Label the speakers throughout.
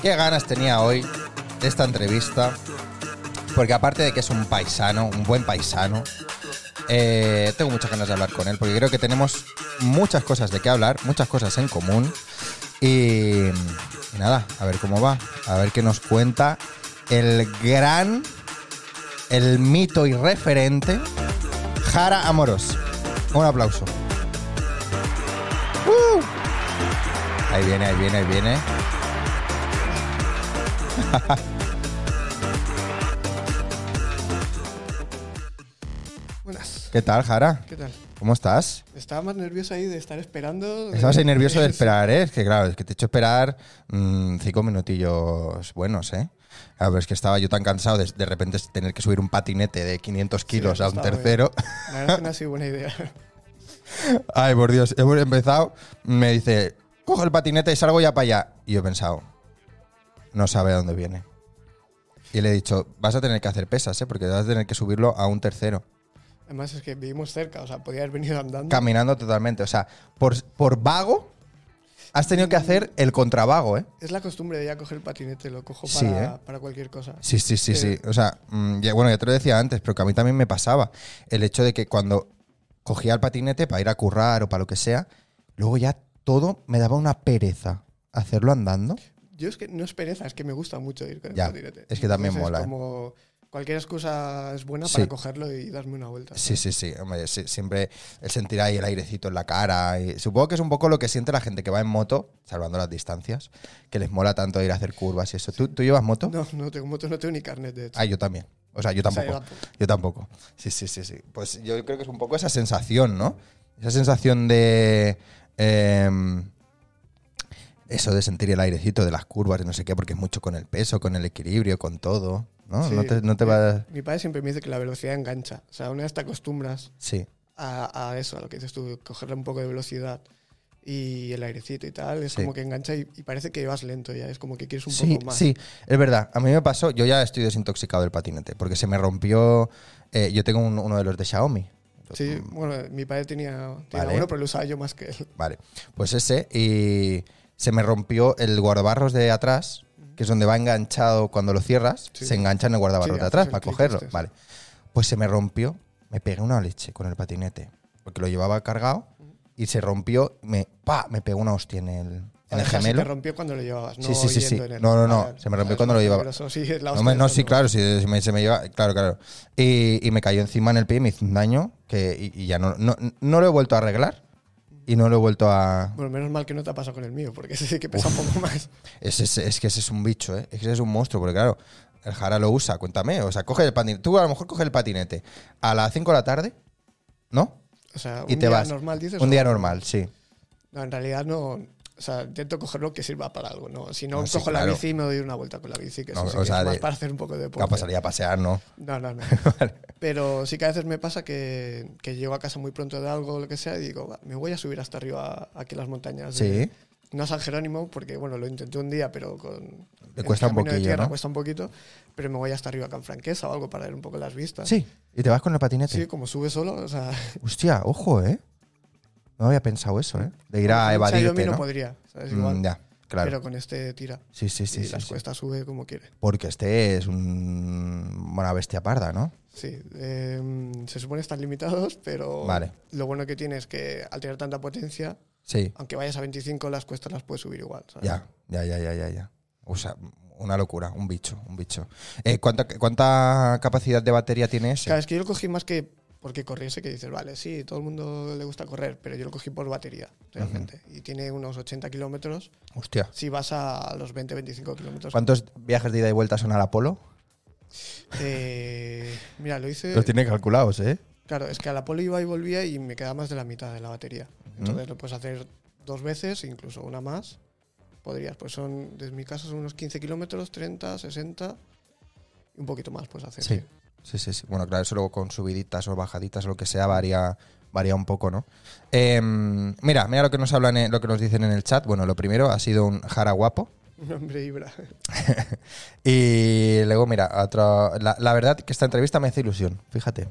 Speaker 1: qué ganas tenía hoy de esta entrevista, porque aparte de que es un paisano, un buen paisano, eh, tengo muchas ganas de hablar con él, porque creo que tenemos muchas cosas de qué hablar, muchas cosas en común. Y, y nada, a ver cómo va, a ver qué nos cuenta el gran, el mito y referente, Jara Amoros. Un aplauso. ¡Uh! Ahí viene, ahí viene, ahí viene.
Speaker 2: Buenas.
Speaker 1: ¿Qué tal, Jara?
Speaker 2: ¿Qué tal?
Speaker 1: ¿Cómo estás?
Speaker 2: Estaba más nervioso ahí de estar esperando. de-
Speaker 1: Estabas ahí nervioso
Speaker 2: Pues,
Speaker 1: de esperar, ¿eh? Es que claro, es que te he hecho esperar mm, cinco minutillos buenos, ¿eh? A ver, es que estaba yo tan cansado de, de repente tener que subir un patinete de 500 kilos
Speaker 2: eso
Speaker 1: a un
Speaker 2: está muy
Speaker 1: tercero.
Speaker 2: La verdad es que no ha sido buena idea.
Speaker 1: Ay, por Dios, hemos empezado. Me dice, cojo el patinete y salgo ya para allá. Y yo he pensado, no sabe a dónde viene. Y le he dicho, vas a tener que hacer pesas, ¿eh? Porque vas a tener que subirlo a un tercero.
Speaker 2: Además es que vivimos cerca, o sea, podía haber venido andando.
Speaker 1: Caminando totalmente. O sea, por, por vago, has tenido que hacer el contravago, ¿eh?
Speaker 2: es la costumbre de ya coger el patinete, lo cojo para,
Speaker 1: Sí, ¿eh?
Speaker 2: para cualquier cosa.
Speaker 1: Sí, sí, sí, sí.
Speaker 2: Eh,
Speaker 1: O sea, mm, ya- bueno, ya te lo decía antes, pero que a mí también me pasaba el hecho de que cuando cogía el patinete para ir a currar o para lo que sea, luego ya todo me daba una pereza hacerlo andando.
Speaker 2: Yo es que no es pereza, es que me gusta mucho ir con
Speaker 1: Ya,
Speaker 2: el patinete.
Speaker 1: es que también
Speaker 2: Entonces,
Speaker 1: mola, ¿eh?
Speaker 2: Como cualquier excusa es buena
Speaker 1: Sí.
Speaker 2: para cogerlo y darme una vuelta.
Speaker 1: Sí, sí, sí. hombre, sí, Siempre el sentir ahí el airecito en la cara. y supongo que es un poco lo que siente la gente que va en moto, salvando las distancias, que les mola tanto ir a hacer curvas y eso. ¿Tú, tú llevas moto?
Speaker 2: No, no tengo moto, no tengo ni carnet de hecho.
Speaker 1: Ah, yo también. O sea, yo
Speaker 2: O sea,
Speaker 1: tampoco.
Speaker 2: yo tampoco.
Speaker 1: Yo tampoco. Sí, sí, sí, sí. Pues yo creo que es un poco esa sensación, ¿no? Esa sensación de. em, eso de sentir el airecito de las curvas y no sé qué, porque es mucho con el peso, con el equilibrio, con todo. ¿No?
Speaker 2: Sí,
Speaker 1: no te, no te
Speaker 2: eh,
Speaker 1: va.
Speaker 2: Mi padre siempre me dice que la velocidad engancha. O sea, una vez te acostumbras
Speaker 1: Sí.
Speaker 2: a, a eso, a lo que dices tú, cogerle un poco de velocidad y el airecito y tal, es
Speaker 1: Sí.
Speaker 2: como que engancha y, y parece que vas lento ya, es como que quieres un
Speaker 1: Sí,
Speaker 2: poco más.
Speaker 1: sí, es verdad. A mí me pasó, yo ya estoy desintoxicado del patinete, porque se me rompió. eh, yo tengo un- uno de los de Xiaomi.
Speaker 2: Sí, bueno, mi padre tenía, tenía
Speaker 1: Vale.
Speaker 2: uno, pero lo usaba yo más que él.
Speaker 1: Vale, pues ese y se me rompió el guardabarros de atrás, que es donde va enganchado cuando lo cierras,
Speaker 2: Sí.
Speaker 1: se engancha en el guardabarros
Speaker 2: Sí,
Speaker 1: de atrás
Speaker 2: haces el
Speaker 1: para
Speaker 2: clic
Speaker 1: cogerlo.
Speaker 2: este.
Speaker 1: Vale, pues se me rompió, me pegué una leche con el patinete, porque lo llevaba cargado y se rompió, me, pa, me pegó una hostia en el, en el
Speaker 2: Ah, o sea, se
Speaker 1: gemelo.
Speaker 2: te rompió cuando lo llevabas, no
Speaker 1: Sí, sí, sí, sí.
Speaker 2: yendo en él.
Speaker 1: No, no, no,
Speaker 2: Vale,
Speaker 1: se me rompió
Speaker 2: vale,
Speaker 1: cuando lo
Speaker 2: es
Speaker 1: llevaba.
Speaker 2: peligroso, sí, es la
Speaker 1: No,
Speaker 2: hostia
Speaker 1: me- no,
Speaker 2: cuando-
Speaker 1: sí, claro, sí, se me, se me lleva, claro, claro. Y, y me cayó encima en el pie y me hizo un daño que y, y ya no, no, no lo he vuelto a arreglar y no lo he vuelto a,
Speaker 2: Bueno, menos mal que no te ha pasado con el mío, porque ese sí que pesa un poco más.
Speaker 1: Es, es- es que ese es un bicho, ¿eh? Ese es un monstruo, porque claro, el Jara lo usa, cuéntame. O sea, coge el patinete. Tú a lo mejor coges el patinete a las 5 de la tarde, ¿no?
Speaker 2: O sea, un
Speaker 1: Y te
Speaker 2: día
Speaker 1: vas.
Speaker 2: normal, dices.
Speaker 1: un día
Speaker 2: o-
Speaker 1: normal, sí.
Speaker 2: No, en realidad no. O sea, intento cogerlo que sirva para algo, ¿no? Si no,
Speaker 1: No, sí,
Speaker 2: cojo la
Speaker 1: claro.
Speaker 2: bici y me doy una vuelta con la bici, que
Speaker 1: No,
Speaker 2: eso sí
Speaker 1: o
Speaker 2: que
Speaker 1: sea,
Speaker 2: es más
Speaker 1: de-
Speaker 2: para hacer un poco de
Speaker 1: Claro,
Speaker 2: deporte.
Speaker 1: pasaría a pasear, ¿no?
Speaker 2: No, no, no. Pero sí que a veces me pasa que, que llego a casa muy pronto de algo o lo que sea y digo, "Va, me voy a subir hasta arriba aquí en las montañas. de-
Speaker 1: Sí.
Speaker 2: No a San Jerónimo, porque bueno, lo intenté un día, pero con.
Speaker 1: Le
Speaker 2: en
Speaker 1: cuesta un
Speaker 2: camino de
Speaker 1: poquillo,
Speaker 2: tierra
Speaker 1: ¿no?
Speaker 2: cuesta un poquito, pero me voy hasta arriba a Canfranquesa o algo para ver un poco las vistas.
Speaker 1: Sí. Y te vas con el patinete.
Speaker 2: Sí, como sube solo, o sea.
Speaker 1: Hostia, ojo, ¿eh? No había pensado eso, ¿eh? De ir
Speaker 2: con un
Speaker 1: a
Speaker 2: Xiaomi
Speaker 1: evadirte,
Speaker 2: no
Speaker 1: ¿no?
Speaker 2: podría, ¿sabes? Igual.
Speaker 1: Mm, ya, claro.
Speaker 2: Pero con este tira.
Speaker 1: sí, sí,
Speaker 2: y
Speaker 1: sí. sí,
Speaker 2: las
Speaker 1: sí.
Speaker 2: cuestas sube como quiere.
Speaker 1: Porque este es un... una bestia parda, ¿no?
Speaker 2: Sí, em, se supone que están limitados, pero
Speaker 1: Vale.
Speaker 2: lo bueno que tiene es que al tener tanta potencia,
Speaker 1: Sí.
Speaker 2: aunque vayas a 25, las cuestas las puedes subir igual. ¿sabes?
Speaker 1: Ya, ya, ya, ya, ya, ya. O sea, una locura, un bicho, un bicho. Eh, ¿cuánta, ¿Cuánta capacidad de batería tiene ese?
Speaker 2: Claro, es que yo lo cogí más que porque corriese, que dices, vale, sí, todo el mundo le gusta correr, pero yo lo cogí por batería, realmente. Y tiene unos 80 kilómetros
Speaker 1: Hostia.
Speaker 2: si vas a los 20-25 kilómetros.
Speaker 1: ¿Cuántos viajes de ida y vuelta son al Apolo?
Speaker 2: Eh, mira, lo hice.
Speaker 1: Los tiene calculados, ¿eh?
Speaker 2: Claro, es que a la poli iba y volvía y me quedaba más de la mitad de la batería. Entonces lo puedes hacer dos veces, incluso una más. Podrías, pues son, desde mi casa son unos 15 kilómetros, 30, 60 y un poquito más puedes hacer.
Speaker 1: Sí. Sí, sí, sí. Bueno, claro, eso luego con subiditas o bajaditas o lo que sea varía, varía un poco, ¿no? Em, mira, mira lo que nos hablan, eh, lo que nos dicen en el chat. Bueno, lo primero ha sido un jara guapo.
Speaker 2: Un hombre ibra.
Speaker 1: Y luego, mira, otra- la, la verdad que esta entrevista me hace ilusión, fíjate.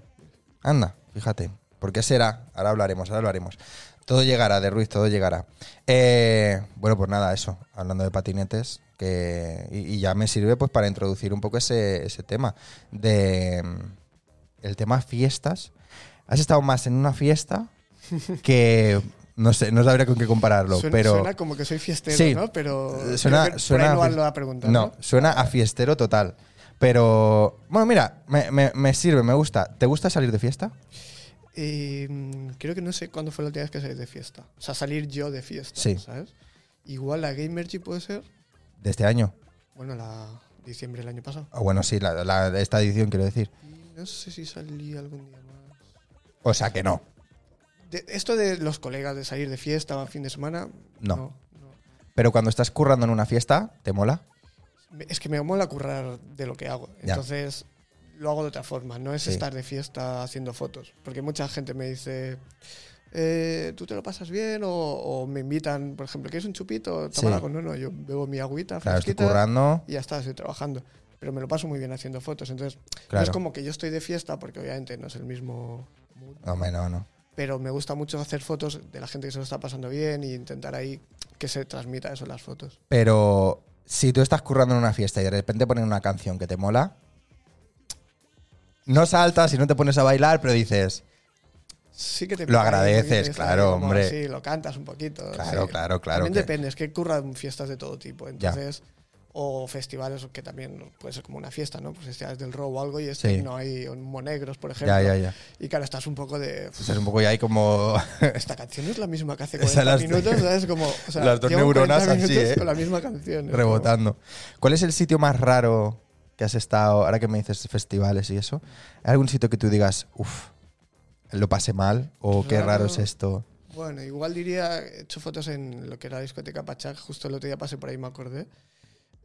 Speaker 1: Anda, fíjate. ¿Por qué será? Ahora hablaremos, ahora hablaremos. Todo llegará, de Ruiz, todo llegará. Eh, bueno, pues nada, eso, hablando de patinetes, que, y, y ya me sirve pues para introducir un poco ese, ese tema de mm, el tema fiestas. Has estado más en una fiesta que no sé, no sabría con qué compararlo,
Speaker 2: suena,
Speaker 1: pero
Speaker 2: suena como que soy fiestero,
Speaker 1: Sí.
Speaker 2: ¿no? Pero
Speaker 1: eh, suena,
Speaker 2: creo que por
Speaker 1: suena
Speaker 2: ahí no
Speaker 1: a
Speaker 2: van
Speaker 1: fies-
Speaker 2: lo a preguntar,
Speaker 1: No,
Speaker 2: ¿no?
Speaker 1: suena a fiestero total. Pero bueno, mira, me, me- me sirve, me gusta. ¿Te gusta salir de fiesta?
Speaker 2: Eh, mm, creo que no sé cuándo fue la última vez que salí de fiesta. O sea, salir yo de fiesta,
Speaker 1: Sí.
Speaker 2: ¿sabes? Igual la Gamergy puede ser,
Speaker 1: De este año.
Speaker 2: bueno, la diciembre del año pasado.
Speaker 1: O bueno, sí, la, la- de esta edición quiero decir.
Speaker 2: Y no sé si salí algún día más.
Speaker 1: O sea que no.
Speaker 2: De- esto de los colegas de salir de fiesta a fin de semana,
Speaker 1: No.
Speaker 2: no.
Speaker 1: Pero cuando estás currando en una fiesta, ¿te mola?
Speaker 2: Pues Me- Es que me mola currar de lo que hago.
Speaker 1: Ya.
Speaker 2: Entonces lo hago de otra forma. No es
Speaker 1: Sí.
Speaker 2: estar de fiesta haciendo fotos. Porque mucha gente me dice, eh, ¿tú te lo pasas bien? O, o me invitan, por ejemplo, ¿quieres un chupito? Toma
Speaker 1: Sí.
Speaker 2: algo. No, no, yo bebo mi agüita
Speaker 1: Claro, estoy
Speaker 2: fresquita
Speaker 1: currando.
Speaker 2: y ya está, estoy trabajando. Pero me lo paso muy bien haciendo fotos. Entonces no es
Speaker 1: Claro.
Speaker 2: como que yo estoy de fiesta porque obviamente no es el mismo mood.
Speaker 1: Hombre, no, no.
Speaker 2: Pero me gusta mucho hacer fotos de la gente que se lo está pasando bien y intentar ahí que se transmita eso en las fotos.
Speaker 1: Pero si tú estás currando en una fiesta y de repente ponen una canción que te mola, no saltas y no te pones a bailar, pero dices,
Speaker 2: Sí que te ¿eh?
Speaker 1: Lo
Speaker 2: pica ahí un
Speaker 1: agradeces,
Speaker 2: poquito, está
Speaker 1: claro,
Speaker 2: ahí como
Speaker 1: hombre.
Speaker 2: Sí, lo cantas un poquito.
Speaker 1: Claro,
Speaker 2: sí.
Speaker 1: claro, claro
Speaker 2: También
Speaker 1: que-
Speaker 2: depende, es que curran fiestas de todo tipo. Entonces, o festivales que también puede ser como una fiesta, ¿no? Pues festivales del rock o algo y es
Speaker 1: Sí.
Speaker 2: que no hay monegros, por ejemplo.
Speaker 1: ya, ya, ya.
Speaker 2: Y claro, estás un poco de. "Uf,
Speaker 1: Estás un poco ya ahí como...
Speaker 2: Esta canción es la misma que hace
Speaker 1: O sea,
Speaker 2: 40
Speaker 1: las-
Speaker 2: minutos, ¿sabes? Como, o sea,
Speaker 1: las dos
Speaker 2: llevo 40
Speaker 1: neuronas así,
Speaker 2: minutos
Speaker 1: ¿eh?
Speaker 2: Con la misma canción. es
Speaker 1: rebotando. ¿Cuál es el sitio más raro que has estado, ahora que me dices festivales y eso? ¿Hay algún sitio que tú digas, uff, lo pasé mal? ¿O qué raro
Speaker 2: Raro.
Speaker 1: es esto?
Speaker 2: como- bueno, igual diría, he hecho fotos en lo que era la discoteca Pachá, que justo el otro día pasé por ahí, me acordé.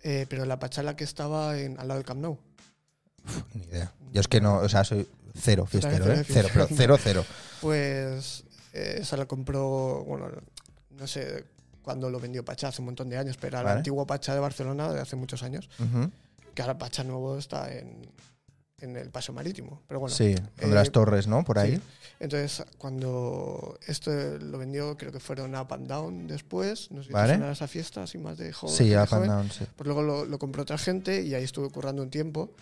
Speaker 2: Eh, pero la Pachá la que estaba en, al lado del Camp Nou.
Speaker 1: Pff, ni idea. Yo es que no, o sea, soy cero
Speaker 2: Yo también
Speaker 1: fiestero, ¿eh?
Speaker 2: cero
Speaker 1: Cero, pero cero, cero.
Speaker 2: Pues eh, esa la compró, bueno, no sé cuándo lo vendió Pachá, hace un montón de años, pero era
Speaker 1: Vale.
Speaker 2: el antiguo Pachá de Barcelona de hace muchos años,
Speaker 1: Ujú.
Speaker 2: que ahora Pachá nuevo está en, en el Paseo Marítimo. Pero bueno,
Speaker 1: sí, donde las
Speaker 2: eh,
Speaker 1: torres, ¿no? Por ahí.
Speaker 2: sí. Entonces, cuando esto lo vendió, creo que fueron Up and Down después, no sé si
Speaker 1: Vale.
Speaker 2: te sonará esa fiesta, así más de joven.
Speaker 1: Sí,
Speaker 2: de
Speaker 1: up and
Speaker 2: joven.
Speaker 1: down, sí.
Speaker 2: Pues luego lo, lo compró otra gente y ahí estuve currando un tiempo.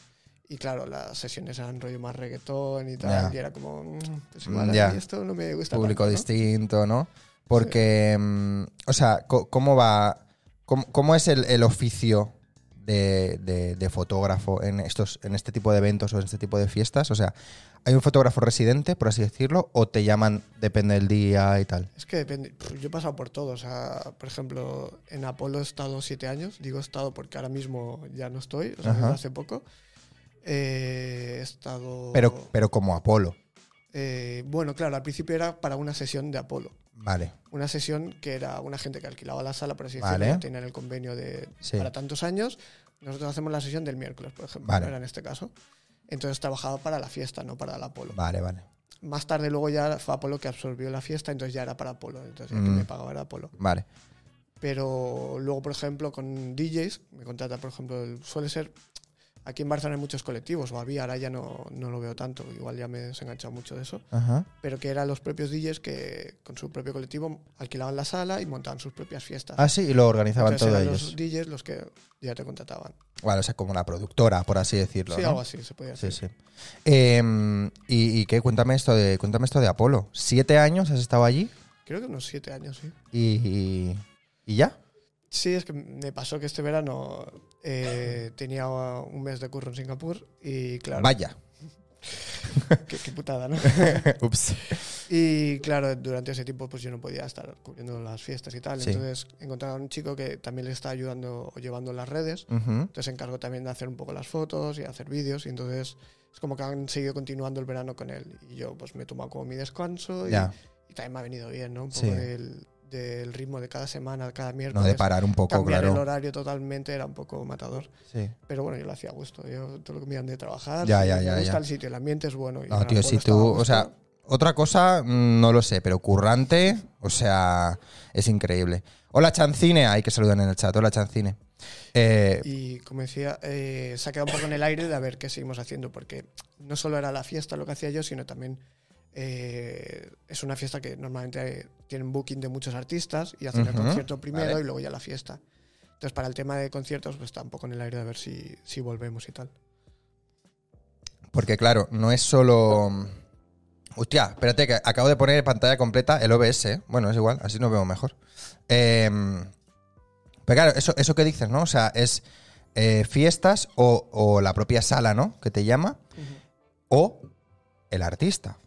Speaker 2: Y claro, las sesiones eran rollo más reggaetón y
Speaker 1: Ya.
Speaker 2: tal. Y era como, mm, pues igual a
Speaker 1: Ya.
Speaker 2: mí esto no me gusta.
Speaker 1: Público
Speaker 2: tanto, ¿no?
Speaker 1: distinto, ¿no? Porque, mm, o sea, co- ¿cómo va? ¿Cómo, cómo es el, el oficio de, de- de fotógrafo en, estos, en este tipo de eventos o en este tipo de fiestas? O sea, ¿hay un fotógrafo residente, por así decirlo, o te llaman, depende del día y tal?
Speaker 2: Es que depende. Pff, Yo he pasado por todo. O sea, por ejemplo, en Apolo he estado siete años. Digo he estado porque ahora mismo ya no estoy. O sea,
Speaker 1: Ajá.
Speaker 2: hace poco. Eh, he estado.
Speaker 1: Pero, pero como Apolo,
Speaker 2: eh, bueno, claro, al principio era para una sesión de Apolo.
Speaker 1: vale.
Speaker 2: Una sesión que era una gente que alquilaba la sala, por así
Speaker 1: Vale.
Speaker 2: decirlo, ya tenían el convenio de
Speaker 1: Sí.
Speaker 2: para tantos años. Nosotros hacemos la sesión del miércoles, por ejemplo,
Speaker 1: Vale.
Speaker 2: era en este caso. Entonces trabajaba para la fiesta, no para el Apolo.
Speaker 1: Vale, vale.
Speaker 2: Más tarde luego ya fue Apolo que absorbió la fiesta, entonces ya era para Apolo. Entonces el que
Speaker 1: Mm.
Speaker 2: me pagaba era Apolo.
Speaker 1: Vale.
Speaker 2: Pero luego, por ejemplo, con DJs, me contrata, por ejemplo, el- suele ser. Aquí en Barcelona hay muchos colectivos, o había, ahora ya no, no lo veo tanto, igual ya me he desenganchado mucho de eso.
Speaker 1: Ajá.
Speaker 2: Pero que eran los propios DJs que con su propio colectivo alquilaban la sala y montaban sus propias fiestas.
Speaker 1: Ah, sí, y lo organizaban
Speaker 2: Entonces
Speaker 1: todos
Speaker 2: eran
Speaker 1: ellos.
Speaker 2: los DJs los que ya te contrataban.
Speaker 1: Vale, o sea, como la productora, por así decirlo.
Speaker 2: sí,
Speaker 1: ¿no?
Speaker 2: algo así se podía
Speaker 1: Sí,
Speaker 2: hacer.
Speaker 1: sí. Em, ¿y, y qué? Cuéntame esto de, cuéntame esto de Apolo. ¿Siete años has estado allí?
Speaker 2: Creo que unos siete años, sí.
Speaker 1: y, y ya.
Speaker 2: Sí, es que me pasó que este verano eh, tenía un mes de curro en Singapur y claro,
Speaker 1: Vaya.
Speaker 2: qué- qué putada, ¿no?
Speaker 1: Ups.
Speaker 2: Y claro, durante ese tiempo pues yo no podía estar cubriendo las fiestas y tal.
Speaker 1: Sí.
Speaker 2: Entonces encontraron un chico que también le estaba ayudando o llevando las redes.
Speaker 1: Ujú.
Speaker 2: Entonces se encargó también de hacer un poco las fotos y hacer vídeos. Y entonces es como que han seguido continuando el verano con él. Y yo pues me he tomado como mi descanso y,
Speaker 1: Ya,
Speaker 2: y también me ha venido bien, ¿no? Un
Speaker 1: Sí.
Speaker 2: poco del, del ritmo de cada semana, cada
Speaker 1: no
Speaker 2: miércoles.
Speaker 1: de parar un poco,
Speaker 2: Cambiar el
Speaker 1: claro.
Speaker 2: horario totalmente era un poco matador.
Speaker 1: Sí.
Speaker 2: Pero bueno, yo lo hacía a gusto. Yo todo lo que me dan de trabajar.
Speaker 1: Ya, ya,
Speaker 2: me
Speaker 1: ya,
Speaker 2: gusta
Speaker 1: ya.
Speaker 2: el sitio, el ambiente es bueno. y
Speaker 1: No,
Speaker 2: en
Speaker 1: tío,
Speaker 2: Apolo
Speaker 1: si
Speaker 2: estaba a
Speaker 1: tú, o
Speaker 2: gusto.
Speaker 1: sea, otra cosa mm, no lo sé, pero currante, o sea, es increíble. Hola Chancine, hay que saludar en el chat. Hola Chancine. Eh,
Speaker 2: Y como decía, eh, se ha quedado un poco en el aire de a ver qué seguimos haciendo, porque no solo era la fiesta lo que hacía yo, sino también eh, es una fiesta que normalmente tienen booking de muchos artistas y hacen el
Speaker 1: Ujú,
Speaker 2: concierto primero
Speaker 1: vale.
Speaker 2: y luego ya la fiesta. Entonces, para el tema de conciertos, pues tampoco en el aire de ver si, si volvemos y tal.
Speaker 1: Porque claro, no es solo... Hostia, espérate, que acabo de poner en pantalla completa el OBS. ¿eh? Bueno, es igual, así nos vemos mejor. Eh, pero claro, eso, eso que dices, ¿no? O sea, es eh, fiestas o, o la propia sala, ¿no? Que te llama. O el artista.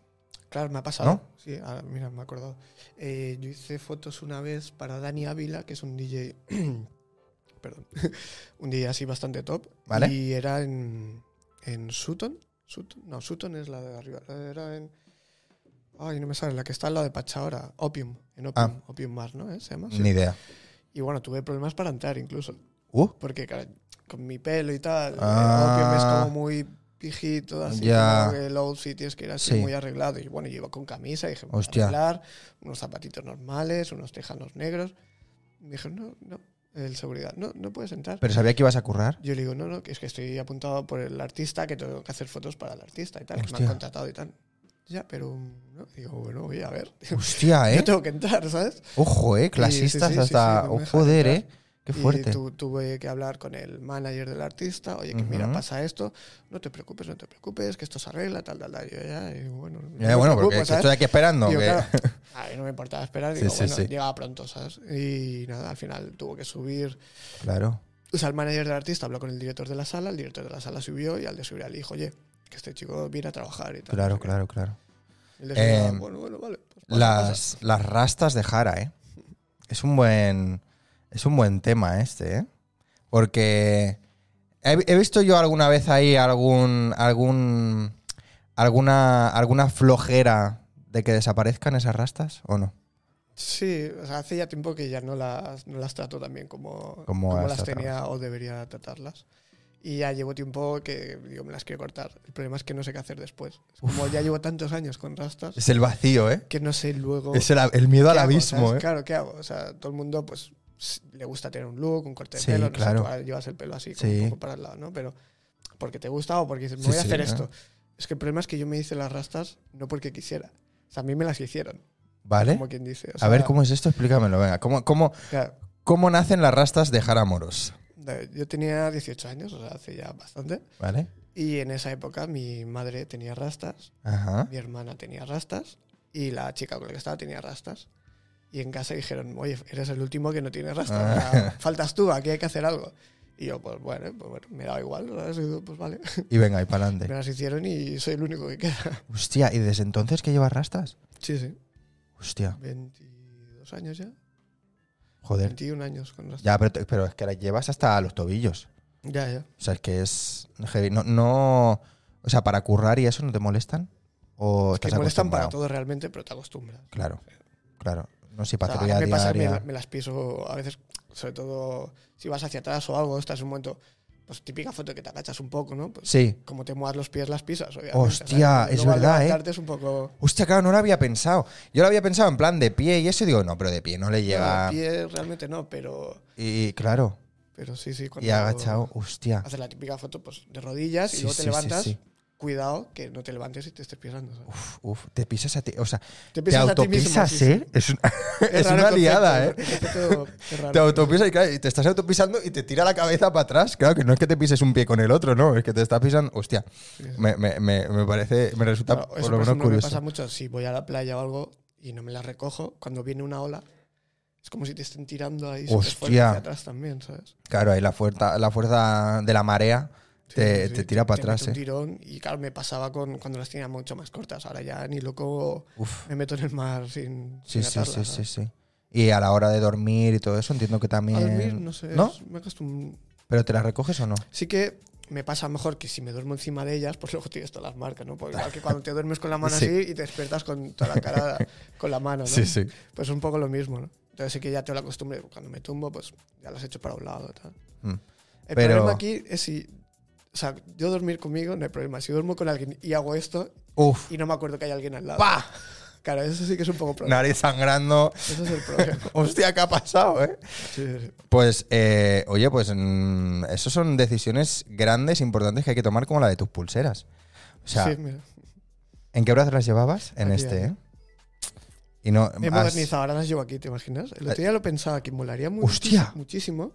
Speaker 2: Claro, me ha pasado.
Speaker 1: ¿No?
Speaker 2: Sí, ah, mira, me he acordado. Eh, yo hice fotos una vez para Dani Ávila, que es un DJ. perdón. un DJ así bastante top.
Speaker 1: Vale.
Speaker 2: Y era en. En Sutton. Sutton- No, Sutton es la de arriba. Era en. Ay, no me sale, la que está al lado de Pacha ahora. Opium. En Opium.
Speaker 1: Ah.
Speaker 2: Opium Mar, ¿no? ¿Eh? Se llama. Sí.
Speaker 1: Ni idea.
Speaker 2: Y bueno, tuve problemas para entrar incluso.
Speaker 1: Uh,
Speaker 2: Porque claro, con mi pelo y tal, eh,
Speaker 1: Ah.
Speaker 2: Opium es como muy pijito, así
Speaker 1: Ya.
Speaker 2: como que el outfit tienes que ir así
Speaker 1: Sí.
Speaker 2: muy arreglado. Y bueno, yo iba con camisa, dije, me voy a
Speaker 1: Hostia.
Speaker 2: arreglar, unos zapatitos normales, unos tejanos negros. Me dijeron, no, no, el seguridad, no, no puedes entrar.
Speaker 1: pero sabía que ibas a currar.
Speaker 2: yo le digo, no, no, que es que estoy apuntado por el artista, que tengo que hacer fotos para el artista y tal, que me
Speaker 1: Hostia.
Speaker 2: han contratado y tal. Ya, pero no. Digo, bueno, voy a ver.
Speaker 1: Hostia,
Speaker 2: Yo
Speaker 1: ¿eh?
Speaker 2: tengo que entrar, ¿sabes?
Speaker 1: Ojo, ¿eh? Clasistas
Speaker 2: sí, sí,
Speaker 1: hasta...
Speaker 2: sí, no me
Speaker 1: oh,
Speaker 2: dejan
Speaker 1: joder, ¿eh?
Speaker 2: entrar.
Speaker 1: Qué
Speaker 2: Y
Speaker 1: fuerte.
Speaker 2: tu- tuve que hablar con el manager del artista, oye, que mira,
Speaker 1: Ujú.
Speaker 2: pasa esto, no te preocupes, no te preocupes, que esto se arregla, tal, tal, tal. Yo ya, y bueno, no
Speaker 1: Eh,
Speaker 2: me
Speaker 1: bueno,
Speaker 2: preocupo,
Speaker 1: porque
Speaker 2: Uh, pues, ¿sabes?
Speaker 1: estoy aquí esperando.
Speaker 2: Digo,
Speaker 1: que-
Speaker 2: claro, a mí no me importaba esperar,
Speaker 1: Sí,
Speaker 2: digo,
Speaker 1: sí,
Speaker 2: bueno,
Speaker 1: sí.
Speaker 2: llegaba pronto, ¿sabes? Y nada, al final tuvo que subir.
Speaker 1: claro.
Speaker 2: O sea, el manager del artista habló con el director de la sala, el director de la sala subió y al de subir al hijo, oye, que este chico viene a trabajar y tal. no
Speaker 1: Claro,
Speaker 2: sé qué.
Speaker 1: claro, claro.
Speaker 2: El de seguridad,
Speaker 1: Em,
Speaker 2: bueno, bueno, vale. pues pasa, pasa.
Speaker 1: Las, las rastas de Jara, ¿eh? Es un buen, es un buen tema este, ¿eh? Porque he, he visto yo alguna vez ahí algún, algún, alguna, alguna flojera de que desaparezcan esas rastas o no.
Speaker 2: Sí, o sea, hace ya tiempo que ya no las, no las trato tan bien como,
Speaker 1: Como
Speaker 2: como
Speaker 1: las
Speaker 2: las
Speaker 1: tratabas.
Speaker 2: tenía o debería tratarlas. Y ya llevo tiempo que digo, me las quiero cortar. El problema es que no sé qué hacer después. Es Como ya llevo tantos años con rastas,
Speaker 1: Es el vacío, ¿eh?
Speaker 2: que no sé luego.
Speaker 1: Es el, el miedo
Speaker 2: qué
Speaker 1: al
Speaker 2: hago,
Speaker 1: abismo,
Speaker 2: ¿sabes?
Speaker 1: ¿eh?
Speaker 2: Claro, ¿qué hago? O sea, todo el mundo, pues, s- le gusta tener un look, un corte de
Speaker 1: Sí,
Speaker 2: pelo. No sé,
Speaker 1: claro.
Speaker 2: tú ahora llevas el pelo así, como
Speaker 1: Sí.
Speaker 2: un poco para el lado, ¿no? Pero porque te gusta o porque dices, me
Speaker 1: Sí,
Speaker 2: voy a
Speaker 1: sí,
Speaker 2: hacer
Speaker 1: claro.
Speaker 2: esto. Es que el problema es que yo me hice las rastas no porque quisiera. O sea, a mí me las hicieron,
Speaker 1: ¿Vale?
Speaker 2: como quien dice. O
Speaker 1: ¿Eh? A ver,
Speaker 2: sea,
Speaker 1: ¿cómo es esto? Explícamelo, venga. ¿Cómo, cómo,
Speaker 2: claro,
Speaker 1: cómo nacen las rastas de Jara Moros?
Speaker 2: Eh, Yo tenía 18 años, o sea, hace ya bastante.
Speaker 1: ¿Vale?
Speaker 2: Y en esa época mi madre tenía rastas,
Speaker 1: Ajá.
Speaker 2: mi hermana tenía rastas y la chica con la que estaba tenía rastas. Y en casa dijeron, oye, eres el último que no tiene rastas. o
Speaker 1: Ah.
Speaker 2: sea, faltas tú, aquí hay que hacer algo. Y yo, pues bueno, eh, pues, bueno, me daba igual, ¿sabes? Y yo, pues vale.
Speaker 1: Y venga, y para
Speaker 2: Me
Speaker 1: adelante.
Speaker 2: las hicieron y soy el único que queda.
Speaker 1: Hostia, ¿y desde entonces que llevas rastas?
Speaker 2: Sí, sí.
Speaker 1: Hostia.
Speaker 2: 22 años ya.
Speaker 1: Joder.
Speaker 2: 21 años con rastas.
Speaker 1: Ya, pero, te- pero es que la llevas hasta los tobillos.
Speaker 2: Ya, ya.
Speaker 1: O sea, es que es heavy. No, no, o sea, para currar y eso no te molestan. O
Speaker 2: Que
Speaker 1: Pues estás
Speaker 2: molestan para
Speaker 1: acostumbrado?
Speaker 2: todo realmente, pero te acostumbras.
Speaker 1: Claro, claro. No sé,
Speaker 2: O sea,
Speaker 1: patrulla
Speaker 2: a mí me pasa que me,
Speaker 1: diaria.
Speaker 2: la- me las piso a veces, sobre todo si vas hacia atrás o algo, estás en un momento, pues típica foto que te agachas un poco, ¿no? Pues,
Speaker 1: Sí.
Speaker 2: Como te muevas los pies, las pisas, obviamente.
Speaker 1: Hostia,
Speaker 2: ¿sabes?
Speaker 1: es
Speaker 2: Luego al
Speaker 1: verdad, ¿eh?
Speaker 2: levantarte es un poco...
Speaker 1: Hostia, claro, no lo había pensado. Yo lo había pensado en plan de pie y eso y digo, no, pero de pie no le llega.
Speaker 2: Bueno, pie realmente no, pero,
Speaker 1: Y claro,
Speaker 2: pero sí, sí.
Speaker 1: y
Speaker 2: cuando
Speaker 1: agachado, hostia.
Speaker 2: Haces la típica foto pues, de rodillas
Speaker 1: Sí,
Speaker 2: y luego te
Speaker 1: sí, sí,
Speaker 2: levantas.
Speaker 1: sí.
Speaker 2: Cuidado que no te levantes y te estés pisando. ¿sabes?
Speaker 1: Uf, uf, te pisas a ti. O sea,
Speaker 2: Te
Speaker 1: te
Speaker 2: pisas a ti mismo,
Speaker 1: autopisas,
Speaker 2: sí, sí.
Speaker 1: ¿eh? Es, un- es
Speaker 2: raro el
Speaker 1: una
Speaker 2: concepto,
Speaker 1: liada, ¿eh?
Speaker 2: el concepto es raro.
Speaker 1: Te autopisas y, claro, y te estás autopisando y te tira la cabeza para atrás. Claro, que no es que te pises un pie con el otro, no, es que te estás pisando. Hostia, me, me- me- me parece, me resulta
Speaker 2: Claro,
Speaker 1: por
Speaker 2: eso,
Speaker 1: lo
Speaker 2: por
Speaker 1: menos
Speaker 2: ejemplo, me
Speaker 1: curioso.
Speaker 2: pasa mucho si voy a la playa o algo y no me la recojo, cuando viene una ola, es como si te estén tirando ahí súper fuerte
Speaker 1: Hostia.
Speaker 2: hacia atrás también, ¿sabes?
Speaker 1: Claro, ahí la fuerza, la fuerza de la marea te,
Speaker 2: Sí,
Speaker 1: te
Speaker 2: sí,
Speaker 1: tira para
Speaker 2: mete
Speaker 1: atrás.
Speaker 2: un
Speaker 1: eh.
Speaker 2: tirón y claro, me pasaba con cuando las tenía mucho más cortas, ahora ya ni loco
Speaker 1: Uf,
Speaker 2: me meto en el mar sin,
Speaker 1: sí,
Speaker 2: sin
Speaker 1: sí, sí,
Speaker 2: atarlas,
Speaker 1: sí,
Speaker 2: ¿sabes?
Speaker 1: sí. Y a la hora de dormir y todo eso, entiendo que también.
Speaker 2: A dormir, no sé,
Speaker 1: ¿No?
Speaker 2: es- me acostum-
Speaker 1: ¿Pero te la recoges o no?
Speaker 2: Sí que me pasa mejor que si me duermo encima de ellas, pues luego tienes todas las marcas, ¿no? Porque igual que cuando te duermes con la mano
Speaker 1: Sí.
Speaker 2: así y te despertas con toda la cara con la mano, ¿no? Pues un poco lo mismo, ¿no? Entonces sí que ya tengo la costumbre, cuando me tumbo, pues ya las echo para un lado. Tal.
Speaker 1: Mm.
Speaker 2: El
Speaker 1: Pero-
Speaker 2: problema aquí es si... O sea, yo dormir conmigo no hay problema. Si duermo con alguien y hago esto
Speaker 1: Uf,
Speaker 2: y no me acuerdo que hay alguien al lado.
Speaker 1: ¡pa!
Speaker 2: Claro, eso sí que es un poco problema.
Speaker 1: Nariz sangrando.
Speaker 2: Eso es el problema.
Speaker 1: Hostia, ¿qué ha pasado, eh?
Speaker 2: Sí, sí, sí.
Speaker 1: Pues, eh, oye, pues mm, eso son decisiones grandes, importantes que hay que tomar, como la de tus pulseras. O sea,
Speaker 2: Sí, mira.
Speaker 1: ¿En qué brazos las llevabas? En
Speaker 2: Aquí,
Speaker 1: este,
Speaker 2: aquí.
Speaker 1: ¿eh? Y no.
Speaker 2: He
Speaker 1: has-
Speaker 2: modernizado, ahora las llevo aquí, ¿te imaginas? El otro día lo pensaba, que molaría muchis-
Speaker 1: ¡Hostia!
Speaker 2: muchísimo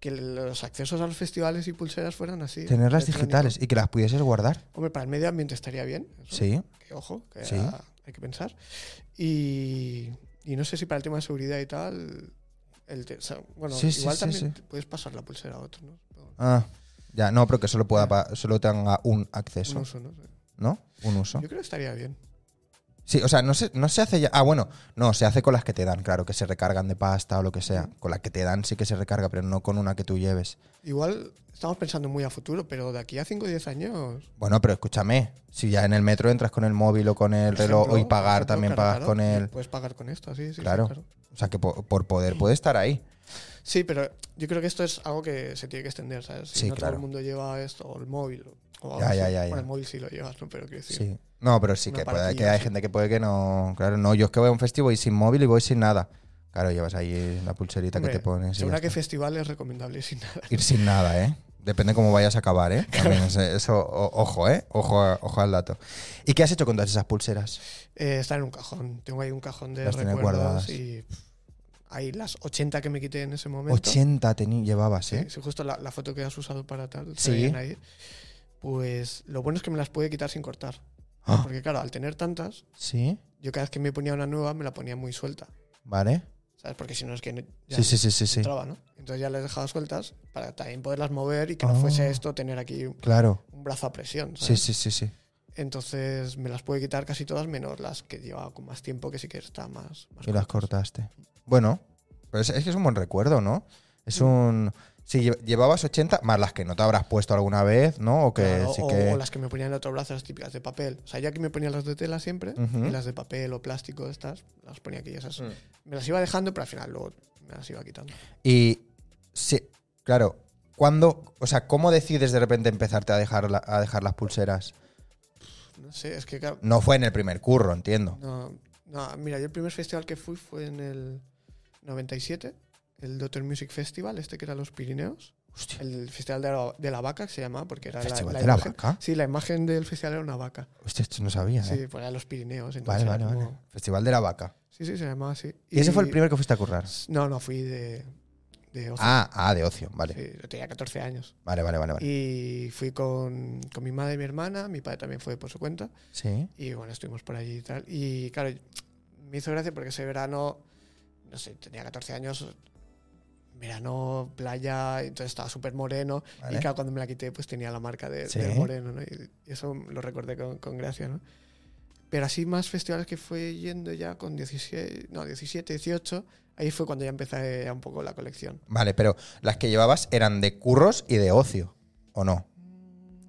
Speaker 2: que los accesos a los festivales y pulseras fueran así.
Speaker 1: tenerlas
Speaker 2: electrónicos.
Speaker 1: digitales y que las pudieses guardar.
Speaker 2: Hombre, para el medio ambiente estaría bien. eso,
Speaker 1: Sí.
Speaker 2: Que ojo, que
Speaker 1: Sí.
Speaker 2: a- hay que pensar. Y, y no sé si para el tema de seguridad y tal. el te- o sea, bueno,
Speaker 1: Sí, sí,
Speaker 2: igual
Speaker 1: sí,
Speaker 2: también
Speaker 1: sí.
Speaker 2: te puedes pasar la pulsera a otro, ¿no? No,
Speaker 1: Ah, ya, no, pero que solo, pueda pa- solo tenga un acceso,
Speaker 2: un uso, ¿no? Yo
Speaker 1: ¿no? Un uso.
Speaker 2: creo que estaría bien.
Speaker 1: Sí, o sea, no se, no se hace ya. Ah, bueno, no, se hace con las que te dan, claro, que se recargan de pasta o lo que sea. Con las que te dan sí que se recarga, pero no con una que tú lleves.
Speaker 2: Igual estamos pensando muy a futuro, pero de aquí a 5 o 10 años.
Speaker 1: Bueno, pero escúchame, si ya en el metro entras con el móvil o con el
Speaker 2: por
Speaker 1: reloj
Speaker 2: ejemplo,
Speaker 1: y pagar,
Speaker 2: por ejemplo,
Speaker 1: también
Speaker 2: claro,
Speaker 1: pagas
Speaker 2: claro, pues.
Speaker 1: con el.
Speaker 2: Puedes pagar con esto, sí, sí, sí,
Speaker 1: Claro. O sea, que po- por, poder puede estar ahí.
Speaker 2: Sí, pero yo creo que esto es algo que se tiene que extender, ¿sabes? Si
Speaker 1: Sí,
Speaker 2: no
Speaker 1: claro.
Speaker 2: todo el mundo lleva esto, o el móvil. O
Speaker 1: Ya,
Speaker 2: algo
Speaker 1: ya,
Speaker 2: así.
Speaker 1: ya, ya.
Speaker 2: Bueno, el móvil sí lo llevas, ¿no? Pero quiero
Speaker 1: Sí.
Speaker 2: decir.
Speaker 1: No, pero sí
Speaker 2: Una
Speaker 1: que, puede, que
Speaker 2: paratilla,
Speaker 1: hay
Speaker 2: sí.
Speaker 1: gente que puede que no. Claro, no, yo es que voy a un festivo y sin móvil y voy sin nada. Claro, llevas ahí la pulserita
Speaker 2: Hombre,
Speaker 1: que te pones. y ya
Speaker 2: seguro que
Speaker 1: está.
Speaker 2: festival es recomendable sin nada.
Speaker 1: Ir sin nada, ¿eh? Depende cómo vayas a acabar, ¿eh? También es- eso, o- ojo, ¿eh? Ojo, a- ojo al dato. ¿Y qué has hecho con todas esas pulseras?
Speaker 2: Eh, están en un cajón. Tengo ahí un cajón de
Speaker 1: Las tienes
Speaker 2: recuerdos
Speaker 1: guardadas.
Speaker 2: y pff, hay las 80 que me quité en ese momento.
Speaker 1: 80 teni- llevabas,
Speaker 2: Sí,
Speaker 1: ¿eh?
Speaker 2: sí, justo la, la foto que has usado para tal.
Speaker 1: Sí.
Speaker 2: se veían ahí. Pues lo bueno es que me las pude quitar sin cortar.
Speaker 1: Ah,
Speaker 2: Porque claro, al tener tantas,
Speaker 1: Sí,
Speaker 2: yo cada vez que me ponía una nueva me la ponía muy suelta.
Speaker 1: vale.
Speaker 2: ¿Sabes? Porque si no es que no- ya
Speaker 1: Sí, sí, sí, sí, sí.
Speaker 2: entraba, ¿no? Entonces ya las dejaba sueltas para también poderlas mover y que
Speaker 1: Ah.
Speaker 2: no fuese esto tener aquí un
Speaker 1: Claro.
Speaker 2: brazo a presión.
Speaker 1: Sí,
Speaker 2: ¿sabes?
Speaker 1: sí, sí, sí.
Speaker 2: Entonces me las pude quitar casi todas, menos las que llevaba con más tiempo, que sí que está más. más
Speaker 1: Y las
Speaker 2: cortas.
Speaker 1: cortaste. Bueno, pues es que es un buen recuerdo, ¿no? Es un... Si lle- llevabas 80, más las que no te habrás puesto alguna vez, ¿no? O que
Speaker 2: Claro,
Speaker 1: sí
Speaker 2: o,
Speaker 1: que... Mm.
Speaker 2: o las que me ponían en el otro brazo, las típicas de papel. O sea, ya que me ponía las de tela siempre,
Speaker 1: Ujú.
Speaker 2: y las de papel o plástico estas, las ponía aquí esas.
Speaker 1: Mm.
Speaker 2: Me las iba dejando, pero al final luego me las iba quitando.
Speaker 1: Y, sí, claro, ¿cuándo, o sea, cómo decides de repente empezarte a dejar, la- a dejar las pulseras?
Speaker 2: No sé, es que claro.
Speaker 1: No fue en el primer curro, entiendo.
Speaker 2: No, no, mira, yo el primer festival que fui fue en el 97, el Doctor Music Festival, este que era los Pirineos.
Speaker 1: Hostia,
Speaker 2: El Festival de la, de la Vaca, que se llamaba, porque era la-
Speaker 1: ¿Festival
Speaker 2: la,
Speaker 1: de la
Speaker 2: imagen-
Speaker 1: vaca?
Speaker 2: Sí, la imagen del festival era una vaca.
Speaker 1: hostia, esto no sabía.
Speaker 2: Sí,
Speaker 1: ¿eh?
Speaker 2: pues eran los Pirineos.
Speaker 1: Vale,
Speaker 2: Entonces
Speaker 1: vale,
Speaker 2: era
Speaker 1: vale.
Speaker 2: como-
Speaker 1: Festival de la vaca.
Speaker 2: Sí, sí, se llamaba así.
Speaker 1: ¿Y, ese fue el primer que fuiste a currar?
Speaker 2: No, no, fui de, de ocio.
Speaker 1: Ah, ah, de ocio, vale.
Speaker 2: Sí, yo tenía 14 años.
Speaker 1: Vale, vale, vale. vale.
Speaker 2: Y fui con, con mi madre y mi hermana, mi padre también fue por su cuenta.
Speaker 1: Sí.
Speaker 2: Y bueno, estuvimos por allí y tal. Y claro, me hizo gracia porque ese verano, no sé, tenía 14 años, verano, playa, y entonces estaba súper moreno.
Speaker 1: Vale.
Speaker 2: Y claro, cuando me la quité, pues tenía la marca de,
Speaker 1: Sí.
Speaker 2: del moreno, ¿no? Y, y eso lo recordé con, con gracia, ¿no? Pero así más festivales que fue yendo ya con 16, no, 17, 18, ahí fue cuando ya empecé un poco la colección.
Speaker 1: Vale, pero las que llevabas eran de curros y de ocio, ¿o no?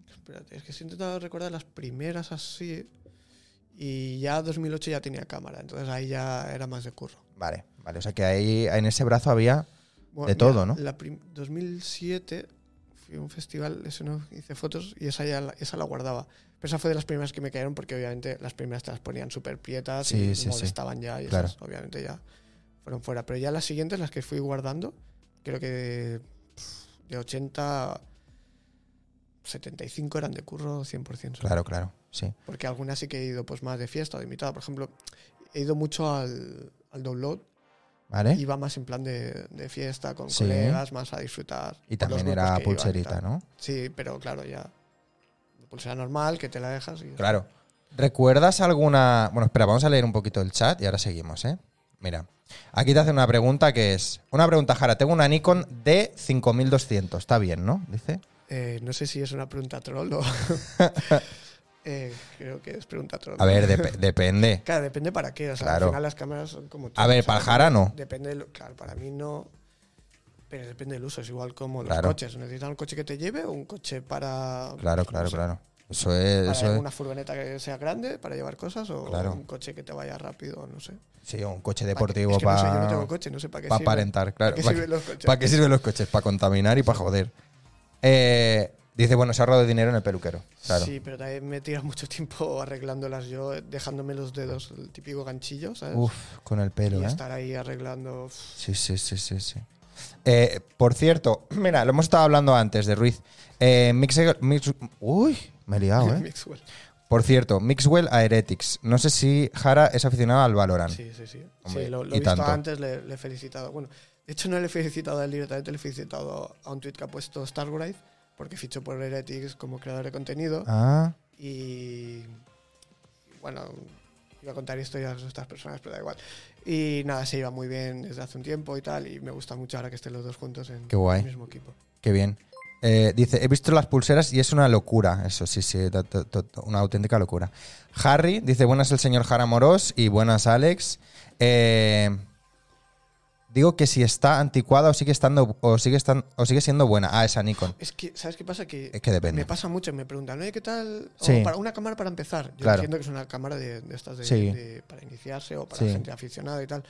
Speaker 2: Espérate, es que estoy intentando recordar las primeras así. Y ya 2008 ya tenía cámara, entonces ahí ya era más de curro.
Speaker 1: Vale, vale. O sea que ahí en ese brazo había. De todo, ¿no?
Speaker 2: La prim- 2007 fui a un festival, eso no, hice fotos y esa ya la, esa la guardaba. Pero esa fue de las primeras que me cayeron porque obviamente las primeras te las ponían súper prietas
Speaker 1: Sí,
Speaker 2: y
Speaker 1: sí, sí.
Speaker 2: molestaban ya y
Speaker 1: Claro.
Speaker 2: esas obviamente ya fueron fuera. Pero ya las siguientes, las que fui guardando, creo que de, pf, de 80... 75 eran de curro 100%. seguro.
Speaker 1: Claro, claro, sí.
Speaker 2: Porque algunas sí que he ido pues más de fiesta o de invitada. Por ejemplo, he ido mucho al, al download
Speaker 1: Vale.
Speaker 2: iba más en plan de, de fiesta con
Speaker 1: ¿Eh? Sí.
Speaker 2: colegas, más a disfrutar.
Speaker 1: Y
Speaker 2: con los
Speaker 1: también
Speaker 2: grupos
Speaker 1: era
Speaker 2: que iban y
Speaker 1: pulserita,
Speaker 2: tal.
Speaker 1: ¿no?
Speaker 2: Sí, pero claro, ya. Pulsera normal, que te la dejas. Y
Speaker 1: Claro. ¿Recuerdas alguna.? Bueno, espera, vamos a leer un poquito el chat y ahora seguimos, ¿eh? Mira, aquí te hacen una pregunta que es. Una pregunta, Jara. Tengo una Nikon D5200. Está bien, ¿no? Dice.
Speaker 2: Eh, no sé si es una pregunta troll o. Eh, creo que es pregunta troll.
Speaker 1: A ver, dep- depende.
Speaker 2: Claro, depende para qué. O sea,
Speaker 1: Claro.
Speaker 2: al final las cámaras son como.
Speaker 1: A
Speaker 2: todo,
Speaker 1: ver,
Speaker 2: ¿sabes?
Speaker 1: para el Jara no.
Speaker 2: Depende, del- claro, para mí no. Pero depende del uso, es igual como los
Speaker 1: Claro.
Speaker 2: coches. ¿Necesitas un coche que te lleve o un coche para.
Speaker 1: Claro,
Speaker 2: no
Speaker 1: claro,
Speaker 2: sé,
Speaker 1: claro. Eso es.
Speaker 2: Para
Speaker 1: Eso es
Speaker 2: una furgoneta que sea grande para llevar cosas o
Speaker 1: Claro.
Speaker 2: un coche que te vaya rápido, no sé.
Speaker 1: sí, un coche
Speaker 2: Pa' que-
Speaker 1: deportivo
Speaker 2: es que no sé, yo no
Speaker 1: para.
Speaker 2: tengo coche, no sé para qué
Speaker 1: Para
Speaker 2: sirve.
Speaker 1: aparentar, claro.
Speaker 2: ¿Para qué
Speaker 1: Pa'
Speaker 2: sirven
Speaker 1: que-
Speaker 2: los coches?
Speaker 1: ¿Para qué sirven los coches? Para contaminar y para joder. Eh, dice, bueno, se ha ahorrado dinero en el peluquero. Claro.
Speaker 2: Sí, pero también me tiras mucho tiempo arreglándolas yo, eh, dejándome los dedos, el típico ganchillo, ¿sabes?
Speaker 1: Uf, con el
Speaker 2: y
Speaker 1: pelo, ¿eh?
Speaker 2: estar ahí arreglando. uf,
Speaker 1: Sí, sí, sí, sí, sí. Eh, por cierto, mira, lo hemos estado hablando antes de Ruiz. Eh, Mixer- Mix- uy, me he liado, ¿eh?
Speaker 2: Mixwell.
Speaker 1: Por cierto, Mixwell a Heretics. No sé si Jara es aficionado al Valorant.
Speaker 2: Sí, sí, sí.
Speaker 1: Hombre,
Speaker 2: sí lo, lo
Speaker 1: y
Speaker 2: he visto
Speaker 1: tanto.
Speaker 2: antes, le, le he felicitado. Bueno, de hecho no le he felicitado a él directamente, le he felicitado a un tweet que ha puesto Stargrave, porque fichó por Heretics como creador de contenido.
Speaker 1: Ah,
Speaker 2: Y bueno, iba a contar historias de estas personas, pero da igual. Y nada, se iba muy bien desde hace un tiempo y tal, y me gusta mucho ahora que estén los dos juntos en
Speaker 1: Qué guay.
Speaker 2: el mismo equipo.
Speaker 1: qué bien. Eh, dice, he visto las pulseras y es una locura. Eso sí, sí, to- to- to- una auténtica locura. Harry dice, buenas el señor Jara Morós y buenas Alex. Eh, digo que si está anticuada o sigue estando o sigue estan- o sigue siendo buena. Ah, esa Nikon.
Speaker 2: Es que, ¿sabes qué pasa? Que
Speaker 1: Es que depende.
Speaker 2: me pasa mucho, me preguntan, oye, ¿qué tal? O
Speaker 1: Sí.
Speaker 2: para una cámara para empezar. Yo
Speaker 1: Claro.
Speaker 2: entiendo que es una cámara de, de estas de,
Speaker 1: Sí.
Speaker 2: de- para iniciarse o para
Speaker 1: Sí.
Speaker 2: gente aficionada y tal.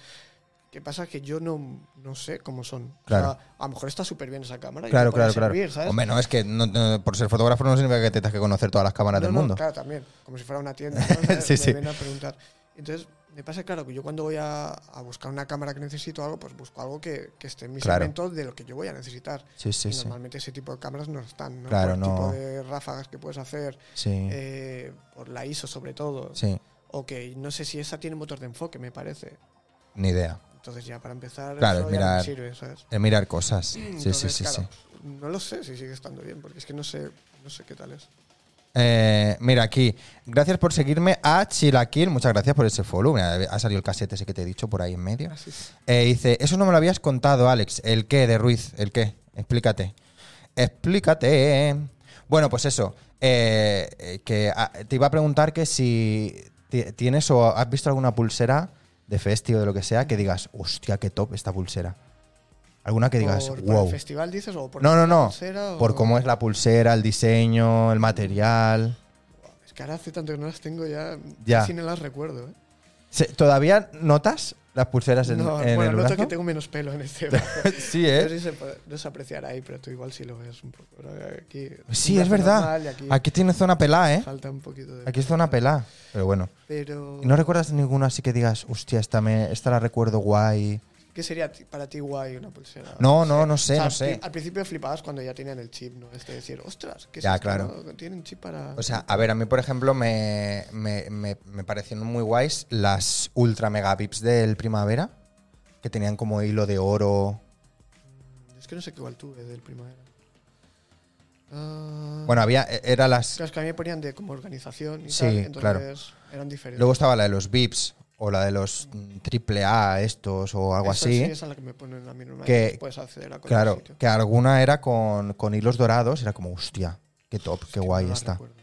Speaker 2: ¿Qué pasa? Que yo no, no sé cómo son. O
Speaker 1: Claro.
Speaker 2: sea, a lo mejor está súper bien esa cámara. y
Speaker 1: Claro,
Speaker 2: te puede
Speaker 1: claro, claro.
Speaker 2: servir, ¿sabes?
Speaker 1: Hombre, no, es que no- no, por ser fotógrafo no significa que tengas que conocer todas las cámaras
Speaker 2: No,
Speaker 1: del
Speaker 2: no,
Speaker 1: mundo.
Speaker 2: Claro, también. Como si fuera una tienda. ¿no? O sea,
Speaker 1: Sí,
Speaker 2: me
Speaker 1: sí.
Speaker 2: vienen a preguntar. Entonces, me pasa, claro, que yo cuando voy a, a buscar una cámara que necesito algo, pues busco algo que, que esté en mi
Speaker 1: Claro.
Speaker 2: segmento de lo que yo voy a necesitar.
Speaker 1: Sí, sí,
Speaker 2: Y
Speaker 1: sí.
Speaker 2: normalmente ese tipo de cámaras no están, ¿no?
Speaker 1: Claro,
Speaker 2: por el
Speaker 1: no.
Speaker 2: tipo de ráfagas que puedes hacer,
Speaker 1: Sí.
Speaker 2: eh, por la ISO sobre todo.
Speaker 1: sí,
Speaker 2: Ok, no sé si esa tiene motor de enfoque, me parece.
Speaker 1: ni idea.
Speaker 2: Entonces ya para empezar,
Speaker 1: Claro,
Speaker 2: eso
Speaker 1: es
Speaker 2: ya no me
Speaker 1: mirar.
Speaker 2: sirve, ¿sabes?
Speaker 1: El mirar cosas. Sí, sí,
Speaker 2: Entonces,
Speaker 1: sí, sí.
Speaker 2: claro, No lo sé si sigue estando bien, porque es que no sé, no sé qué tal es.
Speaker 1: Eh, mira, aquí. Gracias por seguirme a Chilaquil. Muchas gracias por ese follow. Mira, ha salido el casete ese que te he dicho por ahí en medio.
Speaker 2: Así es.
Speaker 1: Eh, dice, eso no me lo habías contado, Alex. ¿El qué de Ruiz? ¿El qué? Explícate. Explícate. Bueno, pues eso. eh, eh, que ah, te iba a preguntar que si ti- tienes o has visto alguna pulsera de festi o de lo que sea que digas, hostia, qué top esta pulsera. Alguna que digas,
Speaker 2: ¿Por, por el
Speaker 1: wow.
Speaker 2: festival dices o por
Speaker 1: No, no, no.
Speaker 2: pulsera o-
Speaker 1: Por cómo es la pulsera, el diseño, el material.
Speaker 2: Es que ahora hace tanto que no las tengo ya,
Speaker 1: Ya.
Speaker 2: casi no las recuerdo. ¿eh?
Speaker 1: Se- ¿Todavía notas las pulseras en,
Speaker 2: No,
Speaker 1: en
Speaker 2: bueno,
Speaker 1: el
Speaker 2: noto
Speaker 1: brazo?
Speaker 2: que tengo menos pelo en este brazo.
Speaker 1: sí,
Speaker 2: No
Speaker 1: ¿eh?
Speaker 2: sé si se puede desapreciar ahí, pero tú igual sí lo ves un poco. ¿no? Aquí,
Speaker 1: Sí,
Speaker 2: un
Speaker 1: es
Speaker 2: brazo
Speaker 1: verdad.
Speaker 2: normal y aquí,
Speaker 1: Aquí tiene zona pelada, ¿eh?
Speaker 2: falta un poquito de...
Speaker 1: Aquí es zona pelada. Pero bueno.
Speaker 2: Pero,
Speaker 1: ¿Y no recuerdas ninguna así que digas, hostia, esta, me, esta la recuerdo guay?
Speaker 2: ¿qué sería ti- para ti guay una pulsera?
Speaker 1: No, no, no
Speaker 2: O
Speaker 1: sé,
Speaker 2: sea,
Speaker 1: no
Speaker 2: al
Speaker 1: sé.
Speaker 2: pri- Al principio flipabas cuando ya tenían el chip, ¿no? Es de decir, ostras, ¿qué es
Speaker 1: Ya,
Speaker 2: esto,
Speaker 1: claro.
Speaker 2: no? Tienen chip para...
Speaker 1: O sea, a ver, a mí, por ejemplo, me, me, me- me parecieron muy guays las ultra megapips del primavera, que tenían como hilo de oro.
Speaker 2: es que no sé qué igual tuve del primavera. Ah.
Speaker 1: Bueno, había, e, era las,
Speaker 2: Claro, es que a mí me ponían de como organización y
Speaker 1: Sí,
Speaker 2: tal, entonces
Speaker 1: claro.
Speaker 2: eran diferentes.
Speaker 1: Luego estaba la de los VIPs o la de los mm, triple A estos o algo
Speaker 2: Esa
Speaker 1: así.
Speaker 2: Sí, esa es la que me ponen a mí
Speaker 1: Que-
Speaker 2: normalmente. Puedes acceder a cualquier
Speaker 1: claro,
Speaker 2: sitio.
Speaker 1: que alguna era con, con hilos dorados, era como, hostia, qué top, qué
Speaker 2: Es que
Speaker 1: guay
Speaker 2: no la
Speaker 1: está.
Speaker 2: recuerdo.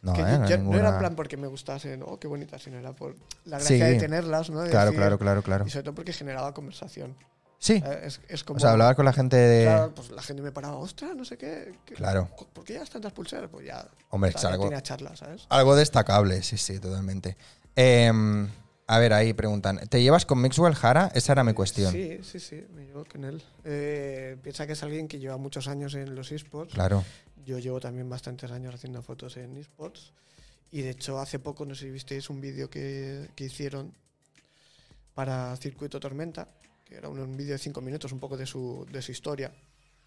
Speaker 1: No,
Speaker 2: Que
Speaker 1: eh,
Speaker 2: yo-
Speaker 1: no hay
Speaker 2: yo- no era en
Speaker 1: ninguna-
Speaker 2: plan porque me gustasen, oh, qué bonita, sino era por la
Speaker 1: Sí.
Speaker 2: gracia de tenerlas, ¿no? De
Speaker 1: Claro,
Speaker 2: decir-
Speaker 1: claro, claro, claro.
Speaker 2: Y sobre todo porque generaba conversación.
Speaker 1: Sí,
Speaker 2: Eh, Es, es como.
Speaker 1: o sea, hablabas con la gente de...
Speaker 2: claro, pues la gente me paraba, ostras, no sé qué. qué-
Speaker 1: Eh, Claro.
Speaker 2: co- ¿Por qué llevas tantas pulseras? Pues ya.
Speaker 1: Hombre,
Speaker 2: o sea,
Speaker 1: es algo-
Speaker 2: ya tenía charlas, ¿sabes?
Speaker 1: Algo destacable, sí, sí, totalmente. Em, a ver, ahí preguntan, ¿te llevas con Mixwell Jara? Esa era mi cuestión.
Speaker 2: Sí, sí, sí, me llevo con él. Eh, piensa que es alguien que lleva muchos años en los esports.
Speaker 1: Claro.
Speaker 2: Yo llevo también bastantes años haciendo fotos en esports y de hecho hace poco, no sé si visteis un vídeo que, que hicieron para Circuito Tormenta, que era un, un vídeo de 5 minutos, un poco de su, de su historia.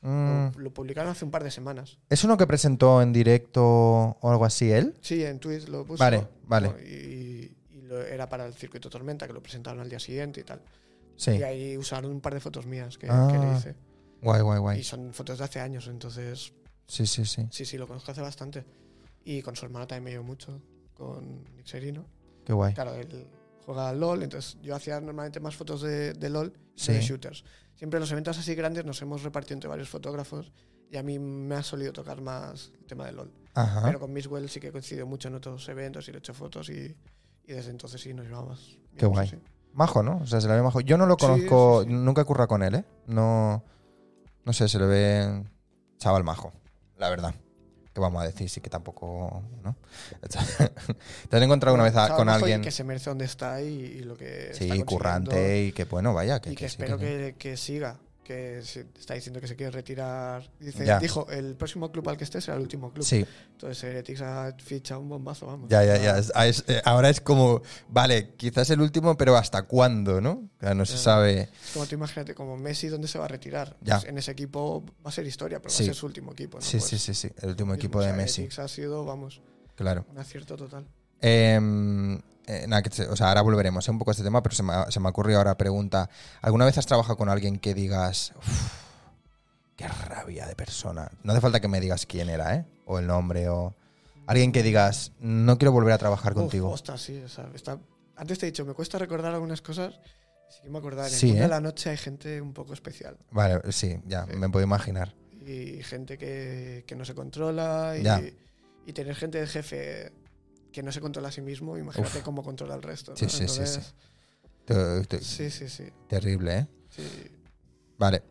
Speaker 1: Mm,
Speaker 2: Lo, lo publicaron hace un par de semanas.
Speaker 1: ¿Es uno que presentó en directo o algo así él?
Speaker 2: Sí, en Twitch lo puse.
Speaker 1: Vale, vale.
Speaker 2: Y, y lo- era para el Circuito Tormenta, que lo presentaron al día siguiente y tal.
Speaker 1: Sí.
Speaker 2: Y ahí usaron un par de fotos mías que,
Speaker 1: Ah,
Speaker 2: que le hice.
Speaker 1: Guay, guay,
Speaker 2: Y
Speaker 1: guay.
Speaker 2: son fotos de hace años, entonces
Speaker 1: Sí, sí, sí.
Speaker 2: Sí, sí, lo conozco hace bastante. Y con su hermana también me llevo mucho, con Nick Serino.
Speaker 1: Qué guay.
Speaker 2: Claro, él juega al LOL, entonces yo hacía normalmente más fotos de, de LOL que
Speaker 1: Sí.
Speaker 2: de shooters. Siempre en los eventos así grandes nos hemos repartido entre varios fotógrafos y a mí me ha solido tocar más el tema de LOL.
Speaker 1: Ajá.
Speaker 2: Pero con Misswell sí que coincido mucho en otros eventos y le he hecho fotos y, y desde entonces sí nos llevamos. bien,
Speaker 1: Qué guay.
Speaker 2: sí.
Speaker 1: Majo, ¿no? O sea, se le ve majo. Yo no lo
Speaker 2: Sí,
Speaker 1: conozco,
Speaker 2: sí, sí.
Speaker 1: nunca he currado con él, ¿eh? No, no sé, se le ve chaval majo, la verdad. ¿Qué vamos a decir? Sí que tampoco, ¿no? Te has encontrado una vez a-
Speaker 2: Estaba
Speaker 1: con
Speaker 2: majo y
Speaker 1: alguien,
Speaker 2: Que se merece donde está y, y lo que. está
Speaker 1: sí,
Speaker 2: consiguiendo.
Speaker 1: currante y que bueno, vaya, que,
Speaker 2: y que,
Speaker 1: que sí,
Speaker 2: espero
Speaker 1: que-
Speaker 2: que, que siga. Que se- está diciendo que se quiere retirar. Dice,
Speaker 1: Ya.
Speaker 2: dijo, el próximo club al que esté será el último club.
Speaker 1: Sí,
Speaker 2: Entonces Heretics ha fichado un bombazo, vamos.
Speaker 1: ya, ya, ya.
Speaker 2: Ah,
Speaker 1: Es- ah, es- eh, ahora es como, vale, quizás el último, pero ¿hasta cuándo, no? Claro, no se
Speaker 2: Ya.
Speaker 1: sabe.
Speaker 2: Es como tú imagínate, como Messi, ¿dónde se va a retirar?
Speaker 1: Ya.
Speaker 2: Pues en ese equipo va a ser historia, pero
Speaker 1: Sí.
Speaker 2: va a ser su último equipo. ¿no?
Speaker 1: Sí,
Speaker 2: Pues
Speaker 1: sí, sí, sí, el último
Speaker 2: mismo,
Speaker 1: equipo
Speaker 2: o
Speaker 1: de
Speaker 2: sea,
Speaker 1: Messi,
Speaker 2: Heretics ha sido, vamos,
Speaker 1: claro.
Speaker 2: un acierto total.
Speaker 1: Em, eh, nada, que se- o sea, ahora volveremos eh, un poco a este tema, pero se me, ha- se me ocurrió ahora pregunta. ¿Alguna vez has trabajado con alguien que digas, "Uf, qué rabia de persona? No hace falta que me digas quién era, ¿eh? O el nombre, o alguien que digas, no quiero volver a trabajar
Speaker 2: Uf,
Speaker 1: contigo.
Speaker 2: ostras, sí. o sea, está- antes te he dicho, me cuesta recordar algunas cosas. Sí que me acordaba que
Speaker 1: Sí,
Speaker 2: en Club
Speaker 1: ¿eh?
Speaker 2: de la noche hay gente un poco especial.
Speaker 1: Vale, sí, ya,
Speaker 2: Sí.
Speaker 1: me puedo imaginar.
Speaker 2: Y gente que, que no se controla. Y,
Speaker 1: Ya.
Speaker 2: y tener gente de jefe que no se controla a sí mismo, imagínate
Speaker 1: Uf.
Speaker 2: cómo controla al resto.
Speaker 1: Sí,
Speaker 2: ¿no?
Speaker 1: sí, sí, sí.
Speaker 2: Entonces,
Speaker 1: Te- te-
Speaker 2: sí, sí, sí,
Speaker 1: Terrible, ¿eh?
Speaker 2: sí.
Speaker 1: Vale.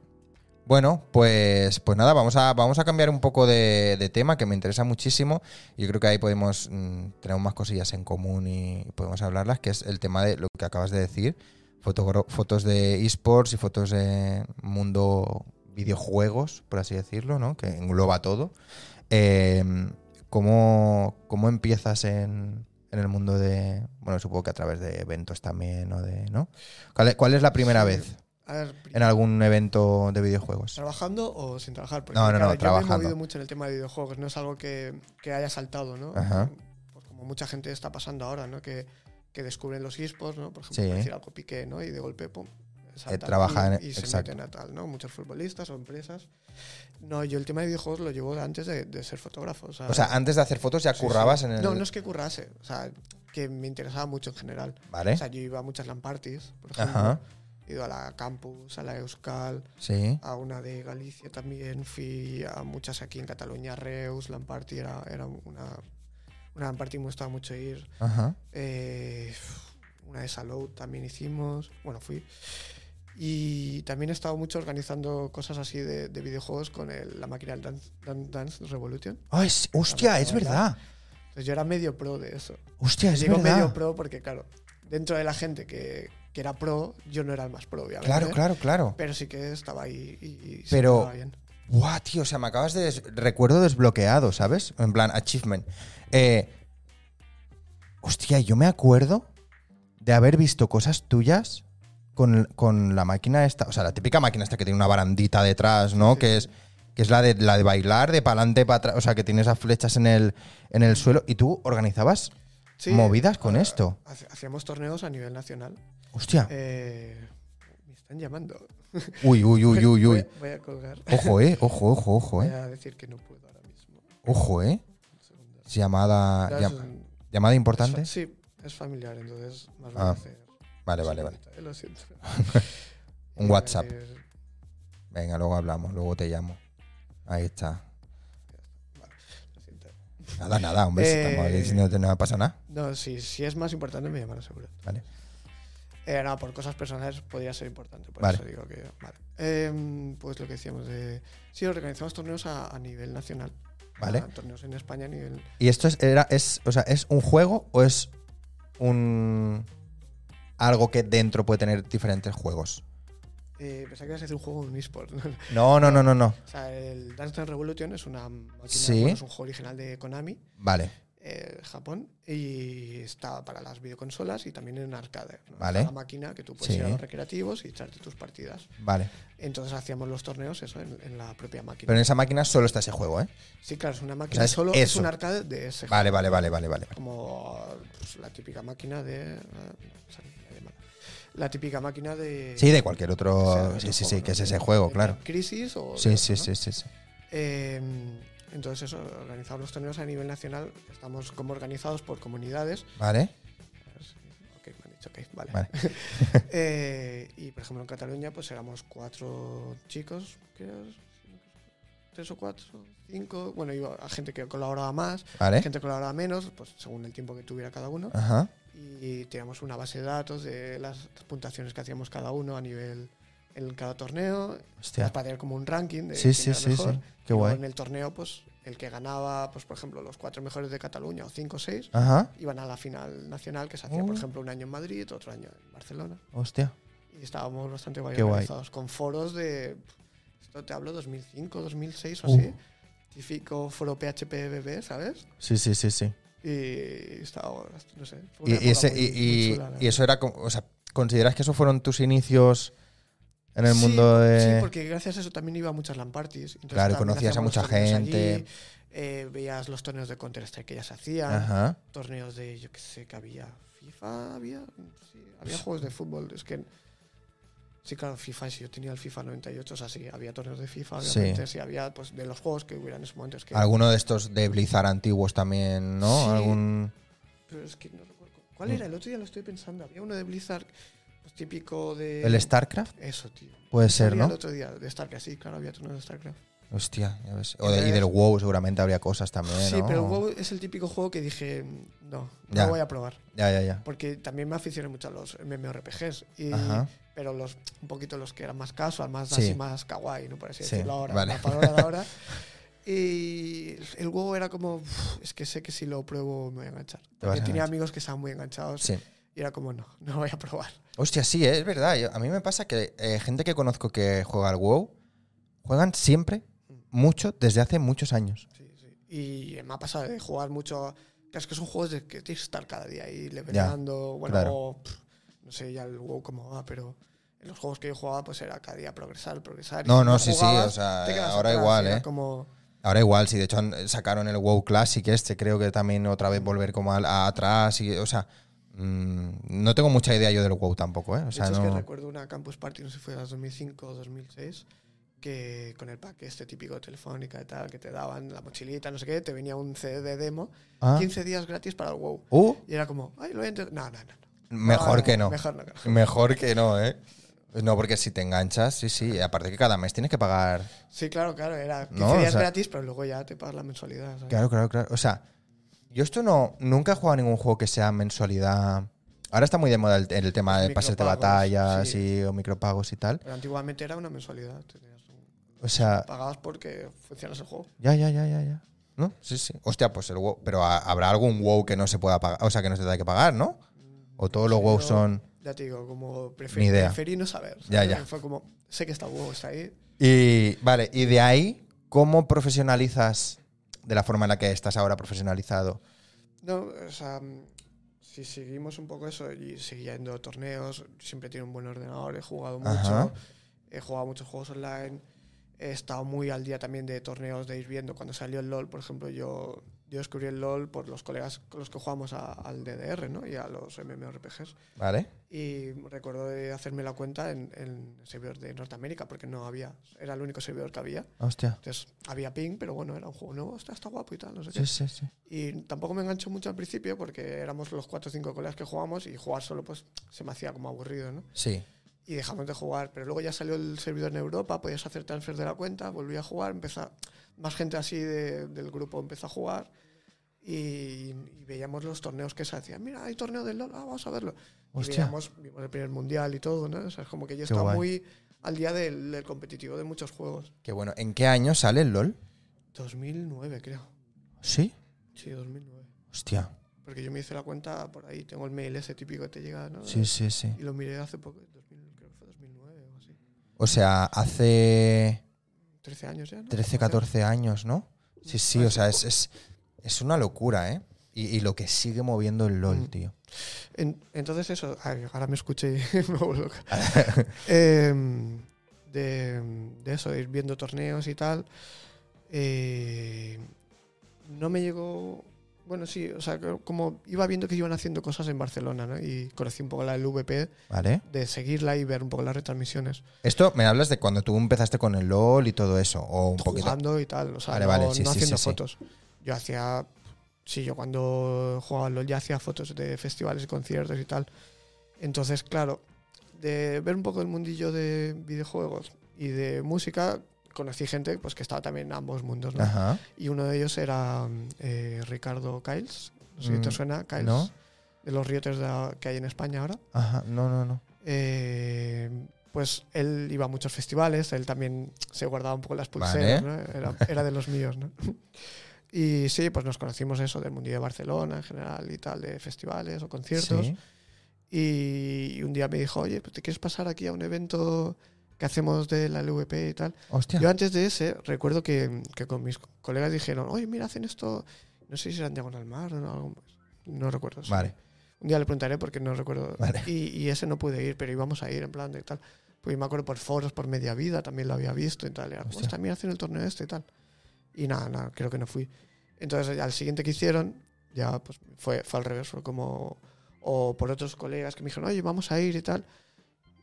Speaker 1: Bueno, pues, pues nada, vamos a, vamos a cambiar un poco de, de tema que me interesa muchísimo. Yo creo que ahí podemos mm, tener más cosillas en común y podemos hablarlas, que es el tema de lo que acabas de decir, fotogra- fotos de esports y fotos de mundo videojuegos, por así decirlo, ¿no? Que engloba todo. Eh, ¿cómo, cómo empiezas en, en el mundo de, bueno, supongo que a través de eventos también, o de, ¿no? ¿Cuál es, cuál es la primera
Speaker 2: Sí.
Speaker 1: vez?
Speaker 2: A ver, pri-
Speaker 1: en algún evento de videojuegos.
Speaker 2: ¿Trabajando o sin trabajar? Porque,
Speaker 1: No, no, no,
Speaker 2: claro, Yo me
Speaker 1: trabajando.
Speaker 2: he movido mucho en el tema de videojuegos, no es algo que, que haya saltado, ¿no?
Speaker 1: Ajá.
Speaker 2: Pues como mucha gente está pasando ahora, ¿no? Que, que descubren los esports, ¿no? Por
Speaker 1: Sí. Eh,
Speaker 2: ejemplo, por decir algo piqué, ¿no? Y de golpe, pum. saltan
Speaker 1: trabajan,
Speaker 2: y, y se
Speaker 1: exacto.
Speaker 2: meten a tal, ¿no? Muchos futbolistas o empresas. No, yo el tema de videojuegos lo llevo antes de, de ser fotógrafo. O sea,
Speaker 1: O sea, antes de hacer fotos ya
Speaker 2: sí, sí.
Speaker 1: currabas en el.
Speaker 2: No, no es que currase, o sea, que me interesaba mucho en general.
Speaker 1: Vale.
Speaker 2: O sea, yo iba a muchas LAN parties, por ejemplo.
Speaker 1: ¿Eh? Ajá.
Speaker 2: He ido a la Campus, a la Euskal,
Speaker 1: Sí.
Speaker 2: a una de Galicia también, fui a muchas aquí en Cataluña, Reus, Lamparty, era, era una, una Lamparty me gustaba mucho ir,
Speaker 1: Ajá.
Speaker 2: Eh, una de Salou también hicimos, bueno, fui. Y también he estado mucho organizando cosas así de, de videojuegos con el- la máquina del Dance, Dan- Dance Revolution.
Speaker 1: Ay, sí, hostia, es verdad.
Speaker 2: Entonces yo era medio pro de eso.
Speaker 1: Hostia, es
Speaker 2: Digo medio
Speaker 1: verdad.
Speaker 2: pro porque, claro, dentro de la gente que, que era pro, yo no era el más pro, obviamente.
Speaker 1: Claro, claro, claro.
Speaker 2: Pero sí que estaba ahí y, y se
Speaker 1: Pero-
Speaker 2: llevaba bien.
Speaker 1: Buah, tío, o sea, me acabas de. des- Recuerdo desbloqueado, ¿sabes? En plan, achievement. Eh, hostia, yo me acuerdo de haber visto cosas tuyas con, con la máquina esta. O sea, la típica máquina esta que tiene una barandita detrás, ¿no? Que es. Que es la de la de bailar, de pa'lante, para atrás. O sea, que tiene esas flechas en el, en el suelo. Y tú organizabas
Speaker 2: Sí,
Speaker 1: movidas con esto.
Speaker 2: hace- Hacíamos torneos a nivel nacional.
Speaker 1: Hostia.
Speaker 2: Eh, me están llamando.
Speaker 1: Uy, uy, uy, uy,
Speaker 2: Voy,
Speaker 1: uy.
Speaker 2: a- voy a colgar.
Speaker 1: Ojo, eh. Ojo, ojo, ojo,
Speaker 2: Voy
Speaker 1: eh.
Speaker 2: a decir que no puedo ahora mismo.
Speaker 1: Ojo, eh.
Speaker 2: Un segundo.
Speaker 1: Llamada.
Speaker 2: Claro,
Speaker 1: llam-
Speaker 2: es un-
Speaker 1: llamada Ah, importante.
Speaker 2: es fa- sí, es familiar, entonces más
Speaker 1: Ah,
Speaker 2: vale hacer.
Speaker 1: Vale, vale, vale.
Speaker 2: Eh, Lo siento.
Speaker 1: Un WhatsApp.
Speaker 2: Eh,
Speaker 1: Venga, luego hablamos, luego te llamo. Ahí está.
Speaker 2: lo siento.
Speaker 1: Nada, nada, hombre, si
Speaker 2: Eh.
Speaker 1: estamos aquí diciéndote no pasa nada.
Speaker 2: No, si, si es más importante me llamarán seguro.
Speaker 1: Vale.
Speaker 2: Eh, no, por cosas personales podría ser importante, por
Speaker 1: Vale.
Speaker 2: eso digo que... Vale. Em, pues lo que decíamos de... Sí, organizamos torneos a, a nivel nacional.
Speaker 1: Vale.
Speaker 2: Ah, torneos en España a nivel...
Speaker 1: ¿Y esto es, era, es, o sea, es un juego o es un algo que dentro puede tener diferentes juegos?
Speaker 2: Eh, pensaba que ibas a decir un juego un eSport. ¿no?
Speaker 1: No, no, no, no, no.
Speaker 2: o sea, el Dance Dance Revolution es una máquina,
Speaker 1: Sí.
Speaker 2: bueno, es un juego original de Konami,
Speaker 1: Vale,
Speaker 2: eh, Japón, y está para las videoconsolas y también en arcade. ¿no?
Speaker 1: Vale.
Speaker 2: Es una máquina que tú puedes
Speaker 1: Sí.
Speaker 2: ir a los recreativos y echarte tus partidas.
Speaker 1: vale.
Speaker 2: Entonces hacíamos los torneos eso en, en la propia máquina.
Speaker 1: Pero en esa máquina solo está ese juego, ¿eh?
Speaker 2: Sí, claro, es una máquina.
Speaker 1: O sea, es
Speaker 2: solo es
Speaker 1: eso.
Speaker 2: un arcade de ese juego.
Speaker 1: Vale, vale, vale, vale, vale.
Speaker 2: Como pues, la típica máquina de. eh, no, sale la llamada. La típica máquina de.
Speaker 1: Sí, de cualquier
Speaker 2: sea,
Speaker 1: otro.
Speaker 2: de
Speaker 1: Sí,
Speaker 2: otro
Speaker 1: sí,
Speaker 2: juego,
Speaker 1: sí,
Speaker 2: ¿no?
Speaker 1: que es
Speaker 2: De-
Speaker 1: ese juego,
Speaker 2: de
Speaker 1: claro.
Speaker 2: Crisis o. de
Speaker 1: Sí,
Speaker 2: otro,
Speaker 1: sí,
Speaker 2: ¿no?
Speaker 1: sí, sí. sí.
Speaker 2: Eh, entonces, eso, organizamos los torneos a nivel nacional. Estamos como organizados por comunidades.
Speaker 1: Vale,
Speaker 2: A ver si- Ok, me han dicho, ok, vale.
Speaker 1: vale.
Speaker 2: Eh, y por ejemplo, en Cataluña, pues éramos cuatro chicos, creo. Tres o cuatro, cinco. Bueno, iba a gente que colaboraba más.
Speaker 1: Vale.
Speaker 2: gente colaboraba menos, pues según el tiempo que tuviera cada uno.
Speaker 1: Ajá.
Speaker 2: Y teníamos una base de datos de las puntuaciones que hacíamos cada uno a nivel en cada torneo,
Speaker 1: Hostia.
Speaker 2: Pues para tener como un ranking de
Speaker 1: Sí,
Speaker 2: quién
Speaker 1: sí,
Speaker 2: era
Speaker 1: sí,
Speaker 2: mejor.
Speaker 1: sí.
Speaker 2: Y
Speaker 1: Qué
Speaker 2: luego
Speaker 1: guay.
Speaker 2: En el torneo, pues el que ganaba, pues por ejemplo, los cuatro mejores de Cataluña o cinco o seis,
Speaker 1: Ajá.
Speaker 2: iban a la final nacional que se hacía,
Speaker 1: Oh.
Speaker 2: por ejemplo, un año en Madrid, otro año en Barcelona.
Speaker 1: Hostia.
Speaker 2: Y estábamos bastante guay
Speaker 1: Qué guay.
Speaker 2: organizados, con foros de, esto te hablo, 2005, 2006 o
Speaker 1: Uh.
Speaker 2: así. Típico foro PHPBB, ¿sabes?
Speaker 1: Sí, sí, sí, sí.
Speaker 2: Y estaba, no sé. fue una
Speaker 1: Y, y
Speaker 2: época
Speaker 1: ese,
Speaker 2: muy-
Speaker 1: y,
Speaker 2: muy
Speaker 1: y-
Speaker 2: chula, la
Speaker 1: y eso
Speaker 2: verdad.
Speaker 1: era como. O sea, ¿consideras que esos fueron tus inicios en el
Speaker 2: Sí,
Speaker 1: mundo
Speaker 2: por- Sí,
Speaker 1: de.
Speaker 2: porque gracias a eso también iba a muchas LAN parties. Entonces
Speaker 1: Claro,
Speaker 2: también
Speaker 1: conocías a
Speaker 2: hacíamos
Speaker 1: mucha
Speaker 2: torneos
Speaker 1: gente.
Speaker 2: eh, veías los torneos de Counter-Strike que ya se hacían,
Speaker 1: Ajá.
Speaker 2: torneos de, yo qué sé, que había FIFA, había, sí, había
Speaker 1: Pues
Speaker 2: juegos de fútbol, es que... Sí, claro, FIFA, si yo tenía el FIFA 98, o sea, sí, había torneos de FIFA,
Speaker 1: Sí.
Speaker 2: obviamente, sí, había pues, de los juegos que hubieran en esos momentos. Que,
Speaker 1: Alguno de estos de Blizzard antiguos también, ¿no?
Speaker 2: Sí.
Speaker 1: Algún.
Speaker 2: Pero es que no recuerdo. ¿Cuál era? El otro día lo estoy pensando. Había uno de Blizzard, pues típico de.
Speaker 1: El StarCraft,
Speaker 2: Eso, tío.
Speaker 1: puede ser,
Speaker 2: Había
Speaker 1: ¿no?
Speaker 2: El otro día de StarCraft, sí, claro, había torneos de StarCraft.
Speaker 1: Hostia, ya ves. O de- y del WoW seguramente habría cosas también.
Speaker 2: sí,
Speaker 1: ¿no?
Speaker 2: pero WoW es el típico juego que dije, mm, no, no
Speaker 1: Ya.
Speaker 2: voy a probar.
Speaker 1: Ya, ya, ya.
Speaker 2: Porque también me aficioné mucho a los MMORPGs. Y,
Speaker 1: Ajá.
Speaker 2: pero los un poquito los que eran más casual, más
Speaker 1: Sí.
Speaker 2: así, más kawaii, ¿no? Por así
Speaker 1: Sí,
Speaker 2: decirlo ahora.
Speaker 1: vale.
Speaker 2: La palabra de ahora. Y el WoW era como, "Uf, es que sé que si lo pruebo me voy a enganchar.
Speaker 1: vas
Speaker 2: Porque
Speaker 1: a
Speaker 2: tenía
Speaker 1: enganchar.
Speaker 2: amigos que estaban muy enganchados.
Speaker 1: Sí.
Speaker 2: Y era como, no, no voy a probar.
Speaker 1: Hostia, sí, eh, es verdad. Yo- a mí me pasa que eh, gente que conozco que juega al WoW juegan siempre,
Speaker 2: Mm.
Speaker 1: mucho, desde hace muchos años.
Speaker 2: Sí, sí. Y me ha pasado de jugar mucho. claro, Es que son juegos de que tienes que estar cada día ahí levelando. bueno,
Speaker 1: claro.
Speaker 2: o, pff, no sé ya el WoW cómo va, pero en los juegos que yo jugaba, pues era cada día progresar, progresar. y
Speaker 1: No,
Speaker 2: si
Speaker 1: no, sí, sí,
Speaker 2: jugabas,
Speaker 1: o sea,
Speaker 2: te quedabas
Speaker 1: ahora
Speaker 2: atrás,
Speaker 1: igual,
Speaker 2: era
Speaker 1: ¿eh?
Speaker 2: Como,
Speaker 1: Ahora igual, sí, de hecho han- eh, sacaron el WoW Classic este, creo que también otra vez volver como al- a, atrás. Y, o sea, mm, no tengo mucha idea yo del WoW tampoco, ¿eh? O
Speaker 2: de
Speaker 1: sea,
Speaker 2: hecho, es que
Speaker 1: no...
Speaker 2: recuerdo una Campus Party, no sé si fue de las 2005 o 2006, que con el pack este típico de telefónica y tal, que te daban la mochilita, no sé qué, te venía un CD de demo,
Speaker 1: Ah.
Speaker 2: 15 días gratis para el WoW.
Speaker 1: Uh,
Speaker 2: Y era como, ay, lo voy a intentar. No, no, no. no.
Speaker 1: mejor
Speaker 2: Ah,
Speaker 1: que no.
Speaker 2: Mejor no. carajo.
Speaker 1: Mejor que no, ¿eh? No, porque si te enganchas, sí, sí. Aparte que cada mes tienes que pagar...
Speaker 2: Sí, claro, claro, era 15
Speaker 1: No, o
Speaker 2: días
Speaker 1: sea-
Speaker 2: gratis, pero luego ya te pagas la mensualidad. ¿sabes?
Speaker 1: Claro, claro, claro. O sea, yo esto no. Nunca he jugado a ningún juego que sea mensualidad. Ahora está muy de moda el, el tema
Speaker 2: Los
Speaker 1: de pases de
Speaker 2: micropagos,
Speaker 1: batallas
Speaker 2: sí.
Speaker 1: y o micropagos y tal.
Speaker 2: Pero antiguamente era una mensualidad. tenías un-
Speaker 1: O sea,
Speaker 2: Pagabas porque funcionas el juego.
Speaker 1: ya, ya, ya, ya, ya. ¿No? Sí, sí. Hostia, pues el WoW. Pero ha- habrá algún WoW que no se pueda pagar. O sea, que no se tenga que pagar, ¿no? O todos los
Speaker 2: Sí,
Speaker 1: WoW
Speaker 2: yo-
Speaker 1: son.
Speaker 2: Ya te digo, como
Speaker 1: Ni
Speaker 2: preferí,
Speaker 1: idea.
Speaker 2: preferí no saber. ¿sabes?
Speaker 1: Ya, ya.
Speaker 2: Fue como, sé que está WoW, está ahí.
Speaker 1: Y. Vale, y de ahí, ¿cómo profesionalizas de la forma en la que estás ahora profesionalizado?
Speaker 2: No, o sea, mm, si seguimos un poco eso y siguiendo torneos, siempre tiene un buen ordenador, he jugado mucho,
Speaker 1: Ajá.
Speaker 2: he jugado muchos juegos online, he estado muy al día también de torneos, de ir viendo. Cuando salió el LOL, por ejemplo, yo, yo descubrí el LOL por los colegas con los que jugamos a- al DDR ¿no? y a los MMORPGs.
Speaker 1: ¿Vale?
Speaker 2: Y recuerdo de hacerme la cuenta en, en el servidor de Norteamérica, porque no había, era el único servidor que había.
Speaker 1: Hostia.
Speaker 2: Entonces había ping, pero bueno, era un juego nuevo, está, está guapo y tal, no sé qué.
Speaker 1: Sí, sí, sí.
Speaker 2: Y tampoco me enganchó mucho al principio porque éramos los cuatro o cinco colegas que jugábamos y jugar solo pues se me hacía como aburrido, ¿no?
Speaker 1: Sí.
Speaker 2: Y dejamos de jugar, pero luego ya salió el servidor en Europa, podías hacer transfer de la cuenta, volví a jugar, empezó, más gente así de- del grupo empezó a jugar y, y veíamos los torneos que se hacían. Mira, hay torneo del LOL, ah, vamos a verlo. Y
Speaker 1: Hostia.
Speaker 2: veíamos, vimos el primer mundial y todo, ¿no? O sea, es como que yo
Speaker 1: Qué
Speaker 2: estaba
Speaker 1: guay.
Speaker 2: muy al día del, del competitivo de muchos juegos.
Speaker 1: Qué bueno. ¿En qué año sale el LOL?
Speaker 2: 2009, creo.
Speaker 1: Sí.
Speaker 2: Sí, 2009.
Speaker 1: Hostia.
Speaker 2: Porque yo me hice la cuenta por ahí, tengo el mail ese típico que te llega, ¿no?
Speaker 1: Sí, sí, sí.
Speaker 2: Y lo miré hace poco, 2000, creo que fue 2009 o así.
Speaker 1: O sea, hace
Speaker 2: 13 años ya, ¿no?
Speaker 1: 13, 14 años, ¿no? Sí, sí, o sea, es, es, es una locura, ¿eh? Y, y lo que sigue moviendo el LOL, tío.
Speaker 2: En- entonces eso, ay, ahora me escuché y me vuelvo loca. Em, de, de eso, ir viendo torneos y tal. Eh, no me llegó... Bueno, sí, o sea, co- como iba viendo que iban haciendo cosas en Barcelona, ¿no? Y conocí un poco la LVP,
Speaker 1: ¿Vale?
Speaker 2: de seguirla y ver un poco las retransmisiones.
Speaker 1: Esto me hablas de cuando tú empezaste con el LOL y todo eso, o un poquito.
Speaker 2: jugando y tal. O sea,
Speaker 1: Vale,
Speaker 2: no,
Speaker 1: vale, sí,
Speaker 2: no
Speaker 1: sí,
Speaker 2: haciendo
Speaker 1: sí, sí.
Speaker 2: fotos. Yo hacía. Sí, yo cuando jugaba al LOL ya hacía fotos de festivales y conciertos y tal. Entonces, claro, de ver un poco el mundillo de videojuegos y de música, conocí gente pues, que estaba también en ambos mundos. ¿no?
Speaker 1: Ajá.
Speaker 2: Y uno de ellos era mm, eh, Ricardo Kiles. No sé si
Speaker 1: Mm,
Speaker 2: te suena, Kiles.
Speaker 1: ¿no?
Speaker 2: De los riotes de- que hay en España ahora.
Speaker 1: Ajá. No, no, no.
Speaker 2: Eh, pues él iba a muchos festivales, él también se guardaba un poco las
Speaker 1: Vale.
Speaker 2: pulseras, ¿no? era, era de los míos. ¿no? Y sí, pues nos conocimos eso del mundillo de Barcelona en general y tal, de festivales o conciertos.
Speaker 1: Sí.
Speaker 2: Y, y un día me dijo, oye, pues, ¿te quieres pasar aquí a un evento que hacemos de la LVP y tal?
Speaker 1: Hostia.
Speaker 2: Yo antes de ese, recuerdo que, que con mis colegas dijeron, oye, mira, hacen esto, no sé si era en Diagonal Mar o no, algo- no recuerdo. sí.
Speaker 1: Vale.
Speaker 2: Un día le preguntaré porque no recuerdo.
Speaker 1: Vale.
Speaker 2: Y, y ese no pude ir, pero íbamos a ir en plan de tal. Pues me acuerdo por foros, por media vida, también lo había visto y tal. Y era como,
Speaker 1: Hostia.
Speaker 2: "Hostia, mira, hacen el torneo este y tal. Y Y nada, nada, creo que no fui. Entonces, al siguiente que hicieron, ya pues fue, fue al revés, fue como. O por otros colegas que me dijeron, oye, vamos a ir y tal.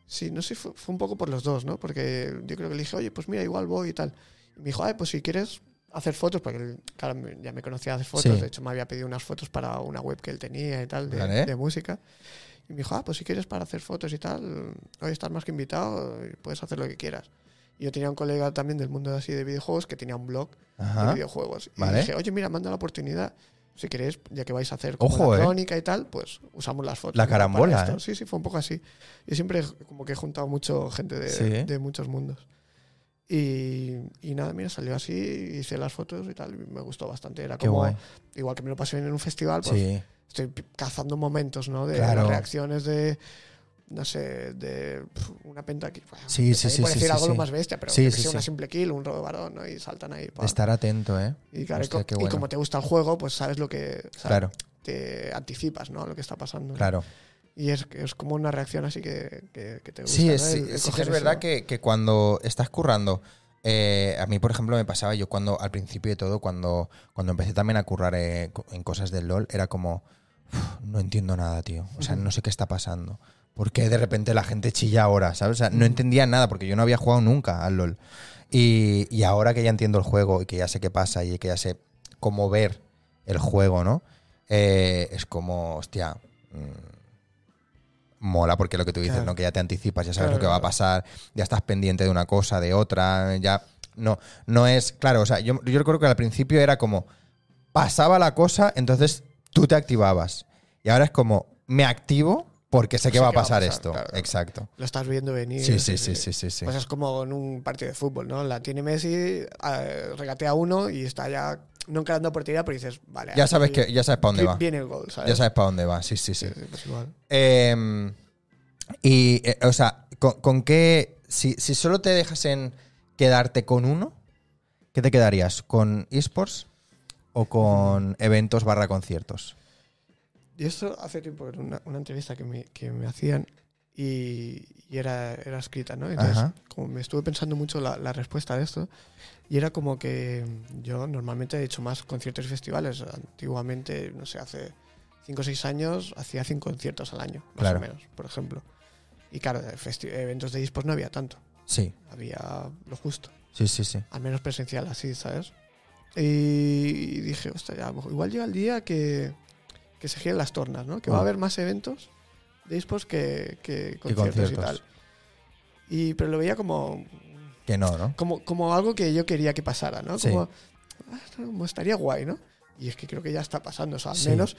Speaker 2: Sí, no sé, fue, fue un poco por los dos, ¿no? Porque yo creo que le dije, oye, pues mira, igual voy y tal. Y me dijo, ay, pues si quieres hacer fotos, porque él, claro, me- ya me conocía de hacer fotos,
Speaker 3: Sí.
Speaker 2: de hecho me había pedido unas fotos para una web que él tenía y tal, de,
Speaker 1: Vale.
Speaker 2: de música. Y me dijo, ah, pues si quieres para hacer fotos y tal, hoy estás más que invitado, y puedes hacer lo que quieras. Y yo tenía un colega también del mundo así de videojuegos que tenía un blog de
Speaker 1: Ajá.
Speaker 2: videojuegos. Y
Speaker 1: Vale.
Speaker 2: dije, oye, mira, manda la oportunidad. Si queréis, ya que vais a hacer como
Speaker 1: Ojo,
Speaker 2: la
Speaker 1: eh.
Speaker 2: crónica y tal, pues usamos las fotos.
Speaker 1: La
Speaker 2: ¿no? para
Speaker 1: carambola,
Speaker 2: esto".
Speaker 1: eh.
Speaker 2: Sí, sí, fue un poco así. Yo siempre como que he juntado mucho gente de,
Speaker 1: Sí.
Speaker 2: de muchos mundos. Y, y nada, mira, salió así, hice las fotos y tal, y me gustó bastante. Era
Speaker 1: Qué
Speaker 2: como,
Speaker 1: guay.
Speaker 2: igual que me lo pasé en un festival, pues
Speaker 1: Sí.
Speaker 2: estoy pi- cazando momentos, ¿no? De
Speaker 1: Claro.
Speaker 2: las reacciones de, no sé, de pf, una penta que...
Speaker 1: Sí, sí, sí,
Speaker 2: Puede
Speaker 1: sí,
Speaker 2: decir
Speaker 1: sí,
Speaker 2: algo
Speaker 1: sí.
Speaker 2: lo más bestia, pero
Speaker 1: Sí,
Speaker 2: yo que
Speaker 1: sí,
Speaker 2: sé, una
Speaker 1: sí.
Speaker 2: simple kill, un robo de varón, ¿no? Y saltan ahí. pa.
Speaker 1: Estar atento, ¿eh?
Speaker 2: Y, claro,
Speaker 1: Hostia,
Speaker 2: y co-
Speaker 1: qué
Speaker 2: y
Speaker 1: bueno.
Speaker 2: como te gusta el juego, pues sabes lo que. o sea,
Speaker 1: Claro,
Speaker 2: Te anticipas, ¿no? Lo que está pasando.
Speaker 1: claro.
Speaker 2: Y es, es como una reacción así que, que- que te gusta.
Speaker 1: Sí,
Speaker 2: ¿no?
Speaker 1: es, sí-
Speaker 2: El- el
Speaker 1: sí que
Speaker 2: coger
Speaker 1: es
Speaker 2: eso,
Speaker 1: verdad
Speaker 2: ¿no?
Speaker 1: que, que cuando estás currando, eh, a mí, por ejemplo, me pasaba yo cuando, al principio de todo, cuando, cuando empecé también a currar eh, co- en cosas del LOL, era como, "Uf, no entiendo nada, tío. O sea,
Speaker 2: Ujú.
Speaker 1: no sé qué está pasando. ¿Por qué de repente la gente chilla ahora? ¿Sabes? O sea, no entendía nada porque yo no había jugado nunca al LOL. Y, y ahora que ya entiendo el juego y que ya sé qué pasa y que ya sé cómo ver el juego, ¿no? Eh, es como, hostia, mm, mola porque lo que tú dices,
Speaker 2: Claro.
Speaker 1: ¿no? Que ya te anticipas, ya sabes
Speaker 2: Claro,
Speaker 1: lo que va a
Speaker 2: claro.
Speaker 1: pasar, ya estás pendiente de una cosa, de otra, ya... No, no es... Claro, o sea, yo, yo recuerdo que al principio era como, pasaba la cosa, entonces tú te activabas. Y ahora es como, me activo porque sé que
Speaker 2: Sé
Speaker 1: va a
Speaker 2: que va a
Speaker 1: pasar,
Speaker 2: pasar,
Speaker 1: esto.
Speaker 2: claro, claro.
Speaker 1: Exacto.
Speaker 2: Lo estás viendo venir.
Speaker 1: Sí, sí, sí, sí, sí, sí.
Speaker 2: Pues es como en un partido de fútbol, ¿no? La tiene Messi, eh, regatea uno y está ya no encarando portería, pero dices, vale.
Speaker 1: Ya sabes
Speaker 2: aquí
Speaker 1: que ya sabes para dónde va.
Speaker 2: Viene el gol, ¿sabes?
Speaker 1: Ya sabes para dónde va, sí, sí, sí.
Speaker 2: ¿eh? Sí, sí, pues igual.
Speaker 1: Eh, y, eh, o sea, ¿con, con qué. Si, si solo te dejasen quedarte con uno, ¿qué te quedarías? ¿Con esports o con eventos barra conciertos?
Speaker 2: Y esto hace tiempo en una, una entrevista que me, que me hacían y, y era, era escrita, ¿no? Entonces,
Speaker 1: Ajá.
Speaker 2: como me estuve pensando mucho la, la respuesta de esto, y era como que mm, yo normalmente he hecho más conciertos y festivales. Antiguamente, no sé, hace 5 o 6 años hacía 100 conciertos al año, más
Speaker 1: Claro.
Speaker 2: o menos, por ejemplo. Y claro, de festi- eventos de esports no había tanto,
Speaker 1: Sí,
Speaker 2: había lo justo
Speaker 1: sí, sí, sí.
Speaker 2: al menos presencial así, ¿sabes? Y dije, hostia, ya, igual llega el día que, que se giren las tornas, ¿no? Que va a
Speaker 1: Ah.
Speaker 2: haber más eventos de esports que, que conciertos, y
Speaker 1: conciertos.
Speaker 2: tal. Y, pero lo veía como,
Speaker 1: Que no, ¿no?
Speaker 2: como, como algo que yo quería que pasara, ¿no?
Speaker 1: Sí.
Speaker 2: Como, "Ah, esto como estaría guay, ¿no? Y es que creo que ya está pasando, o sea, al
Speaker 1: Sí.
Speaker 2: menos,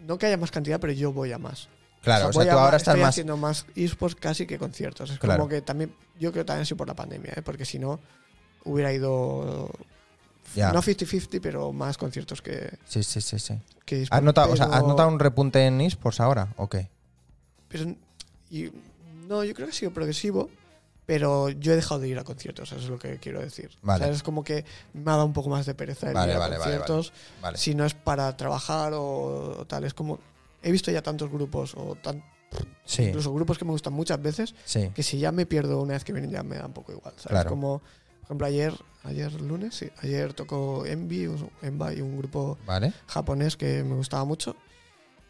Speaker 2: no que haya más cantidad, pero yo voy a más.
Speaker 1: Claro, o sea,
Speaker 2: voy a
Speaker 1: tú ahora
Speaker 2: ma-
Speaker 1: estás
Speaker 2: estoy
Speaker 1: más.
Speaker 2: haciendo más esports casi que conciertos. Es
Speaker 1: Claro.
Speaker 2: como que también, yo creo que también ha sido por la pandemia, ¿eh? porque si no hubiera ido,
Speaker 1: Ya.
Speaker 2: no 50-50, pero más conciertos que,
Speaker 1: Sí, sí, sí, sí.
Speaker 2: que esports.
Speaker 1: ¿Has notado, o sea, ¿Has
Speaker 2: pero-
Speaker 1: notado un repunte en esports ahora o qué?
Speaker 2: pero- y- no, yo creo que ha sido progresivo, pero yo he dejado de ir a conciertos, eso es lo que quiero decir.
Speaker 1: Vale.
Speaker 2: O sea, es como que me ha dado un poco más de pereza el
Speaker 1: Vale,
Speaker 2: ir a
Speaker 1: vale, vale, vale.
Speaker 2: conciertos.
Speaker 1: Vale.
Speaker 2: si no es para trabajar o, o tal, es como... He visto ya tantos grupos, o tan,
Speaker 1: Sí,
Speaker 2: incluso grupos que me gustan muchas veces,
Speaker 1: sí.
Speaker 2: que si ya me pierdo una vez que vienen ya me da un poco igual, ¿sabes?
Speaker 1: Claro.
Speaker 2: Como, por ejemplo, ayer, ayer lunes, sí, ayer tocó Envy, un- Envy, un grupo
Speaker 1: Vale.
Speaker 2: japonés que me gustaba mucho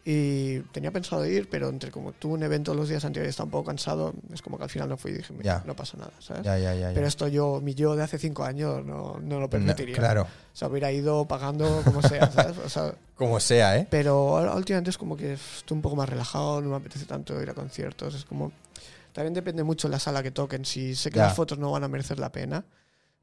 Speaker 2: y tenía pensado ir, pero entre como tuve un evento los días anteriores, estaba un poco cansado, es como que al final no fui y dije, mira,
Speaker 1: Ya.
Speaker 2: no pasa nada, ¿sabes?
Speaker 1: Ya, ya, ya. ya.
Speaker 2: Pero esto yo, mi yo de hace cinco años no, no lo
Speaker 1: No,
Speaker 2: permitiría.
Speaker 1: claro.
Speaker 2: O sea, hubiera ido pagando como sea, ¿sabes? O sea,
Speaker 1: Como sea, ¿eh?
Speaker 2: pero ahora últimamente es como que estoy un poco más relajado, no me apetece tanto ir a conciertos. Es como. También depende mucho la sala que toquen. Si sé que
Speaker 1: Ya.
Speaker 2: las fotos no van a merecer la pena,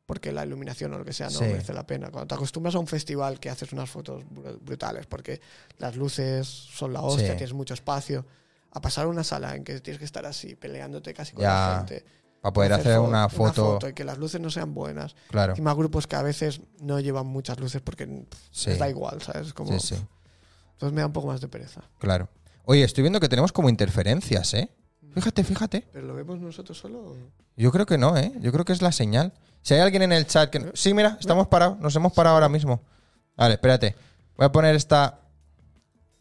Speaker 2: porque la iluminación o lo que sea no
Speaker 1: Sí.
Speaker 2: merece la pena. Cuando te acostumbras a un festival que haces unas fotos br- brutales, porque las luces son la hostia,
Speaker 1: Sí.
Speaker 2: tienes mucho espacio. A pasar a una sala en que tienes que estar así, peleándote casi con
Speaker 1: Ya.
Speaker 2: la gente.
Speaker 1: Para poder hacer
Speaker 2: fo-
Speaker 1: una foto.
Speaker 2: Y que las luces no sean buenas.
Speaker 1: Claro.
Speaker 2: Encima, grupos que a veces no llevan muchas luces porque pff,
Speaker 1: Sí.
Speaker 2: les da igual, ¿sabes? Como,
Speaker 1: Sí, sí.
Speaker 2: Entonces me da un poco más de pereza.
Speaker 1: Claro. Oye, estoy viendo que tenemos como interferencias, ¿eh? Fíjate, fíjate.
Speaker 2: ¿Pero lo vemos nosotros solo?
Speaker 1: Yo creo que no, ¿eh? Yo creo que es la señal. Si hay alguien en el chat que... Sí, mira, estamos parados. Nos hemos parado ahora mismo. Vale, espérate. Voy a poner esta...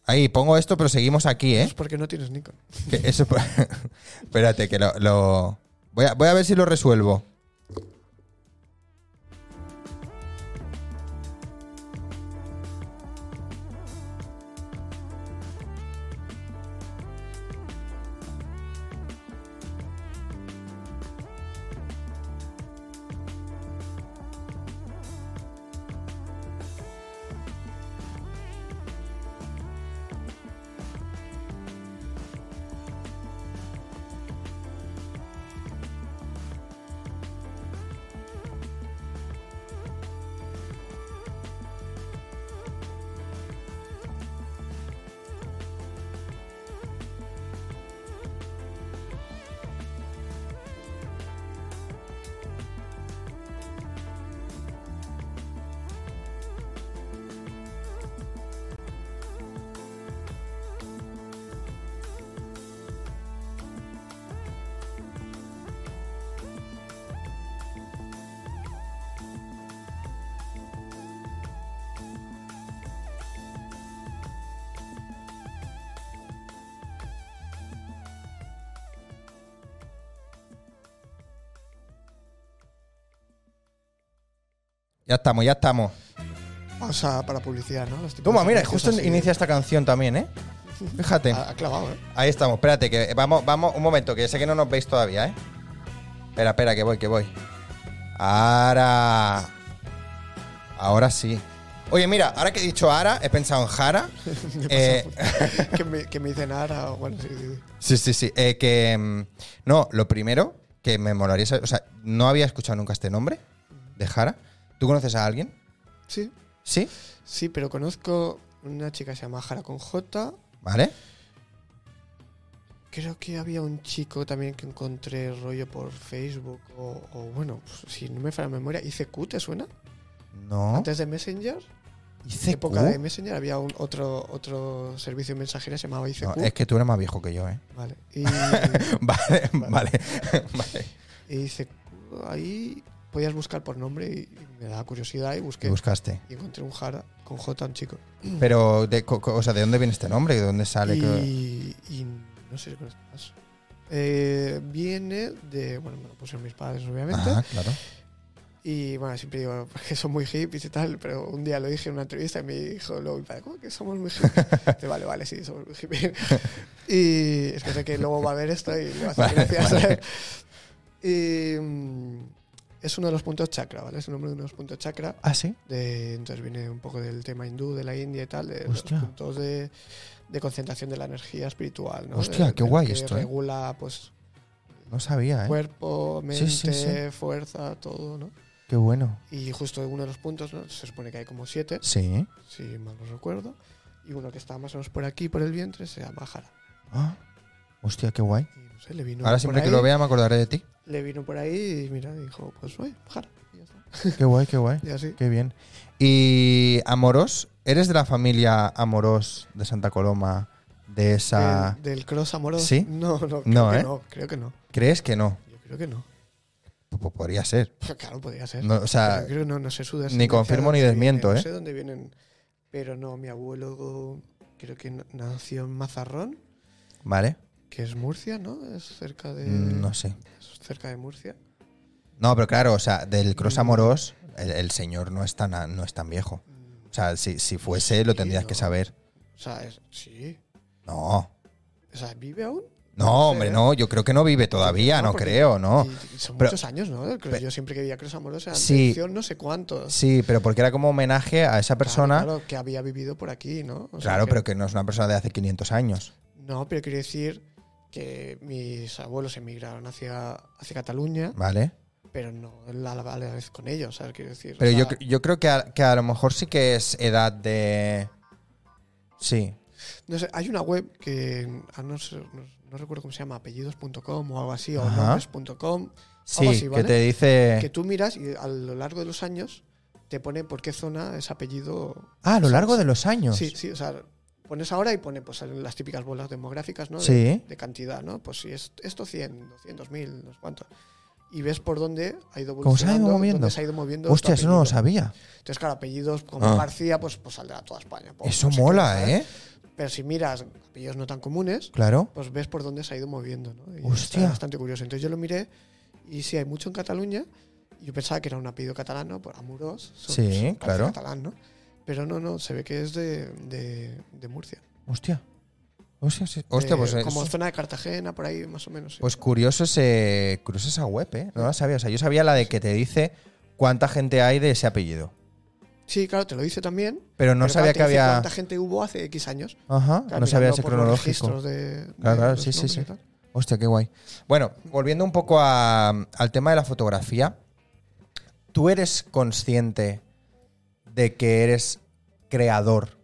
Speaker 1: Ahí, pongo esto, pero seguimos aquí, ¿eh?
Speaker 2: Es Pues porque no tienes Nikon.
Speaker 1: Que eso... espérate, que lo... lo- Voy, a, voy a ver si lo resuelvo. Ya estamos, ya estamos.
Speaker 2: O sea, para publicidad, ¿no? Los tipos
Speaker 1: Toma,
Speaker 2: de
Speaker 1: mira,
Speaker 2: anuncios
Speaker 1: justo
Speaker 2: así.
Speaker 1: inicia esta canción también, ¿eh? Fíjate.
Speaker 2: Ha, ha clavado, ¿eh?
Speaker 1: Ahí estamos, espérate, que vamos, vamos, un momento, que sé que no nos veis todavía, ¿eh? Espera, espera, que voy, que voy. Ahora. Ahora sí. Oye, mira, ahora que he dicho Ara, he pensado en Jara. Eh,
Speaker 2: que, me, que me dicen ahora, o bueno, sí, sí, sí.
Speaker 1: sí, sí, sí. eh, que. mm, No, lo primero que me molaría. saber- O sea, no había escuchado nunca este nombre de Jara. ¿Tú conoces a alguien?
Speaker 2: Sí,
Speaker 1: ¿Sí?
Speaker 2: sí, pero conozco una chica que se llama Jara con J.
Speaker 1: ¿Vale?
Speaker 2: Creo que había un chico también que encontré rollo por Facebook o, o bueno, pues, si no me falla la memoria, ICQ, ¿te suena?
Speaker 1: No.
Speaker 2: Antes de Messenger,
Speaker 1: ¿ICQ?
Speaker 2: época de Messenger, había un otro otro servicio de mensajería se llamaba ICQ.
Speaker 1: No, es que tú eres más viejo que yo, ¿eh?
Speaker 2: Vale. Y,
Speaker 1: Vale, vale. vale.
Speaker 2: y ICQ, ahí podías buscar por nombre y, y me daba curiosidad y
Speaker 1: ¿Qué
Speaker 2: busqué.
Speaker 1: buscaste?
Speaker 2: Y encontré un Jara con J, un chico.
Speaker 1: Pero, de, co- co- o sea, ¿de dónde viene este nombre? ¿De dónde sale? ¿Qué-
Speaker 2: Y, y no sé si conozco más. Eh, viene de. Bueno, me lo pusieron mis padres, obviamente.
Speaker 1: Ajá, claro.
Speaker 2: Y bueno, siempre digo que son muy hippies y tal, pero un día lo dije en una entrevista y me dijo luego mi padre, ¿cómo que somos muy hippies? Dice, vale, vale, sí, somos muy hippies. y es que sé que luego va a ver esto y le va a hacer
Speaker 1: Vale,
Speaker 2: gracia,
Speaker 1: vale.
Speaker 2: ¿sabes? Y mm, es uno de los puntos chakra, ¿vale? Es el nombre de uno de los puntos chakra.
Speaker 1: Ah, sí.
Speaker 2: De, entonces viene un poco del tema hindú, de la India y tal, de
Speaker 1: Hostia.
Speaker 2: los puntos de, de concentración de la energía espiritual, ¿no?
Speaker 1: Hostia,
Speaker 2: De-
Speaker 1: qué
Speaker 2: del
Speaker 1: guay
Speaker 2: que
Speaker 1: esto, ¿eh?
Speaker 2: regula, pues,
Speaker 1: No sabía, ¿eh?
Speaker 2: cuerpo, mente,
Speaker 1: Sí, sí,
Speaker 2: fuerza, todo, ¿no?
Speaker 1: Qué bueno.
Speaker 2: Y justo uno de los puntos, ¿no? Se supone que hay como siete,
Speaker 1: Sí.
Speaker 2: si mal no recuerdo. Y uno que está más o menos por aquí, por el vientre, se llama Jara.
Speaker 1: Ah, hostia, qué guay.
Speaker 2: Y no sé, le vino
Speaker 1: Ahora
Speaker 2: por
Speaker 1: siempre que
Speaker 2: ahí,
Speaker 1: lo vea me acordaré de ti.
Speaker 2: Le vino por ahí y mira, dijo, pues oye, Jara. Y ya está.
Speaker 1: Qué guay, qué guay.
Speaker 2: Y así.
Speaker 1: Qué bien. Y Amorós, ¿eres de la familia Amorós de Santa Coloma? De esa...
Speaker 2: Del, del cross amoroso.
Speaker 1: ¿Sí?
Speaker 2: No, no, creo
Speaker 1: No,
Speaker 2: que
Speaker 1: ¿eh?
Speaker 2: no, creo que no.
Speaker 1: ¿Crees que no?
Speaker 2: Yo creo que no.
Speaker 1: P- p- Podría ser.
Speaker 2: Claro, podría ser.
Speaker 1: No, o sea,
Speaker 2: eh, Pero creo que no, no sé su
Speaker 1: ni confirmo ni
Speaker 2: descendencia,
Speaker 1: desmiento,
Speaker 2: dónde viene,
Speaker 1: ¿eh?
Speaker 2: No sé dónde vienen. Pero no, mi abuelo creo que n- nació en Mazarrón,
Speaker 1: ¿vale? Mm,
Speaker 2: que es Murcia, ¿no? Es cerca de.
Speaker 1: No sé.
Speaker 2: es cerca de Murcia.
Speaker 1: No, pero claro, o sea, del
Speaker 2: eh,
Speaker 1: Cross Amorós, el, el señor no es, tan, a- no es tan viejo. O sea, si, si fuese, lo
Speaker 2: Sí,
Speaker 1: tendrías que
Speaker 2: no.
Speaker 1: saber.
Speaker 2: O sea, es- sí.
Speaker 1: No.
Speaker 2: O sea, ¿vive aún?
Speaker 1: No,
Speaker 2: sé,
Speaker 1: hombre,
Speaker 2: ¿eh?
Speaker 1: no. Yo creo que no vive todavía, no
Speaker 2: porque-
Speaker 1: creo, ¿no.
Speaker 2: Y- y son
Speaker 1: Pero-
Speaker 2: muchos años, ¿no? Del cross.
Speaker 1: Pe-
Speaker 2: yo siempre que veía Cross Amorosa,
Speaker 1: Sí.
Speaker 2: sí. no sé cuántos.
Speaker 1: Sí, pero porque era como homenaje a esa persona.
Speaker 2: Claro,
Speaker 1: Claro,
Speaker 2: claro, que había vivido por aquí, ¿no? O sea, que-
Speaker 1: pero que no es una persona de hace 500 años.
Speaker 2: No, pero quiero decir que mis abuelos emigraron hacia, hacia Cataluña,
Speaker 1: ¿Vez?
Speaker 2: pero no la, la- a la vez con ellos, ¿sabes? Quiero decir. o
Speaker 1: Pero yo,
Speaker 2: sea,
Speaker 1: cre- yo creo que a, que a lo mejor sí que es edad de. Sí.
Speaker 2: no sé, hay una web que ah, no, sé, no- no recuerdo cómo se llama, apellidos.com o algo así, o
Speaker 1: Ajá.
Speaker 2: nombres.com,
Speaker 1: Sí,
Speaker 2: así, ¿vale?
Speaker 1: que te dice.
Speaker 2: que tú miras y a lo largo de los años te pone por qué zona es apellido.
Speaker 1: ah, a lo
Speaker 2: o sea,
Speaker 1: largo de los años.
Speaker 2: Sí, sí, o sea, pones ahora y pone pues las típicas bolas demográficas, ¿no? De-
Speaker 1: Sí.
Speaker 2: de cantidad, ¿no? Pues si es esto 100, 200, 1000, no sé cuánto. Y ves por dónde ha ido
Speaker 1: Cómo se ha ido
Speaker 2: evolucionando,
Speaker 1: moviendo.
Speaker 2: dónde se ha ido moviendo. tu
Speaker 1: Hostia, eso no lo
Speaker 2: apellido.
Speaker 1: sabía.
Speaker 2: Entonces, claro, apellidos como
Speaker 1: Ah.
Speaker 2: García, pues, pues saldrá a toda España. pues,
Speaker 1: Eso
Speaker 2: no sé qué,
Speaker 1: mola,
Speaker 2: ¿sabes?
Speaker 1: ¿eh?
Speaker 2: Pero si miras apellidos no tan comunes,
Speaker 1: Claro.
Speaker 2: pues ves por dónde se ha ido moviendo, ¿no? Y
Speaker 1: Hostia.
Speaker 2: está bastante curioso. Entonces yo lo miré y sí, hay mucho en Cataluña. Yo pensaba que era un apellido catalán, ¿no? Por Amurós. son-
Speaker 1: Sí,
Speaker 2: son- parece
Speaker 1: claro.
Speaker 2: catalán, ¿no? Pero no, no, se ve que es de, de, de Murcia.
Speaker 1: Hostia. Hostia, sí. Hostia,
Speaker 2: Eh,
Speaker 1: pues. eh,
Speaker 2: Como
Speaker 1: eso-
Speaker 2: zona de Cartagena, por ahí, más o menos. sí.
Speaker 1: Pues curioso, ese, curioso esa web, ¿eh? No la sabía. O sea, yo sabía la de que te dice cuánta gente hay de ese apellido.
Speaker 2: Sí, claro, te lo dice también.
Speaker 1: Pero no
Speaker 2: Pero,
Speaker 1: sabía
Speaker 2: claro, te
Speaker 1: que
Speaker 2: dice
Speaker 1: había.
Speaker 2: cuánta gente hubo hace X años.
Speaker 1: Ajá,
Speaker 2: Claro,
Speaker 1: no sabía
Speaker 2: mirando
Speaker 1: ese
Speaker 2: por los
Speaker 1: cronológico.
Speaker 2: registros de- de
Speaker 1: Claro, claro,
Speaker 2: los
Speaker 1: sí, sí,
Speaker 2: nombres
Speaker 1: sí.
Speaker 2: y tal.
Speaker 1: Hostia, qué guay. Bueno, volviendo un poco a- al tema de la fotografía, ¿tú eres consciente de que eres creador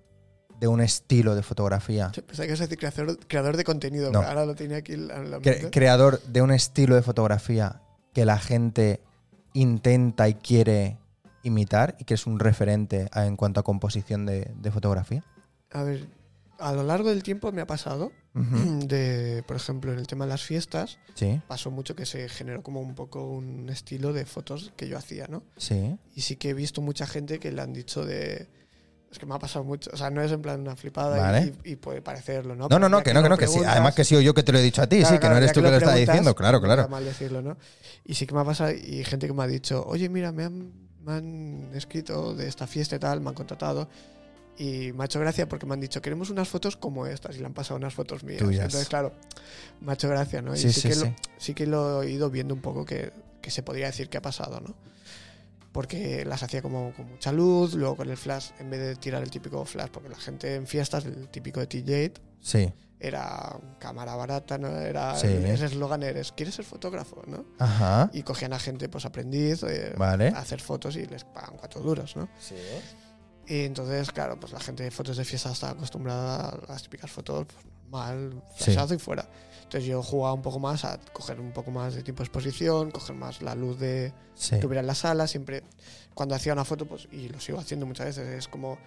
Speaker 1: de un estilo de fotografía?
Speaker 2: Yo Pensaba que ibas a decir creador, creador de contenido,
Speaker 1: No.
Speaker 2: pero ahora lo tenía aquí en la en la
Speaker 1: Cre-
Speaker 2: mente.
Speaker 1: creador de un estilo de fotografía que la gente intenta y quiere imitar y que es un referente a- en cuanto a composición de, de fotografía.
Speaker 2: A ver, a lo largo del tiempo me ha pasado,
Speaker 1: Ujú.
Speaker 2: de, por ejemplo, en el tema de las fiestas,
Speaker 1: Sí,
Speaker 2: pasó mucho que se generó como un poco un estilo de fotos que yo hacía, ¿no?
Speaker 1: sí.
Speaker 2: Y sí que he visto mucha gente que le han dicho de... Es que me ha pasado mucho, o sea, no es en plan una flipada y-
Speaker 1: Vale.
Speaker 2: y, y puede parecerlo,
Speaker 1: No, no,
Speaker 2: ¿no? Pero
Speaker 1: no,
Speaker 2: ya
Speaker 1: que no, que
Speaker 2: lo
Speaker 1: no, que sí.
Speaker 2: preguntas-
Speaker 1: Además que he sido yo que te lo he dicho a ti,
Speaker 2: Claro,
Speaker 1: sí, que
Speaker 2: claro,
Speaker 1: no eres
Speaker 2: ya
Speaker 1: tú que lo estás
Speaker 2: preguntas,
Speaker 1: diciendo, claro,
Speaker 2: no está
Speaker 1: claro.
Speaker 2: mal decirlo, ¿no? Y sí que me ha pasado, y gente que me ha dicho, oye, mira, me han, me han escrito de esta fiesta y tal, me han contratado. Y me ha hecho gracia porque me han dicho, queremos unas fotos como estas. Y le han pasado unas fotos mías.
Speaker 1: Tuyas.
Speaker 2: Entonces, claro, me ha hecho gracia, ¿no? Y
Speaker 1: Sí,
Speaker 2: sí,
Speaker 1: sí,
Speaker 2: que
Speaker 1: sí.
Speaker 2: Lo, sí que lo he ido viendo un poco que, que se podría decir que ha pasado, ¿no? Porque las hacía como con mucha luz, luego con el flash, en vez de tirar el típico flash, porque la gente en fiestas, el típico de T-Jade,
Speaker 1: Sí.
Speaker 2: era cámara barata, ¿no? Era,
Speaker 1: Sí.
Speaker 2: Ese eslogan eres, ¿quieres ser fotógrafo? ¿no?
Speaker 1: Ajá.
Speaker 2: Y cogían a gente, pues aprendiz, eh,
Speaker 1: Vale.
Speaker 2: a hacer fotos y les pagan cuatro duros, ¿no?
Speaker 1: Sí.
Speaker 2: Y entonces, claro, pues la gente de fotos de fiesta está acostumbrada a las típicas fotos pues, normal,
Speaker 1: Sí.
Speaker 2: flashazo y fuera. Entonces yo jugaba un poco más a coger un poco más de tiempo de exposición, coger más la luz de
Speaker 1: Sí.
Speaker 2: que hubiera en la sala, siempre cuando hacía una foto, pues, y lo sigo haciendo muchas veces, es como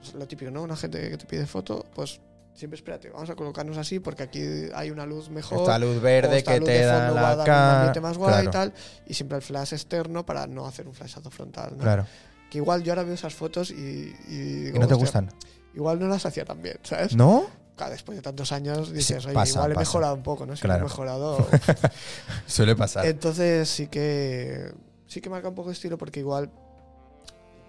Speaker 2: pues, lo típico, ¿no? Una gente que te pide foto, pues siempre espérate, vamos a colocarnos así porque aquí hay una luz mejor.
Speaker 1: Esta luz
Speaker 2: o
Speaker 1: verde
Speaker 2: esta
Speaker 1: que
Speaker 2: luz
Speaker 1: te
Speaker 2: de
Speaker 1: da
Speaker 2: fondo va a
Speaker 1: la
Speaker 2: dar un
Speaker 1: cara.
Speaker 2: ambiente más guay
Speaker 1: claro,
Speaker 2: y tal, y siempre el flash externo para no hacer un flashazo frontal, ¿no?
Speaker 1: Claro.
Speaker 2: Que igual yo ahora veo esas fotos y, y digo,
Speaker 1: Que no te
Speaker 2: "Hostia,
Speaker 1: gustan.
Speaker 2: Igual no las hacía tan bien, ¿sabes?
Speaker 1: ¿No?
Speaker 2: Claro, después de tantos años dices,
Speaker 1: Sí,
Speaker 2: "Oye,
Speaker 1: pasa,
Speaker 2: igual he
Speaker 1: pasa.
Speaker 2: mejorado un poco, ¿no? Si no
Speaker 1: Claro.
Speaker 2: he mejorado.
Speaker 1: Suele pasar.
Speaker 2: Eh. Entonces sí que sí que marca un poco estilo porque igual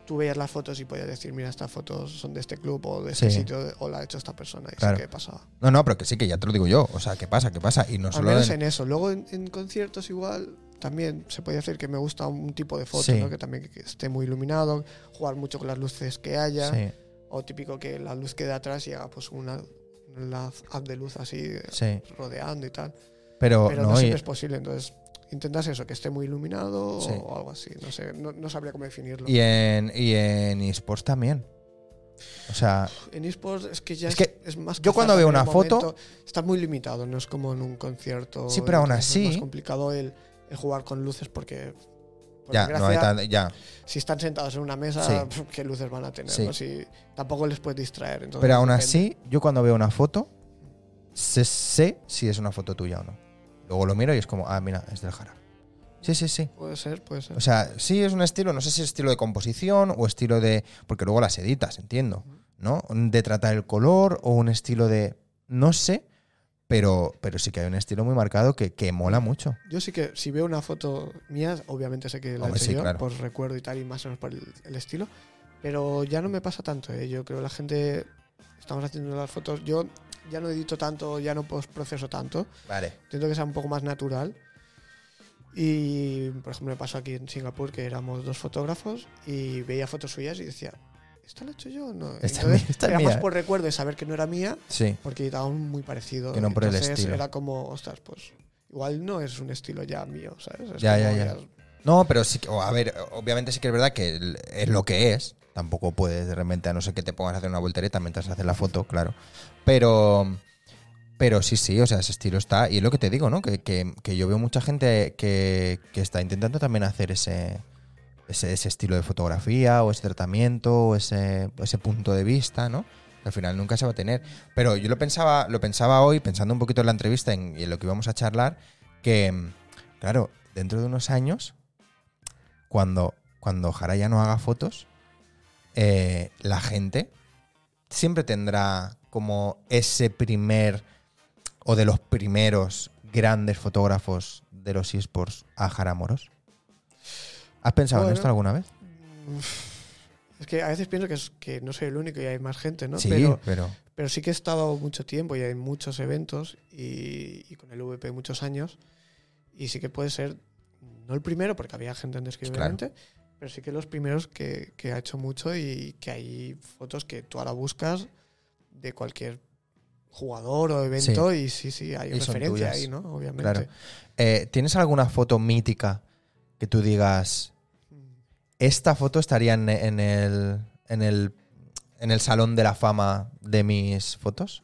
Speaker 2: tú veías las fotos y podías decir, mira, estas fotos son de este club o de este
Speaker 1: Sí.
Speaker 2: sitio o la ha hecho esta persona. Y
Speaker 1: Claro.
Speaker 2: sí que pasaba.
Speaker 1: No, no, pero que sí, que ya te lo digo yo. O sea, ¿qué pasa? ¿Qué pasa? Y no
Speaker 2: Al
Speaker 1: solo
Speaker 2: menos
Speaker 1: en-
Speaker 2: en eso. Luego en, en conciertos igual también se podía decir que me gusta un tipo de foto,
Speaker 1: Sí.
Speaker 2: ¿no? Que también que esté muy iluminado, jugar mucho con las luces que haya.
Speaker 1: Sí,
Speaker 2: O típico que la luz que da atrás llega pues una, una haz de luz así
Speaker 1: sí.
Speaker 2: rodeando y tal.
Speaker 1: Pero,
Speaker 2: Pero no,
Speaker 1: Oh, no, y-
Speaker 2: siempre es posible, entonces intentas eso, que esté muy iluminado
Speaker 1: Sí.
Speaker 2: o algo así. No sé, no, no sabría cómo definirlo.
Speaker 1: y en, y en eSports también. O sea,
Speaker 2: en eSports es que ya
Speaker 1: Es
Speaker 2: es,
Speaker 1: que
Speaker 2: es más...
Speaker 1: yo
Speaker 2: cazar
Speaker 1: cuando veo
Speaker 2: en el
Speaker 1: una foto-
Speaker 2: momento. Está muy limitado, no es como en un concierto.
Speaker 1: Sí, pero aún
Speaker 2: entonces Es
Speaker 1: así-
Speaker 2: más complicado el, el jugar con luces porque... por
Speaker 1: ya, no hay
Speaker 2: desgracia,
Speaker 1: tan- ya.
Speaker 2: si están sentados en una mesa, ¿qué luces van a tener?
Speaker 1: Sí.
Speaker 2: no? Si- tampoco les puedes distraer. entonces
Speaker 1: Pero aún
Speaker 2: depende.
Speaker 1: así, yo cuando veo una foto, sé, sé si es una foto tuya o no. Luego lo miro y es como, ah, mira, es del Jara. Sí, sí, sí.
Speaker 2: Puede ser, puede ser.
Speaker 1: O sea, sí es un estilo, no sé si es estilo de composición o estilo de. Porque luego las editas, entiendo, ¿no? De tratar el color o un estilo de. No sé, pero, pero sí que hay un estilo muy marcado que, que mola mucho.
Speaker 2: Yo sí que, si veo una foto mía, obviamente sé que la he
Speaker 1: Hombre,
Speaker 2: hecho
Speaker 1: sí,
Speaker 2: yo,
Speaker 1: claro.
Speaker 2: por recuerdo y tal, y más o menos por el, el estilo. Pero ya no me pasa tanto, ¿eh? Yo creo que la gente. Estamos haciendo las fotos. Yo ya no edito tanto, ya no proceso tanto.
Speaker 1: Vale.
Speaker 2: Intento que sea un poco más natural. Y, por ejemplo, me pasó aquí en Singapur que éramos dos fotógrafos y veía fotos suyas y decía, ¿esta la he hecho yo o no?
Speaker 1: Esta es
Speaker 2: Entonces,
Speaker 1: mía, esta es
Speaker 2: era
Speaker 1: mía.
Speaker 2: más por recuerdo de saber que no era mía,
Speaker 1: Sí.
Speaker 2: porque editaban muy parecido.
Speaker 1: Que no por el
Speaker 2: Entonces
Speaker 1: estilo.
Speaker 2: era como, ostras, pues igual no es un estilo ya mío, ¿sabes? Es
Speaker 1: Ya,
Speaker 2: como
Speaker 1: ya, ya. No, pero sí que. o, A ver, obviamente sí que es verdad que el- es lo que es. Tampoco puedes de repente, a no ser que te pongas a hacer una voltereta mientras haces la foto, claro. Pero. Pero sí, sí, o sea, ese estilo está. Y es lo que te digo, ¿no? Que, que- que yo veo mucha gente que, que está intentando también hacer ese, ese, ese estilo de fotografía, o ese tratamiento, o ese, ese punto de vista, ¿no? Que al final nunca se va a tener. Pero yo lo pensaba, lo pensaba hoy, pensando un poquito en la entrevista en- y en lo que íbamos a charlar, que, claro, dentro de unos años, cuando, cuando Jara ya no haga fotos, eh, la gente siempre tendrá como ese primer o de los primeros grandes fotógrafos de los esports a Jara Moros. ¿Has pensado en
Speaker 2: Bueno.
Speaker 1: esto alguna vez?
Speaker 2: Es que a veces pienso que, es, que no soy el único y hay más gente, ¿no?
Speaker 1: Sí, pero,
Speaker 2: Pero, pero sí que he estado mucho tiempo y hay muchos eventos y, y con el VP muchos años. Y sí que puede ser, no el primero, porque había gente antes que yo,
Speaker 1: Pues Claro.
Speaker 2: obviamente, pero sí que los primeros que, que ha hecho mucho y que hay fotos que tú ahora buscas de cualquier jugador o evento y sí, sí, hay
Speaker 1: Y son
Speaker 2: referencia
Speaker 1: tuyas.
Speaker 2: ahí, ¿no? Obviamente.
Speaker 1: claro. Eh, ¿Tienes alguna foto mítica que tú digas,
Speaker 2: Mm.
Speaker 1: esta foto estaría en, en el, en, el, en el salón de la fama de mis fotos?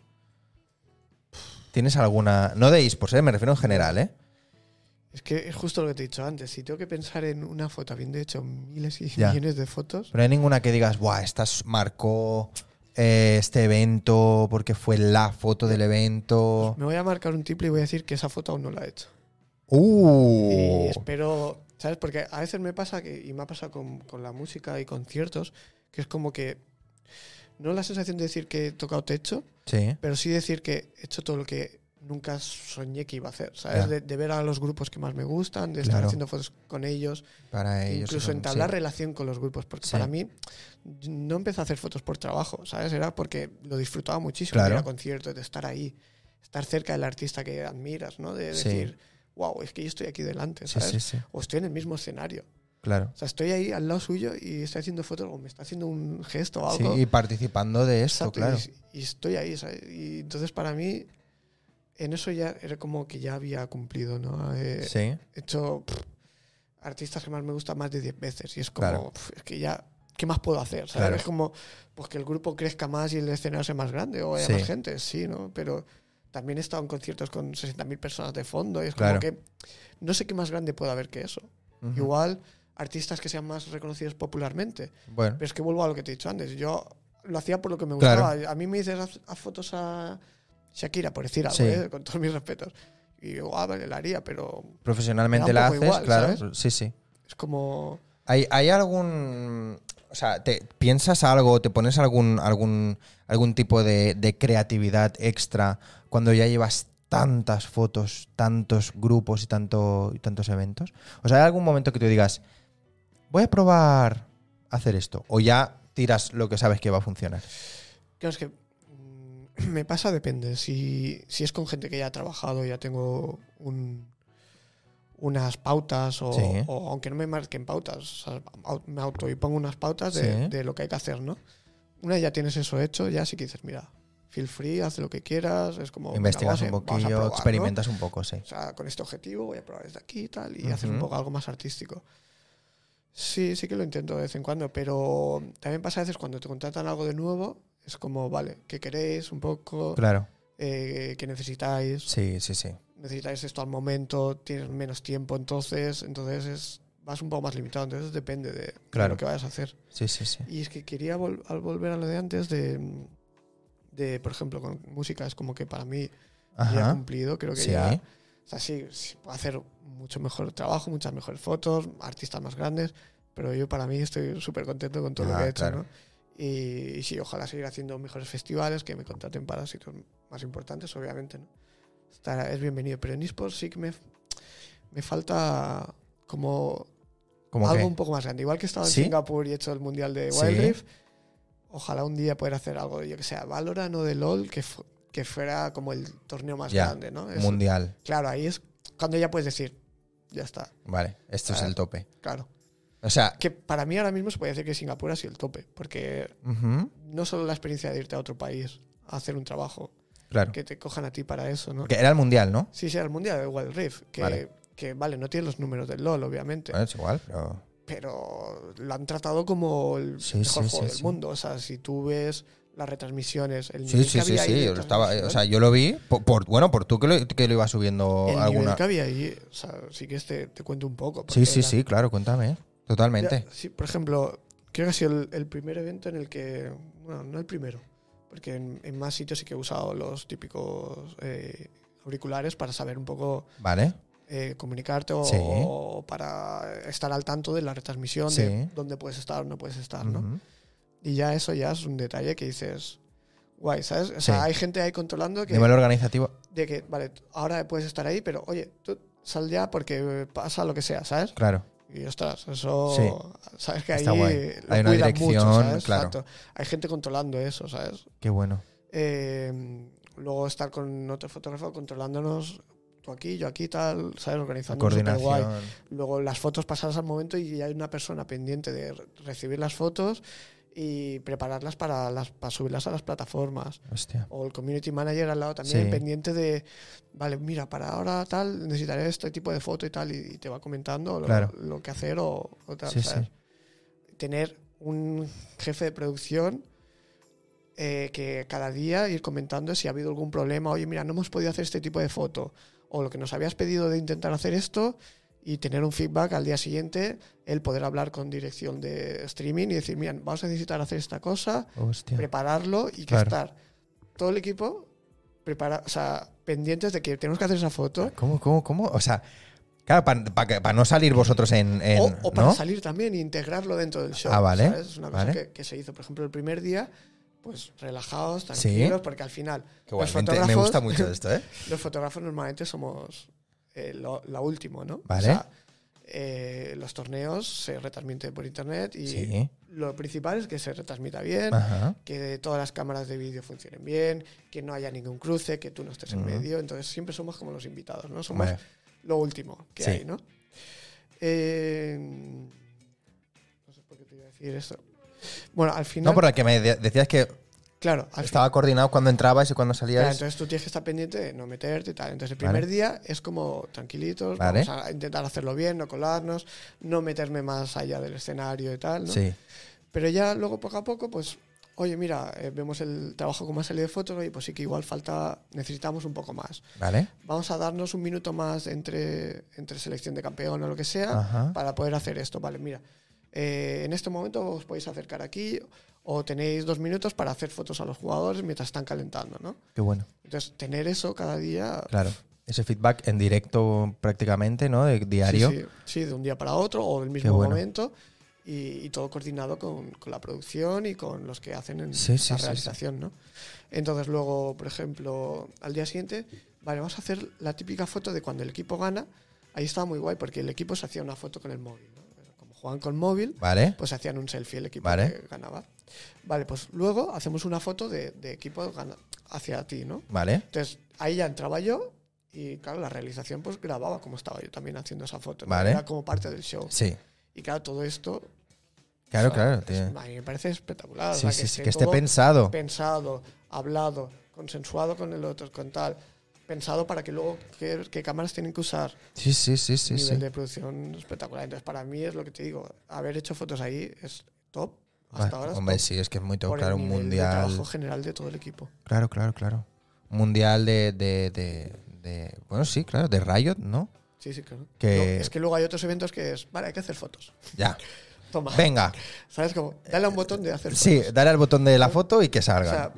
Speaker 1: ¿Tienes alguna? No de esports, ¿eh? me refiero en general, ¿eh?
Speaker 2: Es que es justo lo que te he dicho antes. Si tengo que pensar en una foto, habiendo hecho miles y
Speaker 1: Ya.
Speaker 2: millones de fotos,
Speaker 1: Pero no hay ninguna que digas, ¡buah! Esta s- marcó eh, este evento porque fue la foto del evento.
Speaker 2: me voy a marcar un triple y voy a decir que esa foto aún no la he hecho. Y
Speaker 1: ¡Uh!
Speaker 2: espero, ¿sabes? Porque a veces me pasa, que, y me ha pasado con, con la música y conciertos, que es como que no la sensación de decir que he tocado techo,
Speaker 1: Sí,
Speaker 2: pero sí decir que he hecho todo lo que nunca soñé que iba a hacer, ¿sabes?
Speaker 1: Ya.
Speaker 2: De, de ver a los grupos que más me gustan, de estar
Speaker 1: Claro.
Speaker 2: haciendo fotos con ellos,
Speaker 1: Para ellos.
Speaker 2: incluso
Speaker 1: son-
Speaker 2: entablar
Speaker 1: sí.
Speaker 2: relación con los grupos, porque
Speaker 1: Sí.
Speaker 2: para mí no empecé a hacer fotos por trabajo, ¿sabes? Era porque lo disfrutaba muchísimo de
Speaker 1: Claro.
Speaker 2: ir a conciertos, de estar ahí, estar cerca del artista que admiras, ¿no? De
Speaker 1: Sí.
Speaker 2: decir, wow, es que yo estoy aquí delante,
Speaker 1: Sí,
Speaker 2: ¿sabes?
Speaker 1: sí, sí.
Speaker 2: O estoy en el mismo escenario.
Speaker 1: Claro.
Speaker 2: O sea, estoy ahí al lado suyo y estoy haciendo fotos o me está haciendo un gesto o
Speaker 1: Sí,
Speaker 2: algo.
Speaker 1: y participando de eso,
Speaker 2: Exacto,
Speaker 1: claro.
Speaker 2: y, y estoy ahí, ¿sabes? Y entonces para mí, en eso ya era como que ya había cumplido, ¿no? He
Speaker 1: Sí.
Speaker 2: hecho pff, artistas que más me gustan más de 10 veces y es como,
Speaker 1: Claro.
Speaker 2: pff, es que ya, ¿qué más puedo hacer? ¿sabes?
Speaker 1: Claro.
Speaker 2: Es como, pues que el grupo crezca más y el escenario sea más grande o haya
Speaker 1: Sí.
Speaker 2: más gente, sí, ¿no? Pero también he estado en conciertos con 60.000 personas de fondo y es
Speaker 1: Claro.
Speaker 2: como que no sé qué más grande puede haber que eso.
Speaker 1: Ujú.
Speaker 2: Igual artistas que sean más reconocidos popularmente.
Speaker 1: Bueno,
Speaker 2: Pero es que vuelvo a lo que te he dicho antes. Yo lo hacía por lo que me
Speaker 1: Claro.
Speaker 2: gustaba. A mí me dices, haz, haz fotos a Shakira, por decir algo,
Speaker 1: Sí.
Speaker 2: ¿eh? con todos mis respetos. Y yo, ah, vale, la haría, pero
Speaker 1: profesionalmente
Speaker 2: me da
Speaker 1: la
Speaker 2: un
Speaker 1: haces,
Speaker 2: poco igual,
Speaker 1: claro. Sí, sí.
Speaker 2: es como.
Speaker 1: ¿Hay, hay algún. O sea, ¿te piensas algo, te pones algún, algún, algún tipo de, de creatividad extra cuando ya llevas tantas fotos, tantos grupos y, tanto, y tantos eventos? O sea, ¿hay algún momento que tú digas, voy a probar hacer esto? ¿O ya tiras lo que sabes que va a funcionar?
Speaker 2: Claro, es que mm, me pasa, depende. Si, si es con gente que ya ha trabajado, ya tengo un- unas pautas, o,
Speaker 1: Sí.
Speaker 2: o aunque no me marquen pautas, o sea, au- me auto y pongo unas pautas de,
Speaker 1: Sí.
Speaker 2: de lo que hay que hacer, ¿no? Una vez ya tienes eso hecho, ya sí que dices, mira, feel free, haz lo que quieras, es como. venga,
Speaker 1: Investigas un
Speaker 2: vamos a- vamos a
Speaker 1: poquillo,
Speaker 2: probar, ¿no?
Speaker 1: experimentas un poco, sí.
Speaker 2: O sea, con este objetivo voy a probar desde aquí y tal, y hacer un
Speaker 1: Ujú.
Speaker 2: poco algo más artístico. Sí, sí que lo intento de vez en cuando, pero también pasa a veces cuando te contratan algo de nuevo, es como, vale, ¿qué queréis un poco?
Speaker 1: Claro.
Speaker 2: Eh, ¿Qué necesitáis?
Speaker 1: Sí, sí, sí.
Speaker 2: ¿Necesitáis esto al momento? ¿Tienes menos tiempo entonces? Entonces es, vas un poco más limitado, entonces depende de, de
Speaker 1: Claro.
Speaker 2: lo que vayas a hacer.
Speaker 1: Sí, sí, sí.
Speaker 2: Y es que quería vol- al volver a lo de antes de, de, por ejemplo, con música, es como que para mí ya he
Speaker 1: Ajá.
Speaker 2: cumplido, creo que
Speaker 1: Sí.
Speaker 2: ya... O sea, sí, sí, puedo hacer mucho mejor trabajo, muchas mejores fotos, artistas más grandes, pero yo para mí estoy súper contento con todo lo
Speaker 1: Ah,
Speaker 2: que he hecho,
Speaker 1: claro.
Speaker 2: ¿no? Y, y sí, ojalá seguir haciendo mejores festivales, que me contraten para sitios más importantes, obviamente, ¿no? Estará- es bienvenido, pero en eSports sí que me, me falta como
Speaker 1: Como
Speaker 2: algo
Speaker 1: que-
Speaker 2: un poco más grande. Igual que he estado en
Speaker 1: ¿Sí?
Speaker 2: Singapur y he hecho el mundial de
Speaker 1: Sí.
Speaker 2: Wild Rift, ojalá un día poder hacer algo, yo que sea, Valorant o de LOL, que, fu- que fuera como el torneo más
Speaker 1: Ya,
Speaker 2: grande, ¿no? Es-
Speaker 1: mundial.
Speaker 2: Claro, ahí es cuando ya puedes decir, ya está,
Speaker 1: Vale, esto es
Speaker 2: Ah.
Speaker 1: el tope.
Speaker 2: claro.
Speaker 1: O sea,
Speaker 2: Que para mí ahora mismo se puede decir que Singapur ha sido el tope, porque
Speaker 1: ujú,
Speaker 2: no solo la experiencia de irte a otro país a hacer un trabajo,
Speaker 1: claro.
Speaker 2: que te cojan a ti para eso, ¿no?
Speaker 1: Porque era el mundial, ¿no?
Speaker 2: Sí, sí, era el mundial de Wild Rift, que
Speaker 1: Vale.
Speaker 2: vale. que vale, no tiene los números del LOL, obviamente,
Speaker 1: Bueno, es igual, pero.
Speaker 2: pero lo han tratado como el
Speaker 1: Sí,
Speaker 2: mejor
Speaker 1: sí,
Speaker 2: juego
Speaker 1: sí,
Speaker 2: del
Speaker 1: sí.
Speaker 2: mundo. O sea, si tú ves las retransmisiones, el
Speaker 1: Sí,
Speaker 2: nivel
Speaker 1: sí,
Speaker 2: que
Speaker 1: sí,
Speaker 2: había ahí
Speaker 1: sí.
Speaker 2: de
Speaker 1: yo lo estaba, o sea,
Speaker 2: retransmisión,
Speaker 1: yo lo vi. Por, por- bueno, por tú que lo, que lo ibas subiendo
Speaker 2: el
Speaker 1: alguna.
Speaker 2: nivel que había ahí, o sea, si quieres te, te cuento un poco.
Speaker 1: Sí,
Speaker 2: porque
Speaker 1: sí,
Speaker 2: la-
Speaker 1: sí, claro, cuéntame. Totalmente.
Speaker 2: Ya, sí, por ejemplo, creo que ha sido el, el primer evento en el que. Bueno, no el primero, porque en, en más sitios sí que he usado los típicos eh, auriculares para saber un poco
Speaker 1: Vale.
Speaker 2: eh, comunicarte o,
Speaker 1: Sí.
Speaker 2: o para estar al tanto de la retransmisión, de
Speaker 1: Sí.
Speaker 2: dónde puedes estar o no puedes estar, ¿no?
Speaker 1: Ujú.
Speaker 2: Y ya eso ya es un detalle que dices. Guay, ¿sabes? O sea,
Speaker 1: Sí.
Speaker 2: hay gente ahí controlando que
Speaker 1: Nivel organizativo.
Speaker 2: de que, vale, ahora puedes estar ahí, pero oye, tú sal ya porque pasa lo que sea, ¿sabes?
Speaker 1: Claro.
Speaker 2: Y ostras, eso.
Speaker 1: Sí.
Speaker 2: Sabes que ahí
Speaker 1: Está
Speaker 2: lo
Speaker 1: guay. Hay
Speaker 2: cuidan
Speaker 1: una
Speaker 2: mucho,
Speaker 1: dirección,
Speaker 2: ¿sabes?
Speaker 1: claro.
Speaker 2: Exacto. Hay gente controlando eso, ¿sabes?
Speaker 1: Qué bueno.
Speaker 2: Eh, luego estar con otro fotógrafo controlándonos tú aquí, yo aquí, tal, ¿sabes?
Speaker 1: La
Speaker 2: Organizando superguay.
Speaker 1: coordinación.
Speaker 2: Luego las fotos pasadas al momento y hay una persona pendiente de re- recibir las fotos y prepararlas para, las, para subirlas a las plataformas.
Speaker 1: Hostia.
Speaker 2: O el community manager al lado también
Speaker 1: Sí.
Speaker 2: pendiente de, vale, mira, para ahora tal, necesitaré este tipo de foto y tal, y, y te va comentando lo,
Speaker 1: Claro.
Speaker 2: lo que hacer o, o tal.
Speaker 1: Sí,
Speaker 2: ¿sabes? Tener un jefe de producción eh, que cada día ir comentando si ha habido algún problema, oye, mira, no hemos podido hacer este tipo de foto, o lo que nos habías pedido de intentar hacer esto. Y tener un feedback al día siguiente, el poder hablar con dirección de streaming y decir, mira, vamos a necesitar hacer esta cosa,
Speaker 1: Hostia.
Speaker 2: prepararlo y que
Speaker 1: Claro.
Speaker 2: estar todo el equipo prepara, o sea, pendientes de que tenemos que hacer esa foto.
Speaker 1: ¿Cómo, cómo, cómo? O sea, claro, para no salir vosotros en. en-
Speaker 2: O, o para
Speaker 1: ¿no?
Speaker 2: salir también e integrarlo dentro del show.
Speaker 1: Ah, vale,
Speaker 2: ¿sabes? Es una cosa
Speaker 1: vale.
Speaker 2: que, que se hizo, por ejemplo, el primer día. pues relajados, tranquilos,
Speaker 1: Sí.
Speaker 2: porque al final
Speaker 1: Que
Speaker 2: los
Speaker 1: igualmente
Speaker 2: fotógrafos,
Speaker 1: me gusta mucho esto, ¿eh?
Speaker 2: los fotógrafos normalmente somos eh, lo, la último, ¿no?
Speaker 1: Vale.
Speaker 2: O sea, eh, los torneos se retransmiten por internet y
Speaker 1: Sí. Ah,
Speaker 2: lo principal es que se retransmita bien,
Speaker 1: Ajá.
Speaker 2: que todas las cámaras de vídeo funcionen bien, que no haya ningún cruce, que tú no estés en
Speaker 1: Ujú.
Speaker 2: medio. Entonces siempre somos como los invitados, ¿no? Somos
Speaker 1: Vale.
Speaker 2: lo último que
Speaker 1: Sí.
Speaker 2: hay, ¿no? Eh, no sé por qué te iba a decir esto. Bueno, al final.
Speaker 1: No, por el que me de- decías que
Speaker 2: claro, al final.
Speaker 1: estaba coordinado cuando entrabas y cuando
Speaker 2: Claro,
Speaker 1: salías.
Speaker 2: entonces tú tienes que estar pendiente de no meterte y tal. Entonces el
Speaker 1: Vale.
Speaker 2: primer día es como tranquilitos,
Speaker 1: Vale.
Speaker 2: vamos a intentar hacerlo bien, no colarnos, no meterme más allá del escenario y tal. ¿no?
Speaker 1: Sí.
Speaker 2: Pero ya luego poco a poco, pues, oye, mira, eh, vemos el trabajo como ha salido de fotos y pues sí que igual falta, necesitamos un poco más.
Speaker 1: Vale.
Speaker 2: Vamos a darnos un minuto más entre, entre selección de campeón o lo que sea
Speaker 1: Ajá.
Speaker 2: para poder hacer esto. Vale, mira, eh, en este momento os podéis acercar aquí o tenéis dos minutos para hacer fotos a los jugadores mientras están calentando, ¿no?
Speaker 1: Qué bueno.
Speaker 2: Entonces, tener eso cada día.
Speaker 1: Claro. Ese feedback en directo prácticamente, ¿no? De- diario.
Speaker 2: Sí, sí, sí, de un día para otro o el mismo
Speaker 1: bueno.
Speaker 2: momento. Y, y todo coordinado con, con la producción y con los que hacen en
Speaker 1: Sí, sí,
Speaker 2: la
Speaker 1: sí,
Speaker 2: realización, ¿no? Entonces, luego, por ejemplo, al día siguiente, vale, vamos a hacer la típica foto de cuando el equipo gana. Ahí estaba muy guay porque el equipo se hacía una foto con el móvil. ¿no? Como juegan con móvil,
Speaker 1: Vale.
Speaker 2: pues hacían un selfie el equipo
Speaker 1: Vale.
Speaker 2: que ganaba. Vale, pues luego hacemos una foto de, de equipo gana- hacia ti, ¿no?
Speaker 1: Vale.
Speaker 2: Entonces, ahí ya entraba yo y, claro, la realización pues grababa como estaba yo también haciendo esa foto. ¿no?
Speaker 1: Vale.
Speaker 2: Era como parte del show.
Speaker 1: Sí.
Speaker 2: Y claro, todo esto...
Speaker 1: Claro,
Speaker 2: pues, o sea,
Speaker 1: claro.
Speaker 2: es-
Speaker 1: tiene-
Speaker 2: a mí me parece espectacular. o
Speaker 1: Sí,
Speaker 2: sea,
Speaker 1: sí, sí,
Speaker 2: esté
Speaker 1: que esté
Speaker 2: todo
Speaker 1: pensado.
Speaker 2: pensado, hablado, consensuado con el otro, con tal. Pensado para que luego qué, qué cámaras tienen que usar.
Speaker 1: Sí, sí, sí, sí,
Speaker 2: nivel
Speaker 1: sí.
Speaker 2: de producción espectacular. Entonces, para mí es lo que te digo. Haber hecho fotos ahí es top. Hasta
Speaker 1: Vale,
Speaker 2: ahora es
Speaker 1: Hombre,
Speaker 2: top
Speaker 1: sí, es que es muy top,
Speaker 2: por el
Speaker 1: claro, un
Speaker 2: nivel de
Speaker 1: mundial.
Speaker 2: trabajo general de todo el equipo.
Speaker 1: Claro, claro, claro. Un mundial de, de, de, de- Bueno, sí, claro, de Riot, ¿no?
Speaker 2: Sí, sí, claro.
Speaker 1: Que-
Speaker 2: No, es que luego hay otros eventos que es, vale, hay que hacer fotos.
Speaker 1: Ya.
Speaker 2: Toma.
Speaker 1: Venga.
Speaker 2: ¿Sabes cómo? Dale a un botón de hacer fotos.
Speaker 1: Sí, dale al botón de la
Speaker 2: ¿No?
Speaker 1: foto y que
Speaker 2: O sea, ah,
Speaker 1: salga.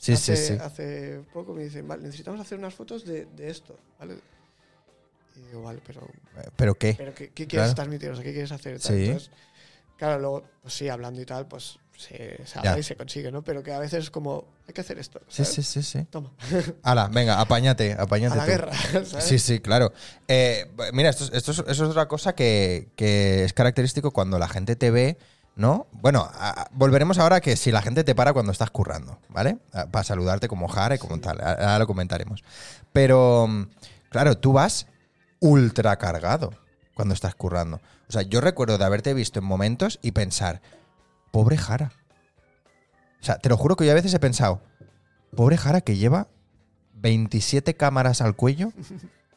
Speaker 1: Sí, sí,
Speaker 2: hace,
Speaker 1: sí.
Speaker 2: hace poco me dicen, vale, necesitamos hacer unas fotos de, de esto, ¿vale? Y digo, vale, pero,
Speaker 1: ¿Pero qué?
Speaker 2: pero ¿qué, qué
Speaker 1: Claro.
Speaker 2: quieres transmitir? O sea, ¿qué quieres hacer? Tal,
Speaker 1: Sí.
Speaker 2: Entonces, claro, luego, pues sí, hablando y tal, pues se, se habla
Speaker 1: Ya.
Speaker 2: y se consigue, ¿no? Pero que a veces es como, hay que hacer esto.
Speaker 1: Sí,
Speaker 2: ¿sabes?
Speaker 1: sí, sí, sí.
Speaker 2: Toma,
Speaker 1: Hala, venga, apáñate,
Speaker 2: a
Speaker 1: apáñate.
Speaker 2: la
Speaker 1: tú.
Speaker 2: guerra, ¿sabes?
Speaker 1: Sí, sí, claro. Eh, mira, esto, es- esto es, eso es otra cosa que, que es característico cuando la gente te ve, ¿no? Bueno, a- a- volveremos ahora que si la gente te para cuando estás currando, ¿vale? A- Para saludarte como Jare, como tal, a- ahora lo comentaremos. Pero, mm, claro, tú vas ultra cargado cuando estás currando. O sea, yo recuerdo de haberte visto en momentos y pensar, pobre Jara. O sea, te lo juro que yo a veces he pensado, pobre Jara que lleva 27 cámaras al cuello,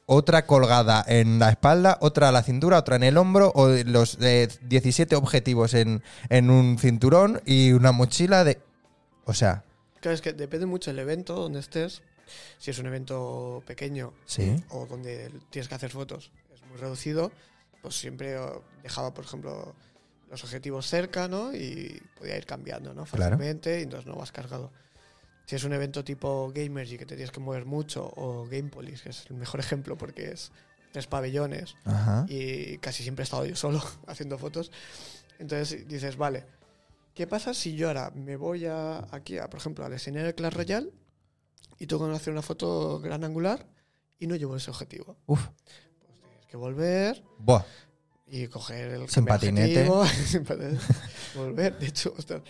Speaker 1: otra colgada en la espalda, otra a la cintura, otra en el hombro, o de los eh, 17 objetivos en, en un cinturón y una mochila de... O sea,
Speaker 2: Claro, es que depende mucho del evento donde estés. Si es un evento pequeño
Speaker 1: Sí.
Speaker 2: o donde tienes que hacer fotos, es muy reducido, pues siempre oh, dejaba, por ejemplo, los objetivos cerca, ¿no? Y podía ir cambiando, ¿no?
Speaker 1: Claro.
Speaker 2: Fácilmente, y entonces no vas cargado. Si es un evento tipo Gamergy que te tienes que mover mucho, o Gamepolis, que es el mejor ejemplo porque es tres pabellones,
Speaker 1: ajá.
Speaker 2: y casi siempre he estado yo solo haciendo fotos. Entonces dices, vale, ¿qué pasa si yo ahora me voy a, aquí, a, por ejemplo, al escenario de Clash Royale y tengo que hacer una foto gran angular y no llevo ese objetivo?
Speaker 1: Uf,
Speaker 2: Pues tienes que volver
Speaker 1: buah,
Speaker 2: y coger el
Speaker 1: Sin
Speaker 2: cambiar
Speaker 1: patinete.
Speaker 2: objetivo, sin patinete, volver. De hecho, ostras,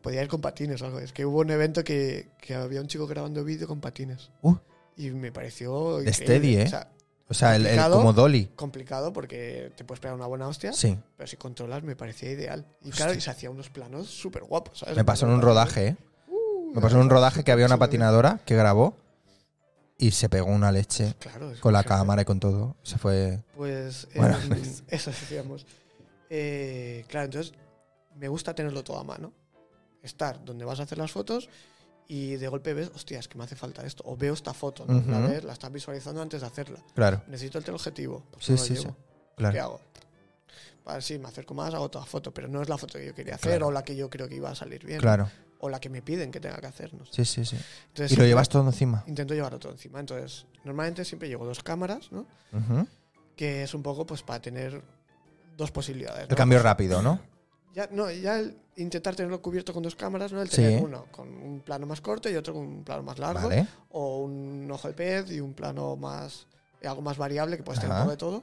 Speaker 2: podía ir con patines o algo. Es que hubo un evento que, que había un chico grabando vídeo con patines.
Speaker 1: Uh.
Speaker 2: Y me pareció
Speaker 1: De
Speaker 2: increíble.
Speaker 1: steady, ¿eh?
Speaker 2: O sea,
Speaker 1: o sea, el, el
Speaker 2: Complicado.
Speaker 1: como Dolly.
Speaker 2: complicado porque te puedes pegar una buena hostia.
Speaker 1: Sí,
Speaker 2: Pero si controlas me parecía ideal. Y
Speaker 1: Hostia.
Speaker 2: claro, y se hacía unos planos súper guapos, ¿sabes?
Speaker 1: me pasó en un rodaje, ¿eh?
Speaker 2: Uh,
Speaker 1: Me pasó en un rodaje que había una
Speaker 2: súper bien.
Speaker 1: patinadora que grabó y se pegó una leche
Speaker 2: Claro. es
Speaker 1: con la
Speaker 2: que-
Speaker 1: cámara y con todo. Se fue...
Speaker 2: Pues eh,
Speaker 1: Bueno.
Speaker 2: eso decíamos. Eh, claro, entonces me gusta tenerlo todo a mano. Estar donde vas a hacer las fotos y de golpe ves, hostia, es que me hace falta esto. O veo esta foto, ¿no? La
Speaker 1: Ujú.
Speaker 2: ves, la estás visualizando antes de hacerla.
Speaker 1: Claro,
Speaker 2: Necesito el teleobjetivo. Pues
Speaker 1: Sí,
Speaker 2: no lo
Speaker 1: sí,
Speaker 2: llevo.
Speaker 1: sí. claro.
Speaker 2: ¿Qué hago? Vale, sí, me acerco más, hago otra foto, pero no es la foto que yo quería hacer
Speaker 1: Claro.
Speaker 2: o la que yo creo que iba a salir bien.
Speaker 1: Claro,
Speaker 2: O la que me piden que tenga que hacer, no sé.
Speaker 1: sí, sí, sí.
Speaker 2: Entonces,
Speaker 1: Y lo
Speaker 2: siempre-
Speaker 1: llevas todo encima.
Speaker 2: intento llevarlo todo encima. Entonces, normalmente siempre llevo dos cámaras, ¿no?
Speaker 1: Ujú.
Speaker 2: Que es un poco pues para tener dos posibilidades.
Speaker 1: El
Speaker 2: ¿no?
Speaker 1: cambio rápido, ¿no?
Speaker 2: Ya, no, ya el intentar tenerlo cubierto con dos cámaras, ¿no? El
Speaker 1: Sí.
Speaker 2: tener uno con un plano más corto y otro con un plano más largo.
Speaker 1: Vale.
Speaker 2: O un ojo de pez y un plano más. algo más variable que puedes tener
Speaker 1: Ajá.
Speaker 2: un poco de todo.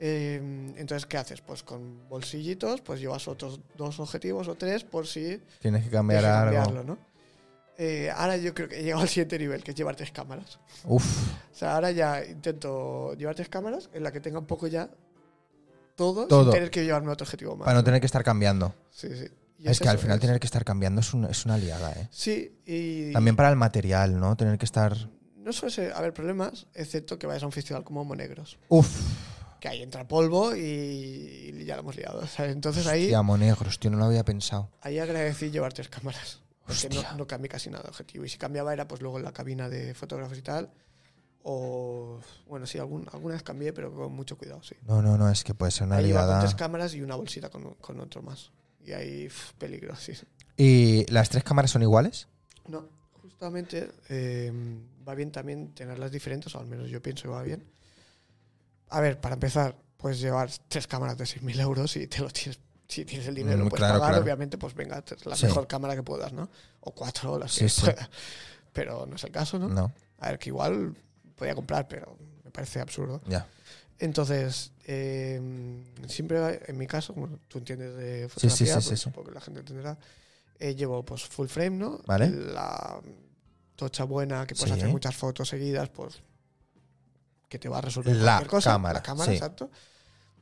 Speaker 2: Eh, entonces, ¿qué haces? Pues con bolsillitos, pues llevas otros dos objetivos o tres por si
Speaker 1: Tienes que
Speaker 2: tienes
Speaker 1: cambiar
Speaker 2: que
Speaker 1: algo.
Speaker 2: cambiarlo, ¿no? Eh, ahora yo creo que he llegado al siguiente nivel, que es llevar tres cámaras.
Speaker 1: Uf,
Speaker 2: O sea, ahora ya intento llevar tres cámaras en la que tenga un poco ya todo,
Speaker 1: Todo.
Speaker 2: sin tener que llevarme otro objetivo más.
Speaker 1: para no tener que estar cambiando.
Speaker 2: Sí, sí. Y
Speaker 1: Es que al
Speaker 2: eso,
Speaker 1: final
Speaker 2: es-
Speaker 1: tener que estar cambiando es, un- es una liada, ¿eh?
Speaker 2: Sí, y.
Speaker 1: También para el material, ¿no? Tener que estar...
Speaker 2: No suele ser- haber problemas, excepto que vayas a un festival como Monegros,
Speaker 1: Uf,
Speaker 2: que ahí entra polvo y, y ya lo hemos liado. ¿sabes? Entonces ahí,
Speaker 1: tía, monegros, tío, no lo había pensado.
Speaker 2: ahí agradecí llevar tres cámaras, porque
Speaker 1: Hostia.
Speaker 2: no, no cambié casi nada de objetivo. Y si cambiaba era pues luego en la cabina de fotógrafos y tal. O, bueno, sí, algún, alguna vez cambié, pero con mucho cuidado, sí.
Speaker 1: No, no, no, es que puede ser una
Speaker 2: ahí iba con
Speaker 1: liada.
Speaker 2: tres cámaras y una bolsita con, con otro más. Y ahí, pf, peligro, sí.
Speaker 1: ¿Y las tres cámaras son iguales?
Speaker 2: No, justamente eh, va bien también tenerlas diferentes, o al menos yo pienso que va bien. A ver, para empezar, puedes llevar tres cámaras de 6.000 euros y te lo tienes. Si tienes el dinero,
Speaker 1: Mm,
Speaker 2: lo puedes
Speaker 1: claro,
Speaker 2: pagar,
Speaker 1: claro.
Speaker 2: obviamente, pues venga, te- la
Speaker 1: Sí.
Speaker 2: mejor cámara que puedas, ¿no? O cuatro, las
Speaker 1: Sí,
Speaker 2: que
Speaker 1: sí.
Speaker 2: puedas. Pero no es el caso, ¿no?
Speaker 1: No,
Speaker 2: A ver, que igual podía comprar, pero me parece absurdo.
Speaker 1: ya.
Speaker 2: Entonces, eh, siempre en mi caso, como tú entiendes de
Speaker 1: Sí, sí, sí,
Speaker 2: fotografía,
Speaker 1: sí,
Speaker 2: pues
Speaker 1: sí.
Speaker 2: supongo que la gente entenderá, eh, llevo pues full frame, ¿no?
Speaker 1: Vale.
Speaker 2: La tocha buena, que puedes
Speaker 1: Sí.
Speaker 2: hacer muchas fotos seguidas, pues que te va a resolver
Speaker 1: La
Speaker 2: cualquier cosa.
Speaker 1: cámara,
Speaker 2: La cámara,
Speaker 1: sí.
Speaker 2: exacto.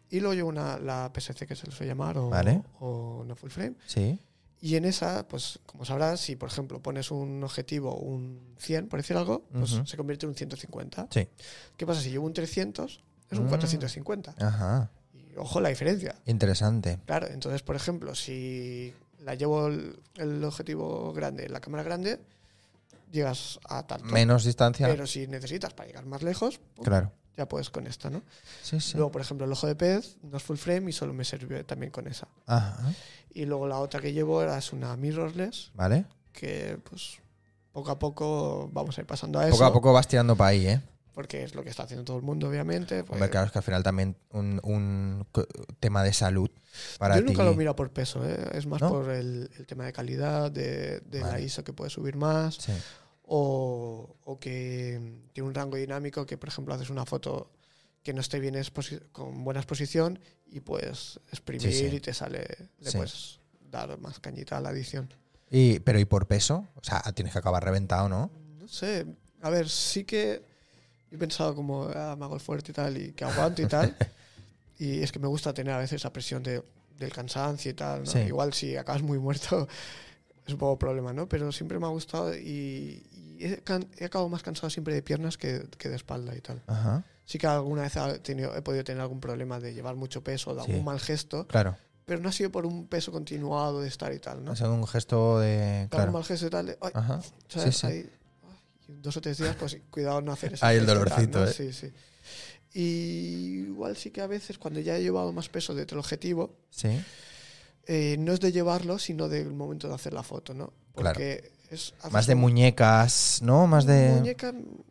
Speaker 2: Y luego llevo una, la PSC, que se le suele llamar, o,
Speaker 1: Vale.
Speaker 2: o una full frame.
Speaker 1: Sí,
Speaker 2: Y en esa, pues como sabrás, si por ejemplo pones un objetivo, un 100, por decir algo, pues
Speaker 1: Ujú.
Speaker 2: se convierte en un 150.
Speaker 1: sí.
Speaker 2: ¿Qué pasa? Si llevo un 300, es un
Speaker 1: Mm.
Speaker 2: 450.
Speaker 1: Ajá,
Speaker 2: Y ojo la diferencia.
Speaker 1: interesante.
Speaker 2: Claro, entonces, por ejemplo, si la llevo el, el objetivo grande, la cámara grande, llegas a tanto.
Speaker 1: Menos distancia.
Speaker 2: Pero si necesitas para llegar más lejos, pum,
Speaker 1: Claro.
Speaker 2: ya puedes con esta, ¿no?
Speaker 1: Sí, sí.
Speaker 2: Luego, por ejemplo, el ojo de pez no es full frame y solo me sirvió también con esa.
Speaker 1: Ajá,
Speaker 2: Y luego la otra que llevo era- es una mirrorless,
Speaker 1: vale.
Speaker 2: que pues poco a poco vamos a ir pasando a eso.
Speaker 1: Poco a poco vas tirando para ahí, ¿eh?
Speaker 2: Porque es lo que está haciendo todo el mundo, obviamente. pues,
Speaker 1: Hombre, claro, es que al final también un, un co- tema de salud para
Speaker 2: Yo
Speaker 1: ti.
Speaker 2: nunca lo miro por peso, ¿eh? es más
Speaker 1: ¿No?
Speaker 2: por el, el tema de calidad, de, de la
Speaker 1: Vale.
Speaker 2: ISO que puede subir más,
Speaker 1: Sí.
Speaker 2: o, o que mm, tiene un rango dinámico que, por ejemplo, haces una foto que no esté bien exposi- con buena exposición y puedes exprimir
Speaker 1: Sí, sí.
Speaker 2: y te sale, le
Speaker 1: Sí.
Speaker 2: puedes dar más cañita a la edición.
Speaker 1: Y, pero ¿y por peso? O sea, tienes que acabar reventado, ¿no?
Speaker 2: No sé, a ver, sí que he pensado como, ah, me hago el fuerte y tal, y que aguanto y tal. y es que me gusta tener a veces esa presión de, del cansancio y tal. ¿no?
Speaker 1: Sí.
Speaker 2: Igual si acabas muy muerto es un poco problema, ¿no? Pero siempre me ha gustado y, y he, can- he acabado más cansado siempre de piernas que, que de espalda y tal.
Speaker 1: Ajá,
Speaker 2: Sí que alguna vez he, tenido- he podido tener algún problema de llevar mucho peso, de algún
Speaker 1: Sí.
Speaker 2: mal gesto,
Speaker 1: claro.
Speaker 2: pero no ha sido por un peso continuado de estar y tal, ¿no?
Speaker 1: Ha sido un gesto de...
Speaker 2: Algún
Speaker 1: Ah, Claro.
Speaker 2: mal gesto y tal, de, "Ay,
Speaker 1: Ajá.
Speaker 2: ¿sabes?
Speaker 1: Sí, sí.
Speaker 2: Ahí, ay, dos o tres días, pues cuidado no hacer eso.
Speaker 1: Ahí el dolorcito, ¿eh?
Speaker 2: Sí, sí. Y igual sí que a veces cuando ya he llevado más peso desde el objetivo,
Speaker 1: Sí.
Speaker 2: eh, no es de llevarlo, sino del momento de hacer la foto, ¿no?
Speaker 1: Claro.
Speaker 2: Porque es... haces
Speaker 1: Más de
Speaker 2: un-
Speaker 1: muñecas, ¿no? Más de...
Speaker 2: Muñeca, mm,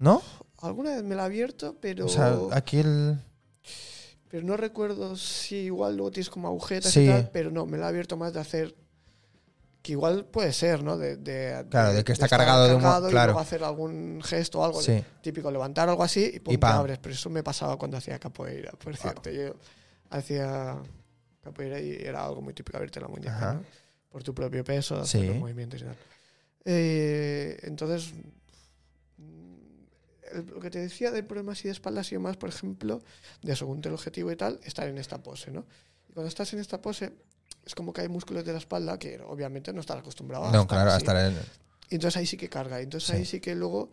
Speaker 1: ¿No?
Speaker 2: alguna vez me la he abierto, pero,
Speaker 1: O sea, aquí el...
Speaker 2: pero no recuerdo si igual luego tienes como agujetas
Speaker 1: Sí.
Speaker 2: y tal, pero no, me la he abierto más de hacer... Que igual puede ser, ¿no? De, de-
Speaker 1: Claro, de que está cargado de un-
Speaker 2: y
Speaker 1: claro.
Speaker 2: luego hacer algún gesto o algo.
Speaker 1: Sí.
Speaker 2: típico levantar algo así y, pum,
Speaker 1: Y pam.
Speaker 2: te abres. Pero eso me pasaba cuando hacía capoeira, por cierto. Yo hacía capoeira y era algo muy típico abrirte la
Speaker 1: Ajá.
Speaker 2: muñeca, ¿no? Por tu propio peso, hacer
Speaker 1: Sí.
Speaker 2: los movimientos y tal. Eh, entonces, mm, el- lo que te decía del problema así de espalda ha sido más, por ejemplo, de según el objetivo y tal, estar en esta pose, ¿no? Y cuando estás en esta pose, es como que hay músculos de la espalda que obviamente no estás acostumbrado a
Speaker 1: No,
Speaker 2: estar
Speaker 1: claro,
Speaker 2: así.
Speaker 1: hasta el...
Speaker 2: Y entonces ahí sí que carga. Y Entonces
Speaker 1: Sí.
Speaker 2: ahí sí que luego,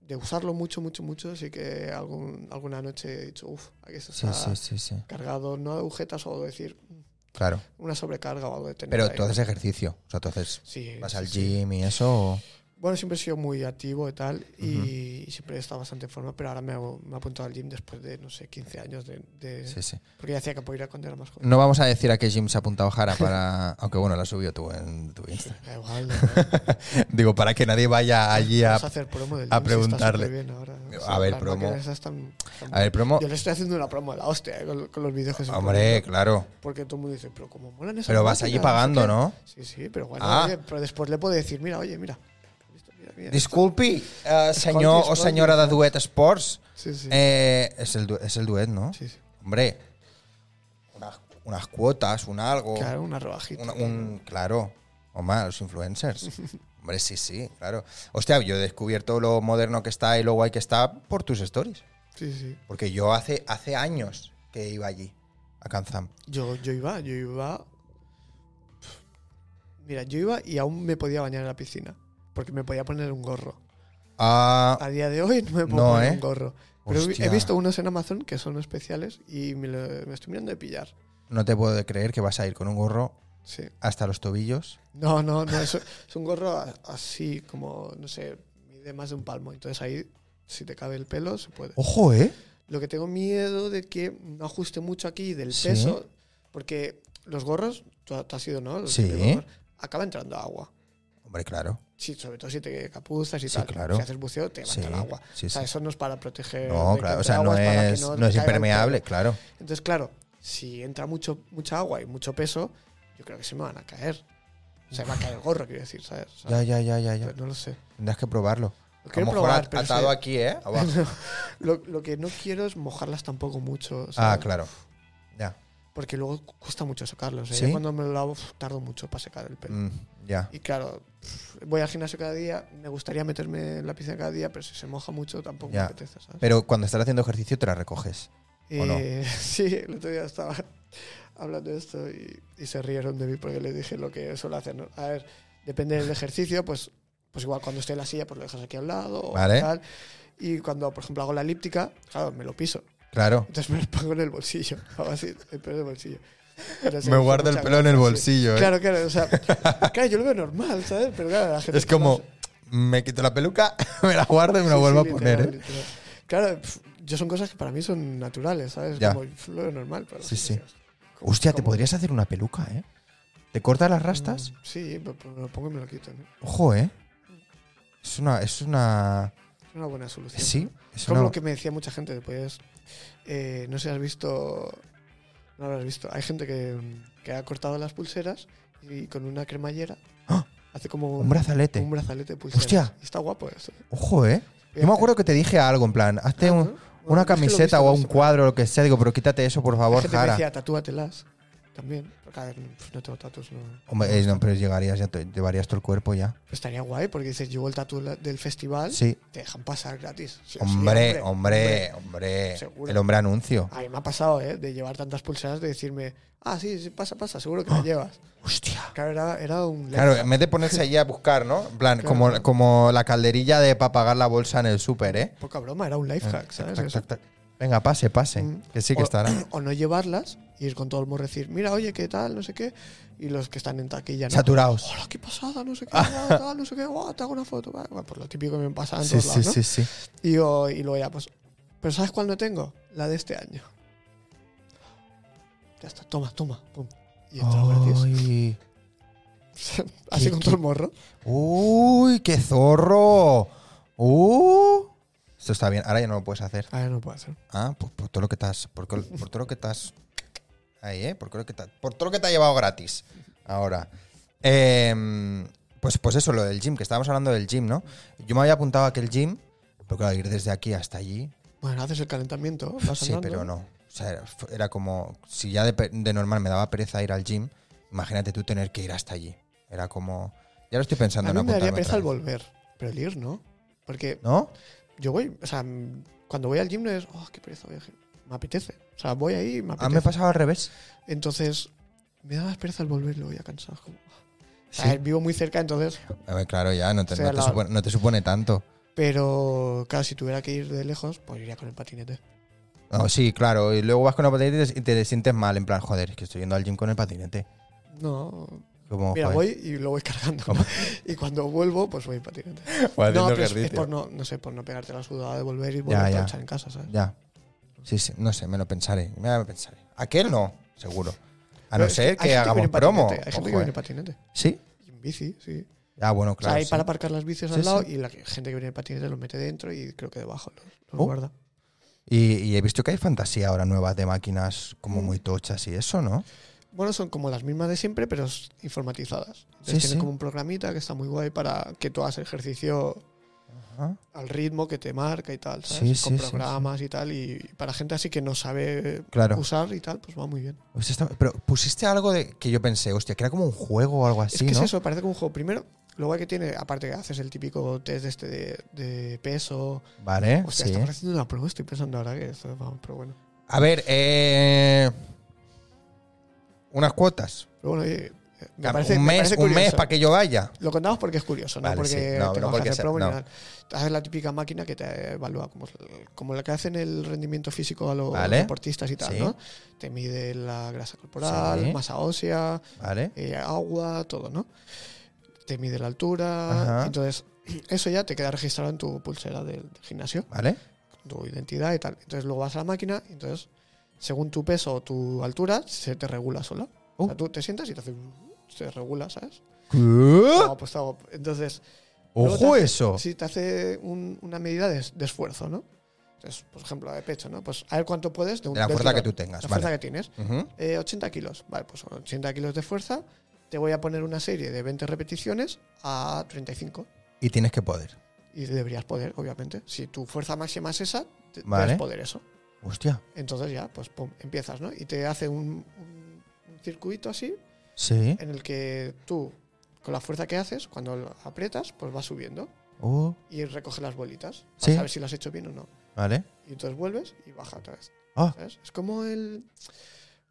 Speaker 2: de usarlo mucho, mucho, mucho, sí que algún, alguna noche he dicho, uff, aquí esto
Speaker 1: Sí,
Speaker 2: está
Speaker 1: sí, sí, sí.
Speaker 2: cargado, no de agujetas o decir, "Mm,
Speaker 1: Claro.
Speaker 2: una sobrecarga o algo de tener.
Speaker 1: Pero
Speaker 2: ahí".
Speaker 1: tú haces ejercicio. O sea, tú haces...
Speaker 2: Sí,
Speaker 1: ¿Vas
Speaker 2: sí,
Speaker 1: al
Speaker 2: sí.
Speaker 1: gym y eso? o-
Speaker 2: Bueno, siempre he sido muy activo y tal, y, siempre he estado bastante en forma, pero ahora me, hago- me he apuntado al gym después de, no sé, 15 años de... de-
Speaker 1: Sí, sí.
Speaker 2: Porque ya hacía capoeira cuando era más joven.
Speaker 1: No vamos a decir a qué gym se ha apuntado Jara para. Aunque bueno, la subió tú en tu Insta.
Speaker 2: Da igual, da igual.
Speaker 1: Digo, para que nadie vaya allí a.
Speaker 2: Vamos a hacer promo del
Speaker 1: a
Speaker 2: gym, si está
Speaker 1: preguntarle.
Speaker 2: superbién ahora. O
Speaker 1: A ver,
Speaker 2: las
Speaker 1: promo.
Speaker 2: máquinas esas tan- tan-
Speaker 1: A ver, promo.
Speaker 2: Yo le estoy haciendo una promo de la hostia eh, con, con los vídeos que se
Speaker 1: Hombre,
Speaker 2: ponen.
Speaker 1: claro.
Speaker 2: Porque todo el mundo dice, pero como molan esas
Speaker 1: Pero vas allí
Speaker 2: máquinas, no sé
Speaker 1: pagando,
Speaker 2: qué".
Speaker 1: ¿no?
Speaker 2: Sí, sí, pero bueno,
Speaker 1: Ah.
Speaker 2: oye, pero después le puedo decir, mira, oye, mira. esto, mira, mira, esto".
Speaker 1: Disculpi, eh, senyor
Speaker 2: Escolti,
Speaker 1: o
Speaker 2: escolti.
Speaker 1: senyora de Duet Sports.
Speaker 2: Sí, sí.
Speaker 1: Eh, es, el, du- es el Duet, ¿no?
Speaker 2: Sí, sí.
Speaker 1: Hombre, unas, unas cuotas, un algo.
Speaker 2: Claro, una rebajita.
Speaker 1: Una- un, claro, o más, los influencers. Hombre, sí, sí, claro. Hostia, yo he descubierto lo moderno que está y lo guay que está por tus stories.
Speaker 2: Sí, sí.
Speaker 1: Porque yo hace, hace años que iba allí, a Kanzam.
Speaker 2: Yo, yo iba, yo iba. Mira, yo iba y aún me podía bañar en la piscina. Porque me podía poner un gorro.
Speaker 1: Ah,
Speaker 2: A día de hoy no me puedo
Speaker 1: No,
Speaker 2: poner
Speaker 1: ¿eh?
Speaker 2: un gorro. Pero he vi-
Speaker 1: Hostia.
Speaker 2: he visto unos en Amazon que son especiales y me, lo- me estoy mirando de pillar.
Speaker 1: no te puedo creer que vas a ir con un gorro
Speaker 2: Sí.
Speaker 1: hasta los tobillos.
Speaker 2: No, no, no. Es, es un gorro a- así, como, no sé, mide más de un palmo. Entonces ahí, si te cabe el pelo, se puede.
Speaker 1: Ojo, ¿eh?
Speaker 2: Lo que tengo miedo de que no ajuste mucho aquí del
Speaker 1: Sí.
Speaker 2: peso, porque los gorros, tú, ha- tú has ido, ¿no? Los
Speaker 1: Sí.
Speaker 2: típicos gorros, Acaba entrando agua.
Speaker 1: Hombre, claro.
Speaker 2: Sí, sobre todo si te capuzas y
Speaker 1: Sí,
Speaker 2: tal.
Speaker 1: claro.
Speaker 2: Si haces buceo, te va
Speaker 1: Sí,
Speaker 2: el agua.
Speaker 1: sí,
Speaker 2: o sea,
Speaker 1: sí.
Speaker 2: eso no es para proteger.
Speaker 1: No,
Speaker 2: de
Speaker 1: claro,
Speaker 2: Eh, que
Speaker 1: o sea,
Speaker 2: entre
Speaker 1: no
Speaker 2: aguas para que
Speaker 1: es,
Speaker 2: te
Speaker 1: no es
Speaker 2: caiga el
Speaker 1: impermeable,
Speaker 2: pelo.
Speaker 1: claro.
Speaker 2: Entonces, claro, si entra mucho, mucha agua y mucho peso, yo creo que se me van a caer. Se me va a caer el gorro, quiero decir, ¿sabes? O sea,
Speaker 1: Ya, ya, ya, ya, ya.
Speaker 2: pero No lo sé.
Speaker 1: Tendrás que probarlo.
Speaker 2: Lo
Speaker 1: a lo
Speaker 2: quiero
Speaker 1: mejor
Speaker 2: probar,
Speaker 1: at-
Speaker 2: pero
Speaker 1: atado
Speaker 2: sé-
Speaker 1: aquí, ¿eh? Abajo.
Speaker 2: lo, lo que no quiero es mojarlas tampoco mucho. o sea,
Speaker 1: ah, claro. Ya.
Speaker 2: Porque luego cu- cuesta mucho secarlos. ¿eh?
Speaker 1: ¿Sí?
Speaker 2: Yo cuando me lo lavo, uf, tardo mucho para secar el pelo.
Speaker 1: Mm, ya.
Speaker 2: Y claro, pf, voy al gimnasio cada día, me gustaría meterme en la piscina cada día, pero si se moja mucho tampoco
Speaker 1: Ya.
Speaker 2: me apetece, ¿sabes?
Speaker 1: Pero cuando estás haciendo ejercicio te la recoges. ¿O no?
Speaker 2: Eh, Sí, el otro día estaba hablando de esto y, y se rieron de mí porque les dije lo que suelo hacer. ¿no? A ver, depende del ejercicio, pues, pues igual cuando esté en la silla, pues lo dejas aquí al lado
Speaker 1: Vale.
Speaker 2: o tal. Y cuando, por ejemplo, hago la elíptica, claro, me lo piso.
Speaker 1: Claro.
Speaker 2: Entonces me lo pongo en el bolsillo, hago así, el pelo en el bolsillo. Pero se
Speaker 1: Me
Speaker 2: hizo
Speaker 1: guardo el
Speaker 2: mucha
Speaker 1: pelo en el
Speaker 2: gracia, sí.
Speaker 1: bolsillo, ¿eh?
Speaker 2: Claro, claro, o sea, claro, yo lo veo normal, ¿sabes? Pero claro, la gente
Speaker 1: Es como, me quito la peluca, me la guardo y me la
Speaker 2: Sí,
Speaker 1: vuelvo
Speaker 2: sí,
Speaker 1: a poner,
Speaker 2: literal,
Speaker 1: ¿eh?
Speaker 2: literal. Claro, pf, yo son cosas que para mí son naturales, ¿sabes?
Speaker 1: Ya.
Speaker 2: Como pf, lo veo normal, pero.
Speaker 1: Sí,
Speaker 2: no
Speaker 1: sí.
Speaker 2: sé, o sea, como-
Speaker 1: Hostia, te
Speaker 2: como-
Speaker 1: podrías hacer una peluca, ¿eh? ¿Te cortas las rastas?
Speaker 2: Mm, Sí, me, me lo pongo y me lo quito, ¿no?
Speaker 1: Ojo, ¿eh? Es una... Es una...
Speaker 2: Es una buena solución.
Speaker 1: Sí, es
Speaker 2: Como
Speaker 1: una...
Speaker 2: lo que me decía mucha gente después. eh, no sé, has visto. No lo has visto. Hay gente que, mm, que ha cortado las pulseras y con una cremallera
Speaker 1: ¡Ah!
Speaker 2: hace como.
Speaker 1: Un brazalete.
Speaker 2: Un brazalete de pulseras.
Speaker 1: Hostia.
Speaker 2: Y está guapo eso.
Speaker 1: Ojo, ¿eh? Yo me acuerdo que te dije algo en plan,
Speaker 2: Ah,
Speaker 1: hazte un- una camiseta o un cuadro o lo que sea. Digo, pero quítate eso, por
Speaker 2: Hay
Speaker 1: favor,
Speaker 2: gente que me
Speaker 1: Jara.
Speaker 2: decía, tatúatelas. También. Porque, a ver, pf, no tengo tatuajes, no.
Speaker 1: Hombre, eh, no, pero llegarías, ya te- llevarías todo el cuerpo ya.
Speaker 2: Pero estaría guay porque dices, llevo el tatu la- del festival,
Speaker 1: Sí.
Speaker 2: te dejan pasar gratis. Sí, sí,
Speaker 1: Hombre, hombre, hombre.
Speaker 2: Seguro.
Speaker 1: El hombre anuncio.
Speaker 2: A mí me ha pasado, ¿eh? De llevar tantas pulseras, de decirme, ah, sí, sí, pasa, pasa, seguro que la llevas.
Speaker 1: Hostia.
Speaker 2: Claro, era, era un.
Speaker 1: Claro, en vez de ponerse allí a buscar, ¿no? En plan,
Speaker 2: Claro.
Speaker 1: como, como la calderilla de para pagar la bolsa en el súper, ¿eh?
Speaker 2: Poca broma, era un life hack,
Speaker 1: Tac,
Speaker 2: ¿sabes?
Speaker 1: tac,
Speaker 2: Eso.
Speaker 1: tac, tac. Venga, pase, pase.
Speaker 2: Mm.
Speaker 1: Que sí que
Speaker 2: O-
Speaker 1: estará.
Speaker 2: O no llevarlas y ir con todo el morro a decir, mira, oye, ¿qué tal? No sé qué. Y los que están en taquilla, ¿no?
Speaker 1: Saturados.
Speaker 2: Hola, qué pasada, no sé qué, guau, tal, no sé qué, guau, te hago una foto. va. Bueno, pues lo típico que me pasa en
Speaker 1: Sí,
Speaker 2: todos
Speaker 1: sí,
Speaker 2: lados, ¿no?
Speaker 1: sí, sí.
Speaker 2: Y, yo- y luego ya, pues. Pero ¿sabes cuál no tengo? La de este año. Ya está, toma, toma, pum. Y entra gratis.
Speaker 1: Ay.
Speaker 2: Así
Speaker 1: qué-
Speaker 2: con
Speaker 1: qué-
Speaker 2: todo el morro.
Speaker 1: Uy, qué zorro. Uh. Esto está bien. Ahora ya no lo puedes hacer.
Speaker 2: Ah, ya no puedo hacer.
Speaker 1: Ah, pues por todo lo que estás. Por, col- por todo lo que estás. Ahí, ¿eh? Por, todo lo que te- por todo lo que te ha llevado gratis. Ahora. Em, pues, pues eso, lo del gym, que estábamos hablando del gym, ¿no? Yo me había apuntado a aquel gym, pero claro, ir desde aquí hasta allí.
Speaker 2: Bueno, haces el calentamiento, vas
Speaker 1: Sí,
Speaker 2: andando.
Speaker 1: pero no. O sea, era, fu- era como. Si ya de, pe- de normal me daba pereza ir al gym, imagínate tú tener que ir hasta allí. Era como. Ya lo estoy pensando
Speaker 2: A
Speaker 1: en
Speaker 2: mí me daría
Speaker 1: apuntarme
Speaker 2: pereza
Speaker 1: otra
Speaker 2: al
Speaker 1: vez.
Speaker 2: volver, pero el ir no. Porque
Speaker 1: ¿No?
Speaker 2: yo voy, o sea, mm, cuando voy al gym no es, oh, qué pereza voy al gym". Me apetece. O sea, voy ahí y me
Speaker 1: A
Speaker 2: apetece.
Speaker 1: mí me pasaba al revés.
Speaker 2: Entonces, me da más pereza al volver, lo voy a cansar.
Speaker 1: Sí.
Speaker 2: vivo muy cerca, entonces.
Speaker 1: A ver, claro, ya, no te,
Speaker 2: O sea,
Speaker 1: no te
Speaker 2: la-
Speaker 1: supone, no te supone tanto.
Speaker 2: Pero, claro, si tuviera que ir de lejos, pues iría con el patinete.
Speaker 1: No, sí, claro. Y luego vas con el patinete y te- y te sientes mal, en plan, joder, es que estoy yendo al gym con el patinete.
Speaker 2: No,
Speaker 1: Como,
Speaker 2: Mira,
Speaker 1: joder,
Speaker 2: voy y lo voy cargando. Y cuando vuelvo, pues voy en patinete.
Speaker 1: joder,
Speaker 2: no,
Speaker 1: haciendo
Speaker 2: pero es, es
Speaker 1: ejercicio.
Speaker 2: por no, no sé, por no pegarte la sudada de volver y volver
Speaker 1: ya.
Speaker 2: a echar en casa, ¿sabes?
Speaker 1: Ya. Sí, sí, no sé, me lo pensaré. Me lo pensaré. Aquel no, seguro. A
Speaker 2: Pero
Speaker 1: no
Speaker 2: es
Speaker 1: ser que
Speaker 2: hay gente viene
Speaker 1: hagamos
Speaker 2: en
Speaker 1: promo.
Speaker 2: patinete, Hay gente que
Speaker 1: Ojo,
Speaker 2: viene en
Speaker 1: eh.
Speaker 2: patinete.
Speaker 1: Sí.
Speaker 2: Y en bici, sí.
Speaker 1: Ah, bueno,
Speaker 2: O sea,
Speaker 1: claro.
Speaker 2: hay
Speaker 1: sí.
Speaker 2: para aparcar las bicis
Speaker 1: Sí,
Speaker 2: al lado
Speaker 1: sí.
Speaker 2: y la que- gente que viene en patinete lo mete dentro y creo que debajo los, los
Speaker 1: Oh.
Speaker 2: guarda.
Speaker 1: Y, y he visto que hay fantasía ahora nueva de máquinas como muy tochas y eso, ¿no?
Speaker 2: Bueno, son como las mismas de siempre, pero s- informatizadas. Entonces
Speaker 1: Sí,
Speaker 2: tienen
Speaker 1: sí.
Speaker 2: como un programita que está muy guay para que tú hagas ejercicio
Speaker 1: Ajá.
Speaker 2: al ritmo que te marca y tal,
Speaker 1: Sí,
Speaker 2: ¿sabes?
Speaker 1: sí,
Speaker 2: Con
Speaker 1: sí, sí.
Speaker 2: programas y tal. Y para gente así que no sabe
Speaker 1: Claro.
Speaker 2: usar y tal, pues va muy bien.
Speaker 1: Pues está- pero pusiste algo de que yo pensé, hostia, que era como un juego o algo así,
Speaker 2: es que
Speaker 1: ¿no?
Speaker 2: es eso, parece como un juego. Primero, lo guay que tiene, aparte que haces el típico test este de, de peso.
Speaker 1: Vale,
Speaker 2: Hostia,
Speaker 1: sí.
Speaker 2: estamos haciendo una prueba, estoy pensando ahora que esto, vamos, pero bueno.
Speaker 1: A ver, eh, unas cuotas.
Speaker 2: Pero bueno, oye, me
Speaker 1: Claro,
Speaker 2: parece-
Speaker 1: un
Speaker 2: me
Speaker 1: mes,
Speaker 2: parece
Speaker 1: un mes
Speaker 2: curioso.
Speaker 1: para que yo vaya.
Speaker 2: Lo contamos porque es curioso, no
Speaker 1: Vale,
Speaker 2: porque
Speaker 1: sí. No, no
Speaker 2: tengamos que
Speaker 1: porque
Speaker 2: hacer
Speaker 1: sea-
Speaker 2: promo ni
Speaker 1: no.
Speaker 2: nada. Haces la típica máquina que te evalúa, como, como la que hacen el rendimiento físico a los
Speaker 1: Vale.
Speaker 2: deportistas y tal,
Speaker 1: Sí.
Speaker 2: ¿no? Te mide la grasa corporal,
Speaker 1: Sí.
Speaker 2: masa ósea,
Speaker 1: Vale.
Speaker 2: eh, agua, todo, ¿no? Te mide la altura.
Speaker 1: Ajá.
Speaker 2: Entonces, eso ya te queda registrado en tu pulsera del gimnasio,
Speaker 1: Vale.
Speaker 2: tu identidad y tal. Entonces, luego vas a la máquina y entonces, según tu peso o tu altura, se te regula sola. O sea,
Speaker 1: Uh.
Speaker 2: tú te sientas y te hace... Se regula, ¿sabes?
Speaker 1: ¿Qué?
Speaker 2: Hago, pues, hago. Entonces, Luego te
Speaker 1: Ojo
Speaker 2: hace-
Speaker 1: eso.
Speaker 2: si te hace un- una medida de, de esfuerzo, ¿no? Entonces, por ejemplo, la de pecho, ¿no? Pues a ver cuánto puedes un-
Speaker 1: De la
Speaker 2: del
Speaker 1: fuerza que
Speaker 2: tirón.
Speaker 1: tú tengas,
Speaker 2: La fuerza
Speaker 1: vale.
Speaker 2: que tienes.
Speaker 1: Ujú.
Speaker 2: Eh, 80 kilos. Vale, pues son 80 kilos de fuerza. Te voy a poner una serie de 20 repeticiones a 35.
Speaker 1: Y tienes que poder.
Speaker 2: Y deberías poder, obviamente. Si tu fuerza máxima es esa, te-
Speaker 1: Vale.
Speaker 2: debes poder eso.
Speaker 1: Hostia.
Speaker 2: Entonces ya, pues pum, empiezas, ¿no? Y te hace un- un- un circuito así
Speaker 1: Sí.
Speaker 2: en el que tú, con la fuerza que haces, cuando lo aprietas, pues vas subiendo.
Speaker 1: Oh,
Speaker 2: y recoge las bolitas para
Speaker 1: Sí.
Speaker 2: saber si las has hecho bien o no.
Speaker 1: vale.
Speaker 2: Y entonces vuelves y baja otra vez.
Speaker 1: Ah.
Speaker 2: ¿sabes? Es como el,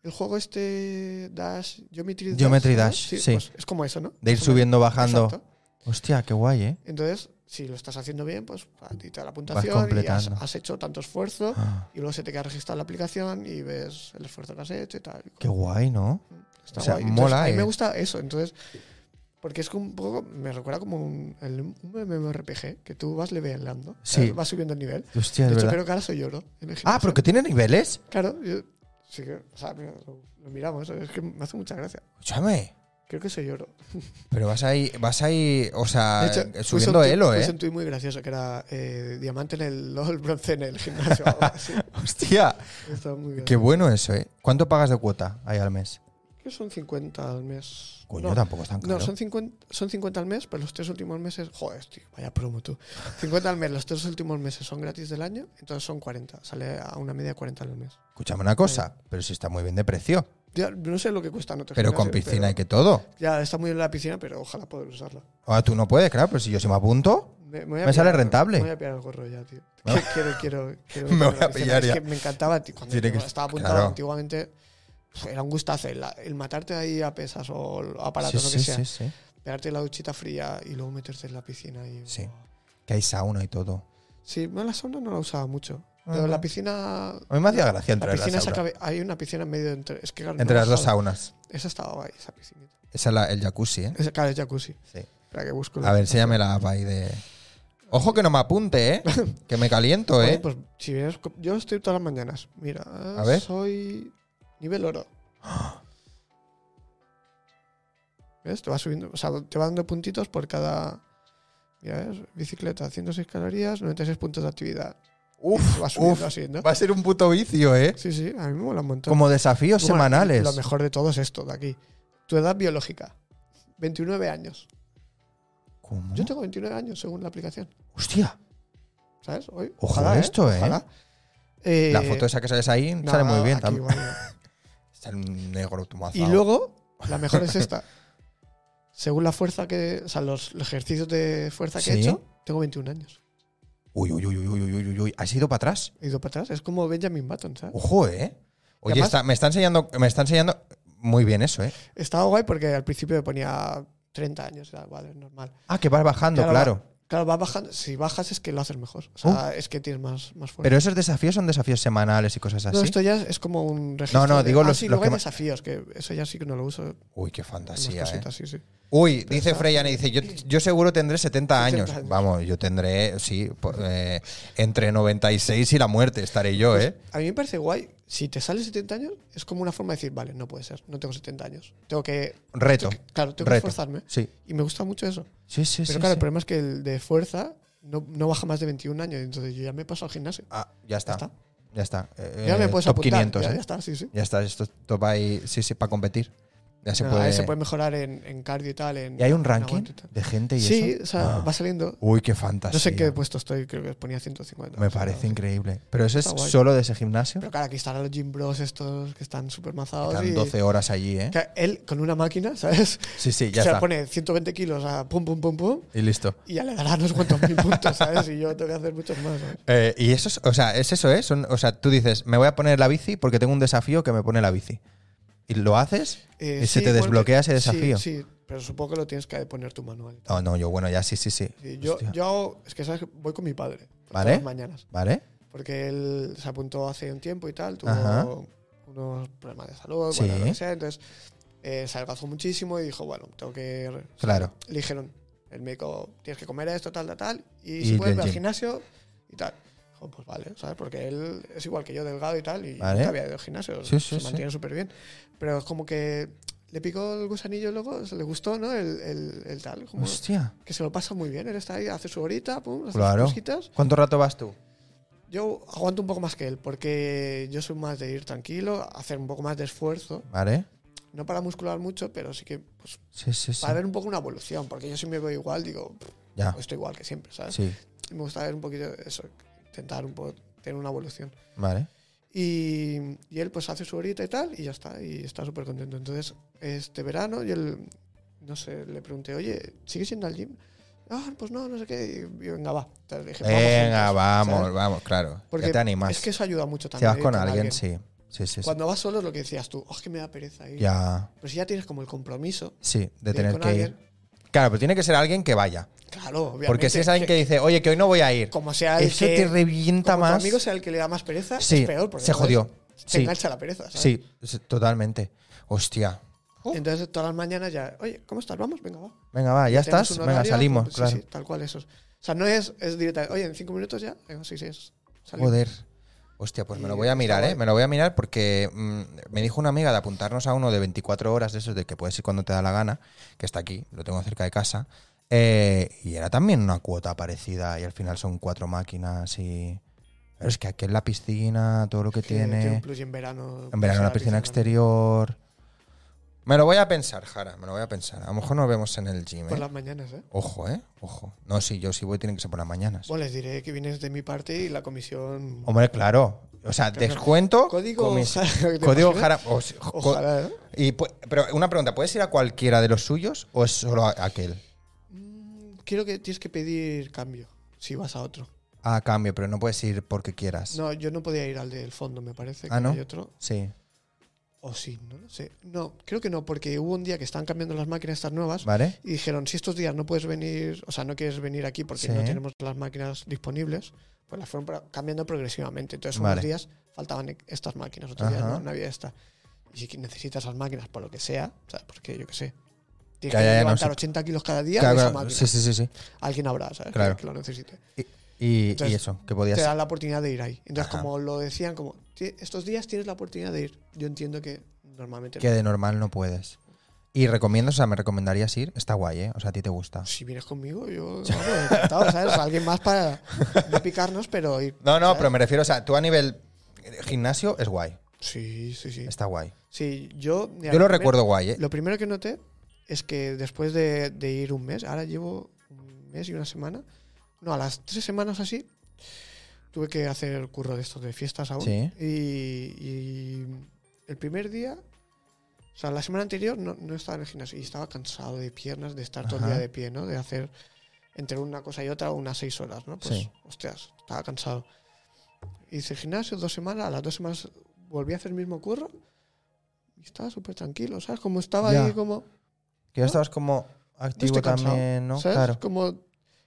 Speaker 2: el juego este Dash, Geometry Dash.
Speaker 1: Geometry
Speaker 2: ¿sabes?
Speaker 1: Dash, sí.
Speaker 2: pues es como eso, ¿no?
Speaker 1: De ir
Speaker 2: Más o
Speaker 1: subiendo,
Speaker 2: menos.
Speaker 1: bajando.
Speaker 2: Exacto.
Speaker 1: Hostia, qué guay, ¿eh?
Speaker 2: Entonces, si lo estás haciendo bien, pues a ti te da la puntuación y has,
Speaker 1: completando.
Speaker 2: has hecho tanto esfuerzo
Speaker 1: Ah,
Speaker 2: y luego se te queda registrada la aplicación y ves el esfuerzo que has hecho y tal.
Speaker 1: Qué guay, ¿no?
Speaker 2: Está
Speaker 1: O sea,
Speaker 2: guay.
Speaker 1: mola,
Speaker 2: a mí
Speaker 1: eh.
Speaker 2: me gusta eso, entonces. Porque es que un poco me recuerda como un, el- un MMORPG que tú vas levelando, o sea,
Speaker 1: Sí.
Speaker 2: vas subiendo el nivel.
Speaker 1: Hostia,
Speaker 2: de
Speaker 1: es
Speaker 2: hecho,
Speaker 1: verdad.
Speaker 2: creo que ahora soy yo, ¿no? En el
Speaker 1: Ah,
Speaker 2: gimnasio.
Speaker 1: pero que tiene niveles.
Speaker 2: Claro, yo. Sí que. O sea, mira, lo, lo miramos, es que me hace mucha gracia.
Speaker 1: Escúchame.
Speaker 2: Creo que soy oro.
Speaker 1: Pero vas ahí, vas ahí, o sea,
Speaker 2: De hecho,
Speaker 1: eh,
Speaker 2: puse un
Speaker 1: subiendo
Speaker 2: tuit-
Speaker 1: elo,
Speaker 2: Puse
Speaker 1: ¿eh?
Speaker 2: un tuit muy gracioso que era eh, diamante en el LOL, bronce en el gimnasio. o algo así.
Speaker 1: Hostia,
Speaker 2: Estaba muy
Speaker 1: qué
Speaker 2: gracioso.
Speaker 1: bueno eso, ¿eh? ¿Cuánto pagas de cuota ahí al mes?
Speaker 2: Que son 50 al mes.
Speaker 1: Coño,
Speaker 2: No,
Speaker 1: tampoco es tan caro.
Speaker 2: No, son 50, son 50 al mes, pero los tres últimos meses. Joder, tío, vaya promo tú. 50 al mes, los tres últimos meses son gratis del año, entonces son 40. Sale a una media de 40 al mes.
Speaker 1: Escúchame una cosa, pero si está muy bien de precio.
Speaker 2: Ya, no sé lo que cuesta en otros
Speaker 1: Pero con
Speaker 2: gimnasios,
Speaker 1: piscina
Speaker 2: Eh. pero-
Speaker 1: y que todo.
Speaker 2: Ya está muy en la piscina, pero ojalá poder usarla.
Speaker 1: Ah, tú no puedes, claro, pero si yo se me apunto,
Speaker 2: Me, voy a
Speaker 1: Me sale
Speaker 2: pillar-
Speaker 1: rentable.
Speaker 2: Me voy a pillar el gorro ya, tío. Que quiero, quiero, quiero
Speaker 1: Me
Speaker 2: meterme
Speaker 1: voy
Speaker 2: en la
Speaker 1: a
Speaker 2: piscina.
Speaker 1: pillar ya.
Speaker 2: Es que me encantaba, tío, cuando
Speaker 1: Tiene
Speaker 2: yo
Speaker 1: que-
Speaker 2: estaba apuntado
Speaker 1: claro.
Speaker 2: antiguamente. pf, Era un gustazo el, el matarte ahí a pesas o
Speaker 1: sí,
Speaker 2: aparatos, lo que
Speaker 1: sí,
Speaker 2: sea.
Speaker 1: sí, sí.
Speaker 2: Pegarte la duchita fría y luego meterte en la piscina. Y,
Speaker 1: Sí. Que hay sauna y todo.
Speaker 2: Sí, no, la sauna no la usaba mucho. Pero
Speaker 1: Ajá.
Speaker 2: la piscina.
Speaker 1: A mí me hacía gracia
Speaker 2: La
Speaker 1: entrar en la
Speaker 2: piscina se
Speaker 1: sauna.
Speaker 2: acabe- hay una piscina en medio entre. Es que, claro,
Speaker 1: Entre
Speaker 2: no
Speaker 1: las dos
Speaker 2: bajaba.
Speaker 1: saunas.
Speaker 2: Esa estaba guay, esa piscinita.
Speaker 1: Esa es la- el jacuzzi, ¿eh?
Speaker 2: Esa, claro, es jacuzzi.
Speaker 1: Sí.
Speaker 2: Espera que busco. la-
Speaker 1: A ver, enséñame la app ahí de. Ojo que no me apunte, ¿eh? Que me caliento,
Speaker 2: Oye,
Speaker 1: ¿eh?
Speaker 2: pues si vienes co- yo estoy todas las mañanas. Mira,
Speaker 1: A ver.
Speaker 2: soy nivel oro. ¿Ves? Te va subiendo, o sea, te va dando puntitos por cada Mira, ¿ves? bicicleta, 106 calorías, 96 puntos de actividad. Uf, va subiendo
Speaker 1: uf.
Speaker 2: así, ¿no?
Speaker 1: Va a ser un puto vicio, ¿eh?
Speaker 2: Sí, sí, a mí me mola un montón.
Speaker 1: Como desafíos
Speaker 2: Bueno,
Speaker 1: semanales.
Speaker 2: Lo mejor de todo es esto de aquí. Tu edad biológica. 29 años.
Speaker 1: ¿Cómo?
Speaker 2: Yo tengo 29 años según la aplicación.
Speaker 1: Hostia.
Speaker 2: ¿Sabes? Hoy,
Speaker 1: Ojalá esto, ¿eh?
Speaker 2: Ojalá. Eh,
Speaker 1: la foto esa que sales ahí sale
Speaker 2: nada,
Speaker 1: muy bien
Speaker 2: aquí
Speaker 1: también.
Speaker 2: igual no.
Speaker 1: Sale un negro tumazo.
Speaker 2: Y luego, la mejor es esta. Según la fuerza que. O sea, los, los ejercicios de fuerza que he
Speaker 1: Sí.
Speaker 2: hecho, tengo 21 años.
Speaker 1: Uy, uy, uy, uy, uy, uy, uy, uy. ¿Has ido para atrás?
Speaker 2: He ido para atrás. Es como Benjamin Button, ¿sabes?
Speaker 1: Ojo, ¿eh? Oye,
Speaker 2: además-
Speaker 1: está- me está enseñando. Me está enseñando. Muy bien eso, ¿eh?
Speaker 2: Estaba guay porque al principio me ponía 30 años. Era, vale, normal.
Speaker 1: Ah, que vas bajando,
Speaker 2: Claro,
Speaker 1: claro.
Speaker 2: Claro, va bajando, si bajas es que lo haces mejor. O sea, es que tienes más, más fuerza.
Speaker 1: Oh. Pero esos desafíos son desafíos semanales y cosas así.
Speaker 2: no, esto ya es como un registro.
Speaker 1: ¿Ah, No, no,
Speaker 2: de-
Speaker 1: digo
Speaker 2: Ah,
Speaker 1: los-
Speaker 2: sí,
Speaker 1: los
Speaker 2: luego
Speaker 1: que
Speaker 2: hay
Speaker 1: ma-
Speaker 2: desafíos, que eso ya sí que no lo uso. en
Speaker 1: Uy, qué
Speaker 2: más
Speaker 1: fantasía, ¿eh?
Speaker 2: cositas, sí, sí.
Speaker 1: Uy, dice Freyana, dice, yo, yo seguro tendré 70 años.
Speaker 2: 70 años.
Speaker 1: Vamos, yo tendré, sí, po- eh, entre 96 y la muerte estaré yo, ¿eh?
Speaker 2: Pues, A mí me parece guay. Si te sales 70 años, es como una forma de decir, vale, no puede ser, no tengo 70 años. Tengo que.
Speaker 1: Reto.
Speaker 2: tengo que- claro, tengo
Speaker 1: reto.
Speaker 2: que esforzarme.
Speaker 1: Sí,
Speaker 2: Y me gusta mucho eso.
Speaker 1: ¿eh? sí, sí.
Speaker 2: Pero
Speaker 1: sí,
Speaker 2: claro, el
Speaker 1: sí.
Speaker 2: problema es que el de fuerza no, no baja más de 21 años. Entonces yo ya me he pasado al gimnasio.
Speaker 1: Ah, ya está.
Speaker 2: Ya está.
Speaker 1: Ya está. Eh,
Speaker 2: ya me
Speaker 1: eh,
Speaker 2: puedes
Speaker 1: top
Speaker 2: apuntar.
Speaker 1: 500,
Speaker 2: ya,
Speaker 1: ¿eh?
Speaker 2: ya está, sí, sí.
Speaker 1: Ya está, esto es top ahí, sí, sí, para competir. Ya se
Speaker 2: Nada,
Speaker 1: puede.
Speaker 2: Ah, ahí se puede mejorar en, en cardio y tal. En,
Speaker 1: ¿Y hay un
Speaker 2: en
Speaker 1: ranking
Speaker 2: aguante y tal.
Speaker 1: de gente y
Speaker 2: Sí,
Speaker 1: eso?
Speaker 2: o sea,
Speaker 1: Ah.
Speaker 2: va saliendo.
Speaker 1: Uy, qué fantasía.
Speaker 2: No sé en qué pues, puesto estoy, creo que ponía 150.
Speaker 1: Me
Speaker 2: o sea,
Speaker 1: parece
Speaker 2: sí.
Speaker 1: increíble. ¿Pero eso es
Speaker 2: Está guay.
Speaker 1: solo de ese gimnasio?
Speaker 2: Pero claro, aquí estarán los gym bros estos que están súper mazados.
Speaker 1: Están
Speaker 2: y-
Speaker 1: 12 horas allí, ¿eh?
Speaker 2: que él con una máquina, ¿sabes?
Speaker 1: Sí, sí,
Speaker 2: o
Speaker 1: ya
Speaker 2: sea,
Speaker 1: está.
Speaker 2: pone 120 kilos a pum, pum, pum, pum.
Speaker 1: Y listo.
Speaker 2: Y ya le dará unos cuantos mil puntos, ¿sabes? Y yo tengo que hacer muchos más. ¿sabes?
Speaker 1: Eh, y eso es, o sea, es eso, ¿eh? Son- o sea, tú dices, me voy a poner la bici porque tengo un desafío que me pone la bici. Y lo haces
Speaker 2: Eh,
Speaker 1: y se
Speaker 2: sí,
Speaker 1: te
Speaker 2: bueno,
Speaker 1: desbloquea ese
Speaker 2: sí,
Speaker 1: desafío.
Speaker 2: Sí, pero supongo que lo tienes que poner tu manual.
Speaker 1: No, no, yo, bueno, ya sí, sí, sí.
Speaker 2: Sí, yo,
Speaker 1: Hostia.
Speaker 2: yo hago, es que sabes, que voy con mi padre
Speaker 1: Vale.
Speaker 2: todas las mañanas,
Speaker 1: ¿Vale?
Speaker 2: porque él se apuntó hace un tiempo y tal, tuvo
Speaker 1: Ajá.
Speaker 2: unos problemas de salud,
Speaker 1: Sí.
Speaker 2: bueno, lo que sea, entonces eh, se adelgazó muchísimo y dijo, bueno, tengo que... ir-
Speaker 1: Claro.
Speaker 2: Le dijeron, el médico, tienes que comer esto, tal, tal, tal, y,
Speaker 1: Y
Speaker 2: si puedes,
Speaker 1: del
Speaker 2: ve al
Speaker 1: gym.
Speaker 2: gimnasio y tal. Dijo, pues vale, ¿sabes? Porque él es igual que yo, delgado y tal, y
Speaker 1: Vale.
Speaker 2: nunca había ido al gimnasio,
Speaker 1: Sí, sí,
Speaker 2: se
Speaker 1: sí.
Speaker 2: mantiene súper bien, pero es como que... Le picó el gusanillo luego, se le gustó, ¿no? El, el, el tal. Como,
Speaker 1: Hostia.
Speaker 2: que se lo pasa muy bien. Él está ahí, hace su horita, pum, hace sus
Speaker 1: Claro.
Speaker 2: cositas.
Speaker 1: ¿Cuánto rato vas tú?
Speaker 2: Yo aguanto un poco más que él, porque yo soy más de ir tranquilo, hacer un poco más de esfuerzo.
Speaker 1: ¿Vale?
Speaker 2: No para muscular mucho, pero sí que pues,
Speaker 1: Sí, sí, sí.
Speaker 2: para ver un poco una evolución, porque yo si me veo igual, digo, "Pff,
Speaker 1: Ya.
Speaker 2: pues estoy igual que siempre, ¿sabes?
Speaker 1: Sí.
Speaker 2: Y me gusta ver un poquito eso, intentar un poco tener una evolución.
Speaker 1: Vale.
Speaker 2: Y, y él pues hace su horita y tal, y ya está, y está súper contento. Entonces, este verano, yo el- no sé, le pregunté, oye, ¿sigues yendo al gym? Ah, pues no, no sé qué. Y yo, venga, va. Entonces le dije, "Vamos
Speaker 1: Venga,
Speaker 2: juntos",
Speaker 1: vamos,
Speaker 2: ¿sabes?
Speaker 1: vamos, claro.
Speaker 2: Porque
Speaker 1: ya te animas.
Speaker 2: Es que eso ayuda mucho
Speaker 1: si
Speaker 2: también.
Speaker 1: vas
Speaker 2: ir
Speaker 1: con alguien, sí. Sí, sí, sí.
Speaker 2: Cuando vas solo es lo que decías tú, oh, es que me da pereza ir.
Speaker 1: Ya.
Speaker 2: Pero si ya tienes como el compromiso
Speaker 1: Sí, de
Speaker 2: ir
Speaker 1: tener
Speaker 2: con
Speaker 1: que ir.
Speaker 2: alguien,
Speaker 1: Claro, pero tiene que ser alguien que vaya.
Speaker 2: Claro, obviamente.
Speaker 1: Porque si es alguien que dice, oye, que hoy no voy a ir,
Speaker 2: Como sea el
Speaker 1: eso
Speaker 2: que-
Speaker 1: te revienta
Speaker 2: como tu
Speaker 1: más.
Speaker 2: amigo sea el que le da más pereza,
Speaker 1: Sí,
Speaker 2: es peor. Porque
Speaker 1: se
Speaker 2: entonces
Speaker 1: jodió.
Speaker 2: Te
Speaker 1: Sí.
Speaker 2: engancha la pereza, ¿sabes? Oh.
Speaker 1: Sí, sí, totalmente. Hostia.
Speaker 2: Entonces todas las mañanas ya, oye, ¿cómo estás? Vamos, venga, va.
Speaker 1: Venga, va, ya
Speaker 2: Tenemos
Speaker 1: estás.
Speaker 2: un
Speaker 1: Venga,
Speaker 2: horario,
Speaker 1: salimos.
Speaker 2: pues, sí,
Speaker 1: claro.
Speaker 2: sí, tal cual eso. es. O sea, no es, es directa, oye, en cinco minutos ya, venga, sí, sí, es. salimos".
Speaker 1: Joder. Hostia, pues me lo
Speaker 2: Y
Speaker 1: voy a
Speaker 2: está
Speaker 1: mirar, ¿eh?
Speaker 2: guay.
Speaker 1: Me lo voy a mirar porque mm, me dijo una amiga de apuntarnos a uno de 24 horas de esos de que puedes ir cuando te da la gana, que está aquí, lo tengo cerca de casa. eh, y era también una cuota parecida y al final son cuatro máquinas y... Pero es que aquí en la piscina, todo lo que,
Speaker 2: Que
Speaker 1: tiene...
Speaker 2: un plus y en verano.
Speaker 1: En verano
Speaker 2: pues,
Speaker 1: una piscina
Speaker 2: grande.
Speaker 1: exterior... Me lo voy a pensar, Jara, me lo voy a pensar. A lo mejor nos vemos en el gym,
Speaker 2: Por
Speaker 1: ¿eh?
Speaker 2: las mañanas, ¿eh?
Speaker 1: Ojo, ¿eh? Ojo. No, sí, yo sí voy, tienen que ser por las mañanas.
Speaker 2: Bueno, les diré que vienes de mi parte y la comisión.
Speaker 1: Hombre, claro. O sea,
Speaker 2: Claro.
Speaker 1: descuento.
Speaker 2: Código
Speaker 1: comis-
Speaker 2: Jara, ¿te
Speaker 1: Código
Speaker 2: imaginas?
Speaker 1: Jara. o si- jo-
Speaker 2: Ojalá, ¿eh?
Speaker 1: Y, pu- pero una pregunta, ¿puedes ir a cualquiera de los suyos o es solo a aquel?
Speaker 2: Mm, Creo que tienes que pedir cambio si vas a otro.
Speaker 1: A cambio, pero no puedes ir porque quieras.
Speaker 2: No, yo no podía ir al del fondo, me parece.
Speaker 1: Ah,
Speaker 2: que
Speaker 1: ¿no?
Speaker 2: Hay otro.
Speaker 1: Sí,
Speaker 2: O sí, no lo sé. No, creo que no, porque hubo un día que estaban cambiando las máquinas estas nuevas.
Speaker 1: ¿vale?
Speaker 2: Y dijeron, si estos días no puedes venir, o sea, no quieres venir aquí porque
Speaker 1: Sí.
Speaker 2: no tenemos las máquinas disponibles, pues las fueron pro- cambiando progresivamente. Entonces,
Speaker 1: Vale.
Speaker 2: unos días faltaban e- estas máquinas, otros días
Speaker 1: Ajá.
Speaker 2: no, no había esta. Y si que necesitas las máquinas por lo que sea, ¿sabes? Porque yo qué sé. Tienes
Speaker 1: ya,
Speaker 2: que
Speaker 1: ya, no
Speaker 2: levantar
Speaker 1: sé.
Speaker 2: 80 kilos cada día de
Speaker 1: Claro,
Speaker 2: esa
Speaker 1: claro,
Speaker 2: máquina.
Speaker 1: sí, sí, sí. sí.
Speaker 2: Alguien habrá, ¿sabes? Que-
Speaker 1: Claro.
Speaker 2: Que, lo necesite.
Speaker 1: Y, y
Speaker 2: Entonces,
Speaker 1: eso, que podías
Speaker 2: Te dan la oportunidad de ir ahí. Entonces,
Speaker 1: Ajá.
Speaker 2: como lo decían, como "Ti- estos días tienes la oportunidad de ir. Yo entiendo que normalmente
Speaker 1: Que
Speaker 2: no.
Speaker 1: de normal no puedes. Y recomiendo, o sea, me recomendarías ir. Está guay, ¿eh? O sea, a ti te gusta.
Speaker 2: Si vienes conmigo, yo vamos, encantado, ¿sabes? Alguien más para no picarnos, pero ir.
Speaker 1: No, no,
Speaker 2: ¿sabes?
Speaker 1: pero me refiero, o sea, tú a nivel eh, gimnasio es guay.
Speaker 2: Sí, sí, sí.
Speaker 1: Está guay.
Speaker 2: Sí, yo. mira,
Speaker 1: Yo lo
Speaker 2: primero-
Speaker 1: recuerdo guay, ¿eh?
Speaker 2: Lo primero que noté es que después de, de ir un mes, ahora llevo un mes y una semana, no, a las tres semanas así, tuve que hacer el curro de estos de fiestas aún.
Speaker 1: Sí.
Speaker 2: Y, y el primer día, o sea, la semana anterior no, no estaba en el gimnasio y estaba cansado de piernas, de estar todo el
Speaker 1: Ajá.
Speaker 2: día de pie, ¿no? De hacer entre una cosa y otra unas seis horas, ¿no? Pues,
Speaker 1: Sí.
Speaker 2: hostias, estaba cansado. Hice gimnasio dos semanas, a las dos semanas volví a hacer el mismo curro y estaba súper tranquilo, ¿sabes? Como estaba
Speaker 1: Ya.
Speaker 2: ahí como...
Speaker 1: Que ya estabas como activo
Speaker 2: estoy cansado,
Speaker 1: también, ¿no?
Speaker 2: ¿sabes?
Speaker 1: Claro.
Speaker 2: Como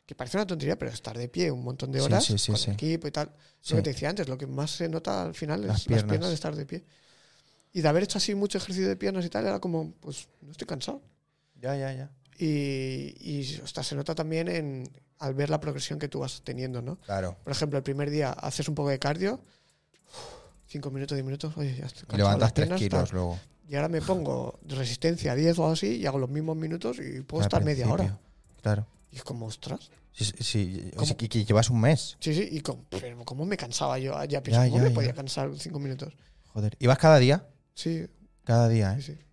Speaker 2: que parece una tontería, pero estar de pie un montón de
Speaker 1: Sí,
Speaker 2: horas
Speaker 1: sí, sí,
Speaker 2: con
Speaker 1: sí.
Speaker 2: el equipo y tal.
Speaker 1: Sí.
Speaker 2: Lo que te decía antes, lo que más se nota al final es
Speaker 1: Las
Speaker 2: las
Speaker 1: piernas.
Speaker 2: piernas, de estar de pie. Y de haber hecho así mucho ejercicio de piernas y tal, era como, pues no estoy cansado.
Speaker 1: Ya, ya, ya.
Speaker 2: Y, y ostras, se nota también en, al ver la progresión que tú vas teniendo, ¿no?
Speaker 1: Claro.
Speaker 2: Por ejemplo, el primer día haces un poco de cardio, 5 minutos, 10 minutos, oye, ya estoy
Speaker 1: Y
Speaker 2: cansado. las
Speaker 1: levantas 3
Speaker 2: piernas,
Speaker 1: kilos
Speaker 2: tal.
Speaker 1: luego.
Speaker 2: Y ahora me pongo resistencia 10 o algo así y hago los mismos minutos y puedo
Speaker 1: al
Speaker 2: estar media
Speaker 1: Ah, principio.
Speaker 2: hora.
Speaker 1: Claro.
Speaker 2: Y es como, ostras.
Speaker 1: Sí, sí, sí,
Speaker 2: ¿Cómo?
Speaker 1: que- que llevas un mes.
Speaker 2: Sí, sí, y como, pero ¿cómo me cansaba yo? Ya pienso,
Speaker 1: Ya,
Speaker 2: ¿cómo
Speaker 1: ya,
Speaker 2: me
Speaker 1: ya.
Speaker 2: podía cansar 5 minutos?
Speaker 1: Joder. ¿Y vas cada día?
Speaker 2: Sí,
Speaker 1: Cada día,
Speaker 2: sí,
Speaker 1: ¿eh?
Speaker 2: sí.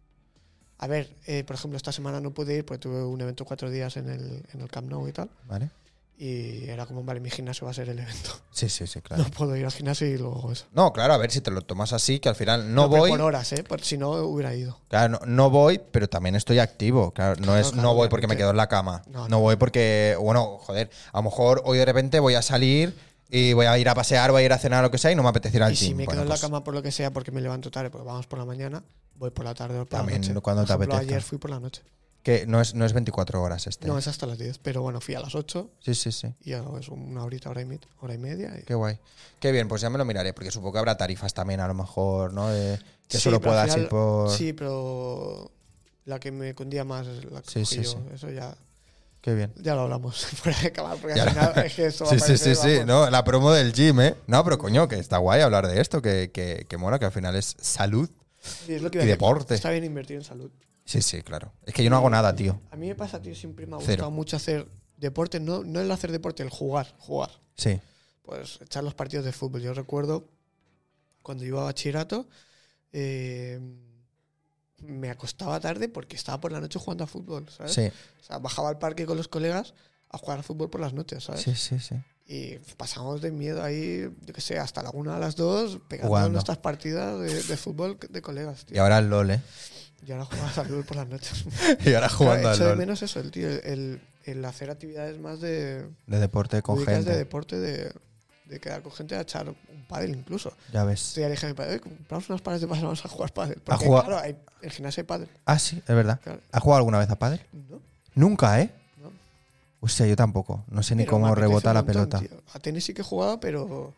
Speaker 2: A ver, eh, por ejemplo, esta semana no pude ir porque tuve un evento cuatro días en el, en el Camp Nou y tal.
Speaker 1: ¿Vale?
Speaker 2: Y era como, vale, mi gimnasio va a ser el evento.
Speaker 1: Sí, sí, sí, claro.
Speaker 2: No puedo ir al gimnasio y luego eso.
Speaker 1: No, claro, a ver si te lo tomas así, que al final no,
Speaker 2: pero
Speaker 1: voy.
Speaker 2: Por horas, ¿eh? Por, si no, hubiera ido.
Speaker 1: Claro, no, no voy, pero también estoy activo. Claro, no es
Speaker 2: claro,
Speaker 1: no voy porque me
Speaker 2: obviamente.
Speaker 1: quedo en la cama.
Speaker 2: No,
Speaker 1: No,
Speaker 2: no.
Speaker 1: voy porque, bueno, joder, a lo mejor hoy de repente voy a salir y voy a ir a pasear, voy a ir a cenar o lo que sea y no me apetece ir al
Speaker 2: y si
Speaker 1: gym.
Speaker 2: me quedo
Speaker 1: Bueno,
Speaker 2: en
Speaker 1: pues,
Speaker 2: la cama por lo que sea, porque me levanto tarde, porque vamos por la mañana, voy por la tarde o por
Speaker 1: También
Speaker 2: la noche.
Speaker 1: cuando
Speaker 2: Por
Speaker 1: te
Speaker 2: ejemplo,
Speaker 1: apetezca.
Speaker 2: ayer fui por la noche.
Speaker 1: Que no es, no es 24 horas este.
Speaker 2: No, es hasta las 10, pero bueno, fui a las 8
Speaker 1: Sí, sí, sí.
Speaker 2: y hago eso, una horita, hora y, met- hora y media. y-
Speaker 1: Qué guay. Qué bien, pues ya me lo miraré, porque supongo que habrá tarifas también, a lo mejor, ¿no? De- que
Speaker 2: Sí,
Speaker 1: solo
Speaker 2: pero al
Speaker 1: puedas ir
Speaker 2: final-
Speaker 1: por.
Speaker 2: Sí, pero la que me condía más es la que
Speaker 1: Sí,
Speaker 2: cogí
Speaker 1: sí,
Speaker 2: yo.
Speaker 1: sí.
Speaker 2: Eso ya,
Speaker 1: Qué bien.
Speaker 2: ya lo hablamos fuera de cámara, porque
Speaker 1: Ya
Speaker 2: al
Speaker 1: lo-
Speaker 2: final es que eso va
Speaker 1: Sí,
Speaker 2: a
Speaker 1: sí, sí,
Speaker 2: parecer,
Speaker 1: sí,
Speaker 2: vamos,
Speaker 1: no, la promo del gym, ¿eh? No, pero coño, que está guay hablar de esto, que, que, que mola, que al final es salud
Speaker 2: y es lo
Speaker 1: y
Speaker 2: que iba a decir,
Speaker 1: deporte.
Speaker 2: Está bien invertir en salud.
Speaker 1: Sí, sí, claro. Es que yo no hago nada, tío.
Speaker 2: A mí me pasa, tío, siempre me ha
Speaker 1: Cero.
Speaker 2: gustado mucho hacer deporte, no, no el hacer deporte, el jugar, jugar.
Speaker 1: Sí,
Speaker 2: pues echar los partidos de fútbol. Yo recuerdo cuando iba a bachillerato, eh, me acostaba tarde porque estaba por la noche jugando a fútbol, ¿sabes?
Speaker 1: sí,
Speaker 2: O sea, bajaba al parque con los colegas a jugar a fútbol por las noches, ¿sabes?
Speaker 1: sí, sí, sí.
Speaker 2: Y pasábamos de miedo ahí, yo qué sé, hasta la una a las dos, pegando
Speaker 1: Jugando.
Speaker 2: nuestras partidas de, de fútbol de colegas,
Speaker 1: Y
Speaker 2: tío.
Speaker 1: ahora el LOL, ¿eh?
Speaker 2: Y ahora jugaba a fútbol por las noches.
Speaker 1: Y ahora jugando
Speaker 2: Claro,
Speaker 1: al
Speaker 2: echo de
Speaker 1: LOL.
Speaker 2: menos eso, el tío, el, el hacer actividades más de,
Speaker 1: De deporte con
Speaker 2: lúdicas de
Speaker 1: gente.
Speaker 2: deporte, de, de quedar con gente a echar un pádel incluso.
Speaker 1: Ya ves.
Speaker 2: Entonces ya le dije a mi padre, "Oye, compramos unas palas de pádel, vamos a jugar pádel.
Speaker 1: A
Speaker 2: Porque,
Speaker 1: jugar-
Speaker 2: claro, hay, en gimnasia hay pádel.
Speaker 1: Ah, sí, es verdad.
Speaker 2: Claro.
Speaker 1: ¿Has jugado alguna vez a pádel?
Speaker 2: No,
Speaker 1: Nunca, ¿eh?
Speaker 2: no.
Speaker 1: Hostia, yo tampoco. No sé ni
Speaker 2: Pero me
Speaker 1: cómo
Speaker 2: apetece
Speaker 1: rebota
Speaker 2: un
Speaker 1: la
Speaker 2: montón,
Speaker 1: pelota.
Speaker 2: tío. A tenis sí que he jugado, pero...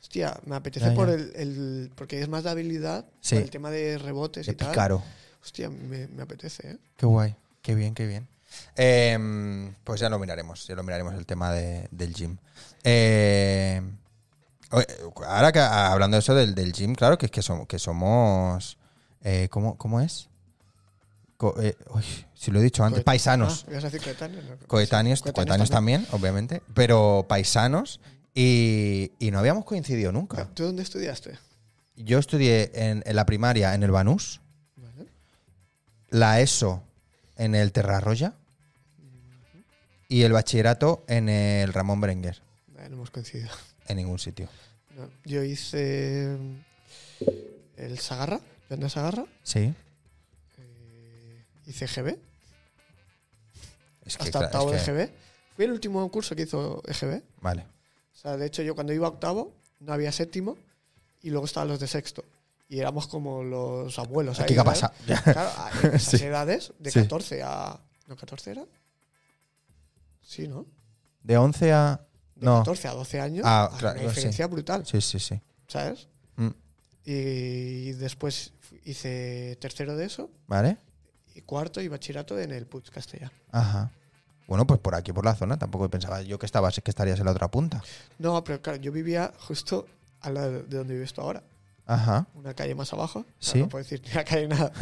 Speaker 2: Hostia, me apetece
Speaker 1: Ya, ya.
Speaker 2: por el, el- Porque es más de habilidad,
Speaker 1: Sí.
Speaker 2: por el tema de rebotes
Speaker 1: De
Speaker 2: y tal.
Speaker 1: pícaro.
Speaker 2: Hostia, me, me apetece, ¿eh?
Speaker 1: Qué guay. Qué bien, qué bien. Eh, pues ya lo miraremos. Ya lo miraremos el tema de- del gym. Eh, oye, ahora que ah, hablando de eso del, del gym, claro que es que, som- que somos. eh, ¿cómo, cómo es? Co- eh, uy, si lo he dicho antes,
Speaker 2: Coet-
Speaker 1: paisanos.
Speaker 2: Ah, ibas a decir coetáneos, ¿no?
Speaker 1: coetáneos,
Speaker 2: Coetáneos
Speaker 1: coetáneos también. obviamente, pero paisanos y, y no habíamos coincidido nunca.
Speaker 2: ¿Tú dónde estudiaste?
Speaker 1: Yo estudié en, en la primaria en el Banús,
Speaker 2: Vale.
Speaker 1: la ESO en el Terrarroya y el bachillerato en el Ramón Berenguer,
Speaker 2: Eh, no hemos coincidido.
Speaker 1: en ningún sitio.
Speaker 2: No. Yo hice... mm, El Sagarra, Yanda Sagarra.
Speaker 1: Sí.
Speaker 2: eh, hice GB.
Speaker 1: Es
Speaker 2: hasta
Speaker 1: claro,
Speaker 2: octavo
Speaker 1: es que-
Speaker 2: de EGB. Fui el último curso que hizo EGB.
Speaker 1: Vale.
Speaker 2: O sea, de hecho, yo cuando iba a octavo, no había séptimo y luego estaban los de sexto. Y éramos como los abuelos.
Speaker 1: Aquí
Speaker 2: ahí,
Speaker 1: qué
Speaker 2: ¿sabes?
Speaker 1: pasa.
Speaker 2: Claro, a- en esas
Speaker 1: Sí.
Speaker 2: edades, de
Speaker 1: Sí.
Speaker 2: 14 a. ¿No 14 era? Sí, ¿no?
Speaker 1: De 11 a...
Speaker 2: De
Speaker 1: No.
Speaker 2: 14 a 12 años.
Speaker 1: Ah,
Speaker 2: hay
Speaker 1: claro,
Speaker 2: una diferencia brutal,
Speaker 1: Sí, sí, sí.
Speaker 2: ¿sabes?
Speaker 1: Mm,
Speaker 2: Y después fu- hice tercero de eso
Speaker 1: ¿Vale?
Speaker 2: y cuarto y bachillerato en el Puig Castellano.
Speaker 1: Ajá. Bueno, pues por aquí, por la zona, tampoco pensaba yo que estabas, que estarías en la otra punta.
Speaker 2: No, pero claro, yo vivía justo al lado de donde vives tú ahora.
Speaker 1: Ajá.
Speaker 2: una calle más abajo. Claro,
Speaker 1: Sí.
Speaker 2: No puedo decir ni la calle nada.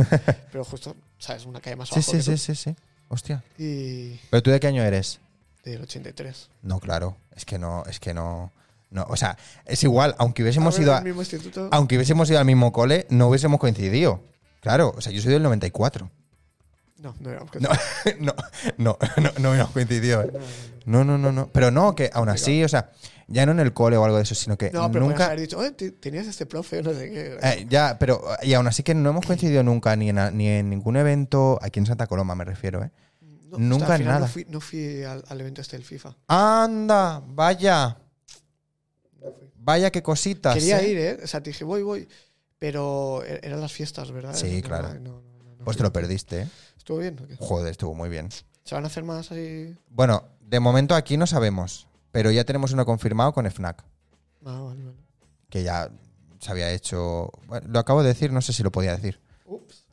Speaker 2: pero justo, ¿sabes? Una calle más
Speaker 1: Sí,
Speaker 2: abajo.
Speaker 1: sí,
Speaker 2: que
Speaker 1: sí,
Speaker 2: tú.
Speaker 1: sí, sí. Hostia.
Speaker 2: Y
Speaker 1: ¿Pero tú de qué año eres?
Speaker 2: del 83.
Speaker 1: No, claro. Es que no, es que no. no o sea, es igual, aunque hubiésemos
Speaker 2: Ahora
Speaker 1: ido
Speaker 2: en
Speaker 1: a-
Speaker 2: el mismo instituto.
Speaker 1: aunque hubiésemos ido al mismo cole, no hubiésemos coincidido. Claro, o sea, yo soy del 94.
Speaker 2: No, no era.
Speaker 1: No, eh, no, no, no, no hubiéramos coincidido. ¿eh? No, no, no, no. Pero no, que aún así, o sea, ya no en el cole o algo de eso, sino que
Speaker 2: No, pero podrías
Speaker 1: nunca.
Speaker 2: haber dicho, "Oye, te- tenías este profe, no sé qué.
Speaker 1: Eh, ya, pero eh, y aún así que no hemos coincidido nunca ni en, a- ni en ningún evento, aquí en Santa Coloma me refiero, ¿eh?
Speaker 2: No,
Speaker 1: nunca
Speaker 2: al final
Speaker 1: nada.
Speaker 2: No fui, no fui al, al evento este del FIFA.
Speaker 1: ¡Anda! ¡Vaya!
Speaker 2: No fui.
Speaker 1: Vaya qué cositas.
Speaker 2: Quería
Speaker 1: ¿eh?
Speaker 2: ir, ¿eh? O sea, te dije, voy, voy. Pero er- eran las fiestas, ¿verdad?
Speaker 1: Sí,
Speaker 2: No,
Speaker 1: claro.
Speaker 2: no, no, no, no
Speaker 1: Pues
Speaker 2: fui.
Speaker 1: te lo perdiste, ¿eh?
Speaker 2: ¿Estuvo bien o qué?
Speaker 1: Joder, estuvo muy bien.
Speaker 2: ¿Se van a hacer más así?
Speaker 1: Bueno, de momento aquí no sabemos, pero ya tenemos uno confirmado con FNAC,
Speaker 2: Ah, vale, vale.
Speaker 1: que ya se había hecho... bueno, lo acabo de decir, no sé si lo podía decir,
Speaker 2: Ups.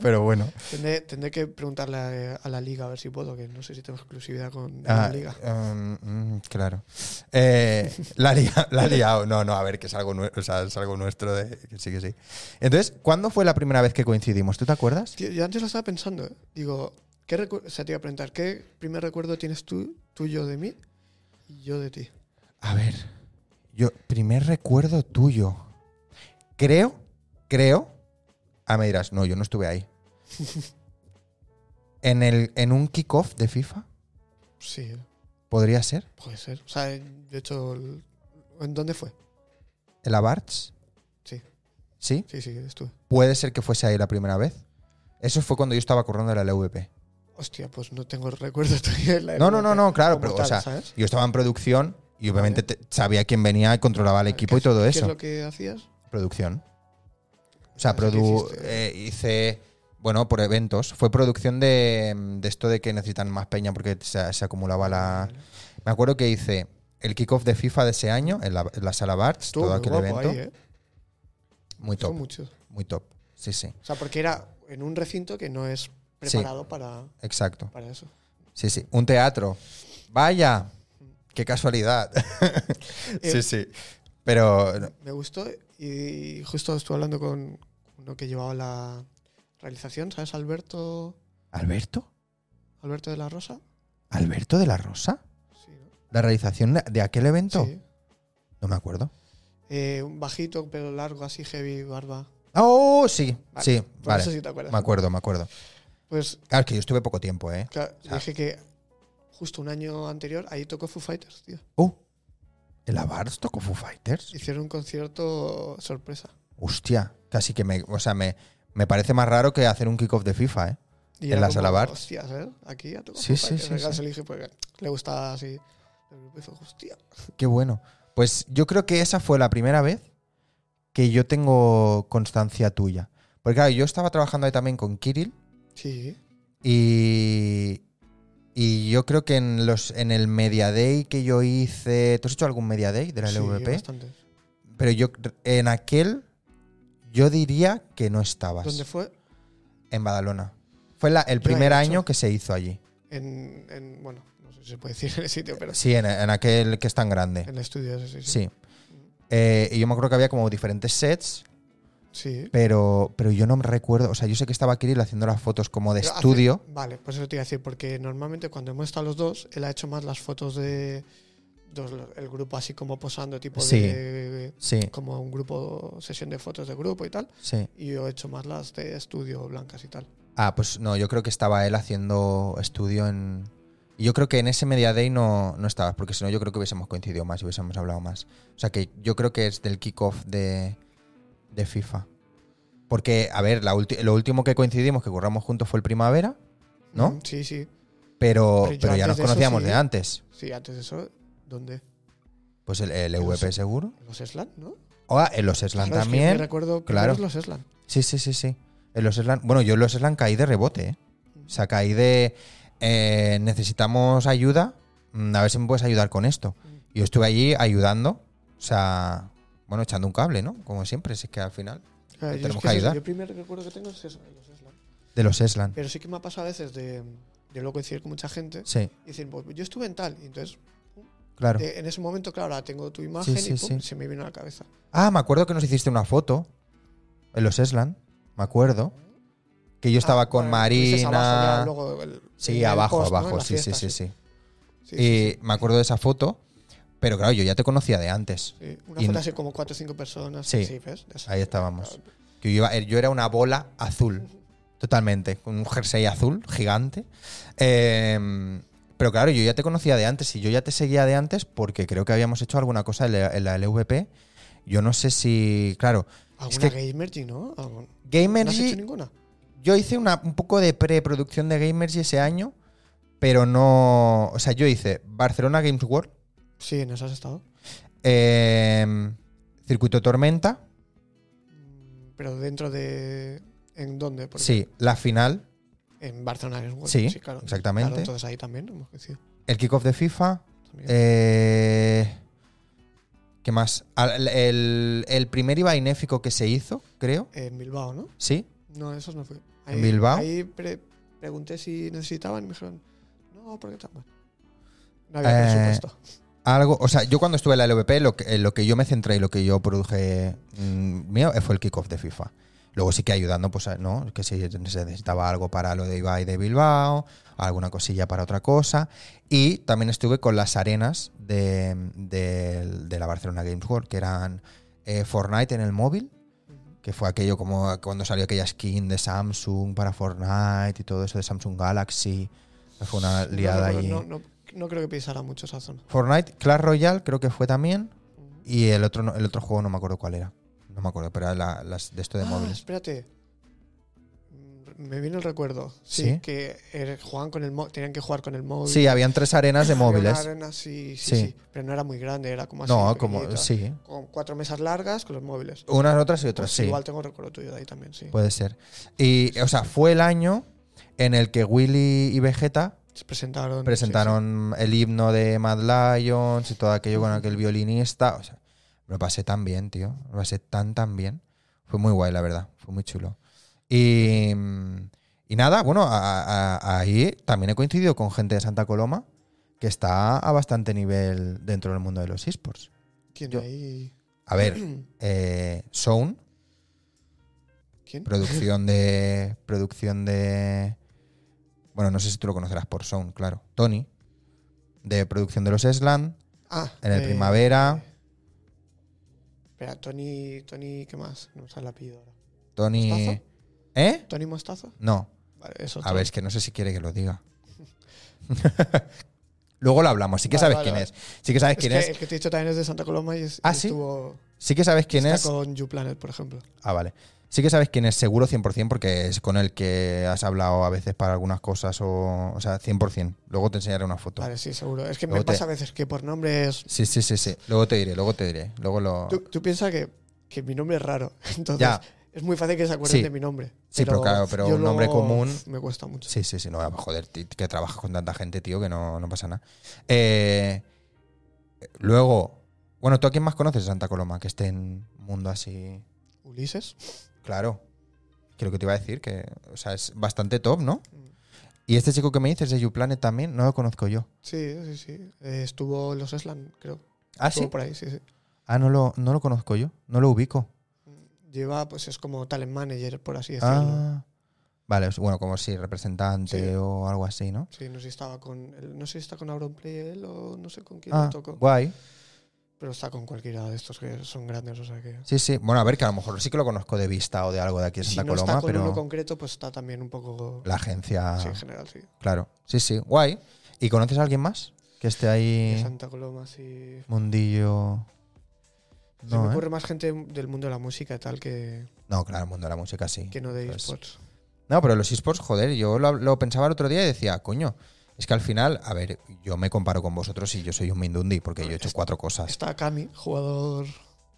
Speaker 1: pero bueno.
Speaker 2: Tendré, tendré que preguntarle a, a la liga a ver si puedo, que no sé si tengo exclusividad con
Speaker 1: Ah,
Speaker 2: la liga.
Speaker 1: um, mm, claro. Eh, la, ha lia- la ha liado. No, no, a ver, que es algo, nue- o sea, es algo nuestro. De, que sí, que sí. Entonces, ¿cuándo fue la primera vez que coincidimos? ¿Tú te acuerdas?
Speaker 2: Tío, yo antes lo estaba pensando, ¿eh? Digo, ¿qué recu- o sea, te iba a preguntar, ¿qué primer recuerdo tienes tú, tuyo de mí y yo de ti?
Speaker 1: A ver, yo, primer recuerdo tuyo. Creo, creo. Ah, me dirás, no, yo no estuve ahí. en, el, en un kickoff de FIFA,
Speaker 2: Sí,
Speaker 1: podría ser.
Speaker 2: puede ser. O sea, de hecho, el- ¿en dónde fue?
Speaker 1: El Abarts.
Speaker 2: Sí.
Speaker 1: Sí,
Speaker 2: Sí, sí, estuve.
Speaker 1: puede ser que fuese ahí la primera vez. Eso fue cuando yo estaba corriendo de la LVP.
Speaker 2: Hostia, pues no tengo recuerdo todavía. de la
Speaker 1: No, no, no,
Speaker 2: LVP
Speaker 1: no, claro,
Speaker 2: como
Speaker 1: pero, o
Speaker 2: tal,
Speaker 1: sea,
Speaker 2: ¿sabes?
Speaker 1: Yo estaba en producción y obviamente te- sabía quién venía, controlaba el equipo
Speaker 2: Ah, ¿Qué
Speaker 1: y
Speaker 2: es-
Speaker 1: todo
Speaker 2: ¿Qué
Speaker 1: eso.
Speaker 2: es lo que hacías?
Speaker 1: Producción. O sea,
Speaker 2: ¿Qué
Speaker 1: produ
Speaker 2: hiciste?
Speaker 1: eh, hice, bueno, por eventos. Fue producción de, de esto de que necesitan más peña porque se, se acumulaba la...
Speaker 2: Vale.
Speaker 1: Me acuerdo que hice el kickoff de FIFA de ese año en la, en la sala Barts,
Speaker 2: Estuvo
Speaker 1: todo
Speaker 2: muy
Speaker 1: aquel
Speaker 2: guapo
Speaker 1: evento.
Speaker 2: ahí, ¿eh?
Speaker 1: Muy
Speaker 2: Estuvo
Speaker 1: top,
Speaker 2: mucho.
Speaker 1: muy top. Sí, sí,
Speaker 2: O sea, porque era en un recinto que no es preparado para,
Speaker 1: exacto.
Speaker 2: para eso.
Speaker 1: Sí, sí. Un teatro. Vaya, qué casualidad. sí,
Speaker 2: Eh,
Speaker 1: sí. Pero
Speaker 2: Me gustó y justo estuve hablando con uno que llevaba la realización, ¿sabes? Alberto,
Speaker 1: ¿Alberto?
Speaker 2: Alberto de la Rosa.
Speaker 1: ¿Alberto de la Rosa?
Speaker 2: Sí, ¿no?
Speaker 1: ¿La realización de- de aquel evento?
Speaker 2: Sí.
Speaker 1: No me acuerdo.
Speaker 2: Eh, un bajito, un pelo largo, así heavy, barba.
Speaker 1: Oh, sí,
Speaker 2: Vale,
Speaker 1: sí,
Speaker 2: Por
Speaker 1: vale.
Speaker 2: eso sí te acuerdas.
Speaker 1: Me acuerdo, me acuerdo.
Speaker 2: Pues
Speaker 1: Claro, es que yo estuve poco tiempo, ¿eh?
Speaker 2: claro,
Speaker 1: sea-
Speaker 2: dije que justo un año anterior ahí tocó Foo Fighters, tío.
Speaker 1: Uh, ¿el Avars tocó Foo Fighters?
Speaker 2: Hicieron un concierto sorpresa.
Speaker 1: Hostia, casi que me. O sea, me, me parece más raro que hacer un kickoff de FIFA, ¿eh?
Speaker 2: Y
Speaker 1: ¿En
Speaker 2: era
Speaker 1: la
Speaker 2: como,
Speaker 1: sala Bar?
Speaker 2: Hostias, ¿eh? Aquí ya tocó
Speaker 1: Sí,
Speaker 2: Foo
Speaker 1: sí,
Speaker 2: Fighters.
Speaker 1: sí,
Speaker 2: Claro,
Speaker 1: sí.
Speaker 2: se lo dije porque le gustaba así. El grupo hizo, hostia.
Speaker 1: Qué bueno. Pues yo creo que esa fue la primera vez que yo tengo constancia tuya. Porque claro, yo estaba trabajando ahí también con Kirill
Speaker 2: Sí,
Speaker 1: Y, y yo creo que en los en el Media Day que yo hice. ¿Tú has hecho algún Media Day de la
Speaker 2: sí,
Speaker 1: LVP?
Speaker 2: bastante.
Speaker 1: Pero yo en aquel yo diría que no estabas.
Speaker 2: ¿Dónde fue?
Speaker 1: En Badalona. Fue la- el
Speaker 2: Yo la
Speaker 1: primer
Speaker 2: he hecho.
Speaker 1: año que se hizo allí.
Speaker 2: En, en- bueno, no sé si se puede decir en el sitio, pero
Speaker 1: Sí, en, en aquel que es tan grande.
Speaker 2: en el estudio ese, sí. Sí.
Speaker 1: Sí. Eh, y yo me acuerdo que había como diferentes sets,
Speaker 2: Sí.
Speaker 1: pero, pero yo no me recuerdo. O sea, yo sé que estaba Kirill haciendo las fotos como de
Speaker 2: Pero hace-
Speaker 1: estudio.
Speaker 2: vale, pues eso te iba a decir, porque normalmente cuando hemos estado los dos, él ha hecho más las fotos de dos- el grupo así como posando, tipo
Speaker 1: Sí.
Speaker 2: de
Speaker 1: Sí,
Speaker 2: como un grupo, sesión de fotos de grupo y tal.
Speaker 1: sí.
Speaker 2: Y yo he hecho más las de estudio blancas y tal.
Speaker 1: Ah, pues no, yo creo que estaba él haciendo estudio en. y Yo creo que en ese Media Day no, no estabas, porque si no, yo creo que hubiésemos coincidido más y hubiésemos hablado más. O sea que yo creo que es del kickoff de, de FIFA. Porque, a ver, la ulti- lo último que coincidimos, que curramos juntos, fue el primavera, ¿no?
Speaker 2: Mm, Sí, sí.
Speaker 1: Pero,
Speaker 2: Pero yo
Speaker 1: pero, ya
Speaker 2: antes
Speaker 1: nos
Speaker 2: de eso
Speaker 1: conocíamos
Speaker 2: sí.
Speaker 1: de antes.
Speaker 2: Sí, antes de eso, ¿dónde?
Speaker 1: Pues el, el
Speaker 2: En los-
Speaker 1: EVP seguro.
Speaker 2: En Los Eslan, ¿no?
Speaker 1: Ah, en los Eslan
Speaker 2: Claro, es que yo
Speaker 1: también.
Speaker 2: recuerdo
Speaker 1: claro.
Speaker 2: claro. los Eslan.
Speaker 1: Sí, sí, sí, sí. En los Eslan. Bueno, yo en los Eslan caí de rebote, ¿eh? O sea, caí de. eh, necesitamos ayuda. mm, A ver si me puedes ayudar con esto.
Speaker 2: Mm.
Speaker 1: Yo estuve allí ayudando. O sea. Bueno, echando un cable, ¿no? Como siempre, si es que al final.
Speaker 2: Claro, yo es
Speaker 1: tenemos que
Speaker 2: que eso-
Speaker 1: ayudar.
Speaker 2: Yo el primer recuerdo que tengo es eso, los Eslan.
Speaker 1: De los Eslan.
Speaker 2: Pero sí que me ha pasado a veces de, de luego coincidir con mucha gente
Speaker 1: Sí,
Speaker 2: y decir, pues yo estuve en tal. Y entonces,
Speaker 1: claro.
Speaker 2: eh, en ese momento, claro, ahora tengo tu imagen
Speaker 1: sí,
Speaker 2: y pum,
Speaker 1: sí.
Speaker 2: se me vino a la cabeza.
Speaker 1: Ah, me acuerdo que nos hiciste una foto. En los Eslan. Me acuerdo. Que yo estaba
Speaker 2: Ah,
Speaker 1: con
Speaker 2: bueno, estuviste abajo ya,
Speaker 1: Marina.
Speaker 2: luego el- en
Speaker 1: sí,
Speaker 2: el
Speaker 1: abajo,
Speaker 2: post, ¿no?
Speaker 1: abajo.
Speaker 2: En la
Speaker 1: Sí, sí,
Speaker 2: fiesta,
Speaker 1: sí, sí.
Speaker 2: Sí,
Speaker 1: Y
Speaker 2: sí,
Speaker 1: me acuerdo de esa foto. Pero claro, yo ya te conocía de antes.
Speaker 2: sí. Una
Speaker 1: y-
Speaker 2: foto así como cuatro o cinco personas.
Speaker 1: Sí,
Speaker 2: ¿ves? De esas.
Speaker 1: Ahí estábamos. Que yo, iba- eh, yo era una bola azul, totalmente, con un jersey azul gigante. Eh, pero claro, yo ya te conocía de antes y yo ya te seguía de antes porque creo que habíamos hecho alguna cosa en la, en la LVP. Yo no sé si, claro, Es
Speaker 2: Alguna Gamergy, ¿no? Algún- ¿No has hecho
Speaker 1: Gamergy,
Speaker 2: ninguna?
Speaker 1: yo hice una, un poco de preproducción de Gamergy ese año, pero no, o sea, yo hice Barcelona Games World,
Speaker 2: Sí, en esas has estado.
Speaker 1: eh, Circuito Tormenta,
Speaker 2: Mm, Pero dentro de. ¿En dónde? Porque
Speaker 1: sí, la final,
Speaker 2: En En Barcelona Games World.
Speaker 1: Sí,
Speaker 2: claro.
Speaker 1: exactamente.
Speaker 2: Claro, entonces ahí también hemos crecido.
Speaker 1: El kickoff de FIFA.
Speaker 2: también.
Speaker 1: eh, ¿Qué más? Al- El, el primer IVA inéfico que se hizo, creo.
Speaker 2: En Bilbao, ¿no?
Speaker 1: Sí.
Speaker 2: No, esos no fue.
Speaker 1: ¿En Bilbao?
Speaker 2: Ahí pre- pregunté si necesitaban y me dijeron, no, porque tan mal. No había
Speaker 1: Eh,
Speaker 2: presupuesto.
Speaker 1: Algo, o sea, yo cuando estuve en la LVP, lo que, en lo que yo me centré y lo que yo produje mm, mío eh, fue el kickoff de FIFA. Luego sí que ayudando, pues, a- ¿no? Que si se necesitaba algo para lo de Ibai de Bilbao, alguna cosilla para otra cosa. Y también estuve con las arenas de, de- de la Barcelona Games World, que eran eh, Fortnite en el móvil, que fue aquello como cuando salió aquella skin de Samsung para Fortnite y todo eso de Samsung Galaxy. Fue una liada
Speaker 2: no,
Speaker 1: ahí.
Speaker 2: no, no- no creo que pisara mucho esa zona.
Speaker 1: Fortnite, Clash Royale creo que fue también.
Speaker 2: Ujú.
Speaker 1: Y el otro, no- el otro juego no me acuerdo cuál era. No me acuerdo, pero era la- las de esto de
Speaker 2: ah,
Speaker 1: móviles.
Speaker 2: espérate. Mm, Me viene el recuerdo. Sí,
Speaker 1: ¿Sí?
Speaker 2: que eh, jugaban con el mo- tenían que jugar con el móvil.
Speaker 1: Sí, habían tres arenas de
Speaker 2: Había una
Speaker 1: móviles.
Speaker 2: arena, sí, sí,
Speaker 1: Sí.
Speaker 2: sí. Pero no era muy grande, era como así.
Speaker 1: No, como,
Speaker 2: pequeñita.
Speaker 1: sí.
Speaker 2: Con cuatro mesas largas con los móviles.
Speaker 1: Unas, otras y otras,
Speaker 2: Pues
Speaker 1: sí. Pues
Speaker 2: Igual tengo recuerdo tuyo de ahí también, sí.
Speaker 1: Puede ser. Y, o sea, fue el año en el que Willy y Vegeta
Speaker 2: Se presentaron.
Speaker 1: presentaron el himno de Mad Lions y todo aquello con aquel violinista. O sea, me lo pasé tan bien, tío. Me lo pasé tan, tan bien. Fue muy guay, la verdad. Fue muy chulo. Y, y nada, bueno, a- a- ahí también he coincidido con gente de Santa Coloma que está a bastante nivel dentro del mundo de los esports.
Speaker 2: sí. ¿Quién
Speaker 1: yo-
Speaker 2: ahí?
Speaker 1: A ver, eh, Sound,
Speaker 2: ¿Quién?
Speaker 1: producción de. Producción de. Bueno, no sé si tú lo conocerás por Sound, claro. Tony, de producción de los Esland.
Speaker 2: ah,
Speaker 1: En el
Speaker 2: eh,
Speaker 1: Primavera,
Speaker 2: Espera, Tony, Tony, ¿qué más? No me sale el apellido ahora.
Speaker 1: Tony.
Speaker 2: ¿Mostazo?
Speaker 1: ¿Eh?
Speaker 2: ¿Tony Mostaza?
Speaker 1: No.
Speaker 2: Vale, eso.
Speaker 1: A ver, es que no sé si quiere que lo diga. Luego lo hablamos. Sí que
Speaker 2: Vale,
Speaker 1: sabes
Speaker 2: vale,
Speaker 1: quién
Speaker 2: vale.
Speaker 1: es. Sí que sabes
Speaker 2: Es
Speaker 1: quién
Speaker 2: que
Speaker 1: es.
Speaker 2: el que te he dicho también es de Santa Coloma y, es,
Speaker 1: Ah,
Speaker 2: y
Speaker 1: ¿sí?
Speaker 2: estuvo
Speaker 1: Sí que sabes quién
Speaker 2: está
Speaker 1: es.
Speaker 2: con YouPlanet, por ejemplo.
Speaker 1: Ah, vale. Sí que sabes quién es, seguro 100%, porque es con el que has hablado a veces para algunas cosas. O, o sea, 100%. Luego te enseñaré una foto.
Speaker 2: Vale, sí, seguro. Es que me
Speaker 1: Luego te-
Speaker 2: pasa a veces que por nombres.
Speaker 1: Sí, sí, sí, sí. Luego te diré, luego te diré. Luego lo.
Speaker 2: Tú, tú piensas que, que mi nombre es raro. Entonces,
Speaker 1: Ya.
Speaker 2: es muy fácil que se acuerden
Speaker 1: Sí.
Speaker 2: de mi nombre.
Speaker 1: Sí, pero claro, pero
Speaker 2: yo
Speaker 1: un nombre
Speaker 2: luego,
Speaker 1: común-
Speaker 2: uf, Me cuesta mucho.
Speaker 1: Sí, sí, sí, no, ah, pues joder, ti- que trabajas con tanta gente, tío, que no, no pasa nada. Eh, luego, bueno, ¿tú a quién más conoces de Santa Coloma que esté en mundo así?
Speaker 2: Ulises.
Speaker 1: Claro, creo que te iba a decir que, o sea, es bastante top, ¿no?
Speaker 2: Mm.
Speaker 1: Y este chico que me dices de YouPlanet también, no lo conozco yo.
Speaker 2: Sí, sí, sí. Eh, estuvo en los Eslan, creo.
Speaker 1: Ah,
Speaker 2: Estuvo
Speaker 1: sí.
Speaker 2: por ahí, sí, sí.
Speaker 1: Ah, no lo, no lo conozco yo, no lo ubico.
Speaker 2: Lleva, pues es como talent manager, por así decirlo.
Speaker 1: Ah, vale, es- bueno, como si representante
Speaker 2: Sí.
Speaker 1: o algo así, ¿no?
Speaker 2: Sí, no sé si estaba con. él- No sé si está con Auron Play él o no sé con quién
Speaker 1: Ah,
Speaker 2: le tocó.
Speaker 1: guay.
Speaker 2: Pero está con cualquiera de estos que son grandes, o sea que.
Speaker 1: Sí, sí. Bueno, a ver, que a lo mejor sí que lo conozco de vista o de algo de aquí de
Speaker 2: Si
Speaker 1: Santa
Speaker 2: no
Speaker 1: Coloma,
Speaker 2: está con uno
Speaker 1: pero
Speaker 2: concreto, pues está también un poco.
Speaker 1: la Eh. agencia.
Speaker 2: Sí, en general, sí.
Speaker 1: Claro, sí, sí, guay. ¿Y conoces a alguien más que esté
Speaker 2: De
Speaker 1: ahí
Speaker 2: Santa Coloma, sí.
Speaker 1: mundillo?
Speaker 2: Se me
Speaker 1: No,
Speaker 2: ocurre
Speaker 1: ¿eh?
Speaker 2: más gente del mundo de la música y tal que,
Speaker 1: No, claro, el mundo de la música sí.
Speaker 2: que no de
Speaker 1: Pues-
Speaker 2: esports.
Speaker 1: No, pero los esports, joder, yo lo, lo pensaba el otro día y decía, coño, es que al final, a ver, yo me comparo con vosotros y yo soy un Mindundi porque yo he hecho cuatro cosas.
Speaker 2: Está Cami, jugador.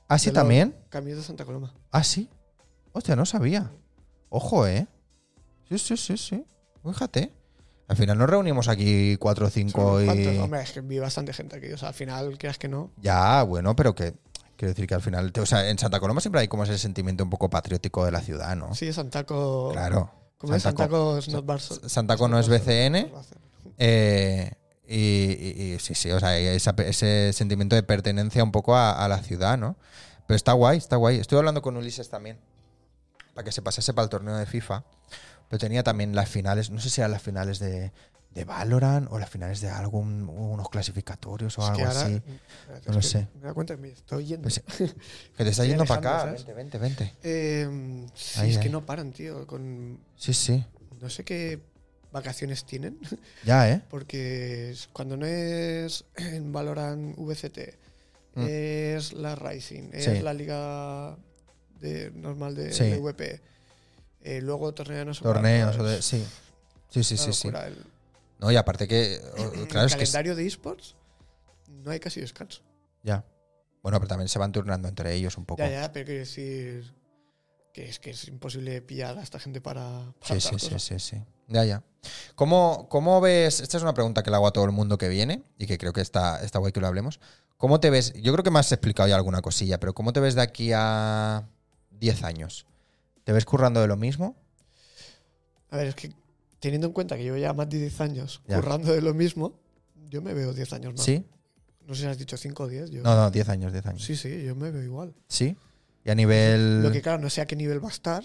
Speaker 1: ¿Ah, sí
Speaker 2: de LOL.
Speaker 1: también?
Speaker 2: Cami es de Santa Coloma.
Speaker 1: ¿Ah, sí? Hostia, no sabía. Ojo, ¿eh? Sí, sí, sí, sí. Fíjate. Al final nos reunimos aquí cuatro o
Speaker 2: Son unos
Speaker 1: cinco
Speaker 2: cuantos.
Speaker 1: y...
Speaker 2: Hombre, es que vi bastante gente aquí. O sea, al final, creas que no.
Speaker 1: Ya, bueno, pero que quiero decir que al final, te- o sea, en Santa Coloma siempre hay como ese sentimiento un poco patriótico de la ciudad, ¿no?
Speaker 2: Sí, Santaco.
Speaker 1: Ah. Claro.
Speaker 2: Como es
Speaker 1: Santaco-
Speaker 2: Santaco, es not Barso.
Speaker 1: Santaco no es BCN. eh, y, y- y sí, sí, o sea, hay esa- ese sentimiento de pertenencia un poco a, a la ciudad, ¿no? Pero está guay, está guay. Estuve hablando con Ulises también, para que se pasase para el torneo de FIFA, pero tenía también las finales, no sé si eran las finales de, de Valorant o las finales de algún, unos clasificatorios o
Speaker 2: Es
Speaker 1: algo
Speaker 2: que ahora-
Speaker 1: así.
Speaker 2: espérate,
Speaker 1: No lo
Speaker 2: es que
Speaker 1: sé.
Speaker 2: Me da cuenta que me estoy yendo.
Speaker 1: Pues- Que te está
Speaker 2: estoy
Speaker 1: yendo para acá.
Speaker 2: alejando, ¿sabes?
Speaker 1: Vente, vente, vente.
Speaker 2: Eh, sí,
Speaker 1: Ahí,
Speaker 2: es que
Speaker 1: ahí.
Speaker 2: no paran, tío. Con
Speaker 1: Sí, sí.
Speaker 2: no sé qué vacaciones tienen,
Speaker 1: Ya, ¿eh?
Speaker 2: porque es- cuando no es en Valorant VCT,
Speaker 1: Mm.
Speaker 2: es la Rising, es
Speaker 1: Sí.
Speaker 2: la liga de, normal de
Speaker 1: Sí.
Speaker 2: VP, eh, luego torneo de no sé
Speaker 1: Torneos o
Speaker 2: cuántos,
Speaker 1: de- sí. Sí, sí,
Speaker 2: una
Speaker 1: sí, sí.
Speaker 2: locura. El,
Speaker 1: No, y aparte que o- claro
Speaker 2: el
Speaker 1: es que es-
Speaker 2: calendario de esports no hay casi descanso.
Speaker 1: ya. Bueno, pero también se van turnando entre ellos un poco.
Speaker 2: Ya, ya, pero quiero decir que es que es imposible pillar a esta gente para... para
Speaker 1: Sí, sí,
Speaker 2: tal
Speaker 1: sí,
Speaker 2: cosa.
Speaker 1: sí, sí. Ya, ya. ¿Cómo, ¿Cómo ves? Esta es una pregunta que le hago a todo el mundo que viene y que creo que está, está guay que lo hablemos. ¿Cómo te ves? Yo creo que me has explicado ya alguna cosilla, pero ¿cómo te ves de aquí a 10 años? ¿Te ves currando de lo mismo?
Speaker 2: A ver, es que teniendo en cuenta que yo ya más de 10 años
Speaker 1: Ya.
Speaker 2: currando de lo mismo, yo me veo 10 años más.
Speaker 1: ¿Sí?
Speaker 2: No sé si has dicho 5 o 10. Yo,
Speaker 1: No, no, 10 años, 10 años.
Speaker 2: Sí, sí, yo me veo igual.
Speaker 1: ¿Sí? Y a nivel...
Speaker 2: Lo que claro, no sé a qué nivel va a estar.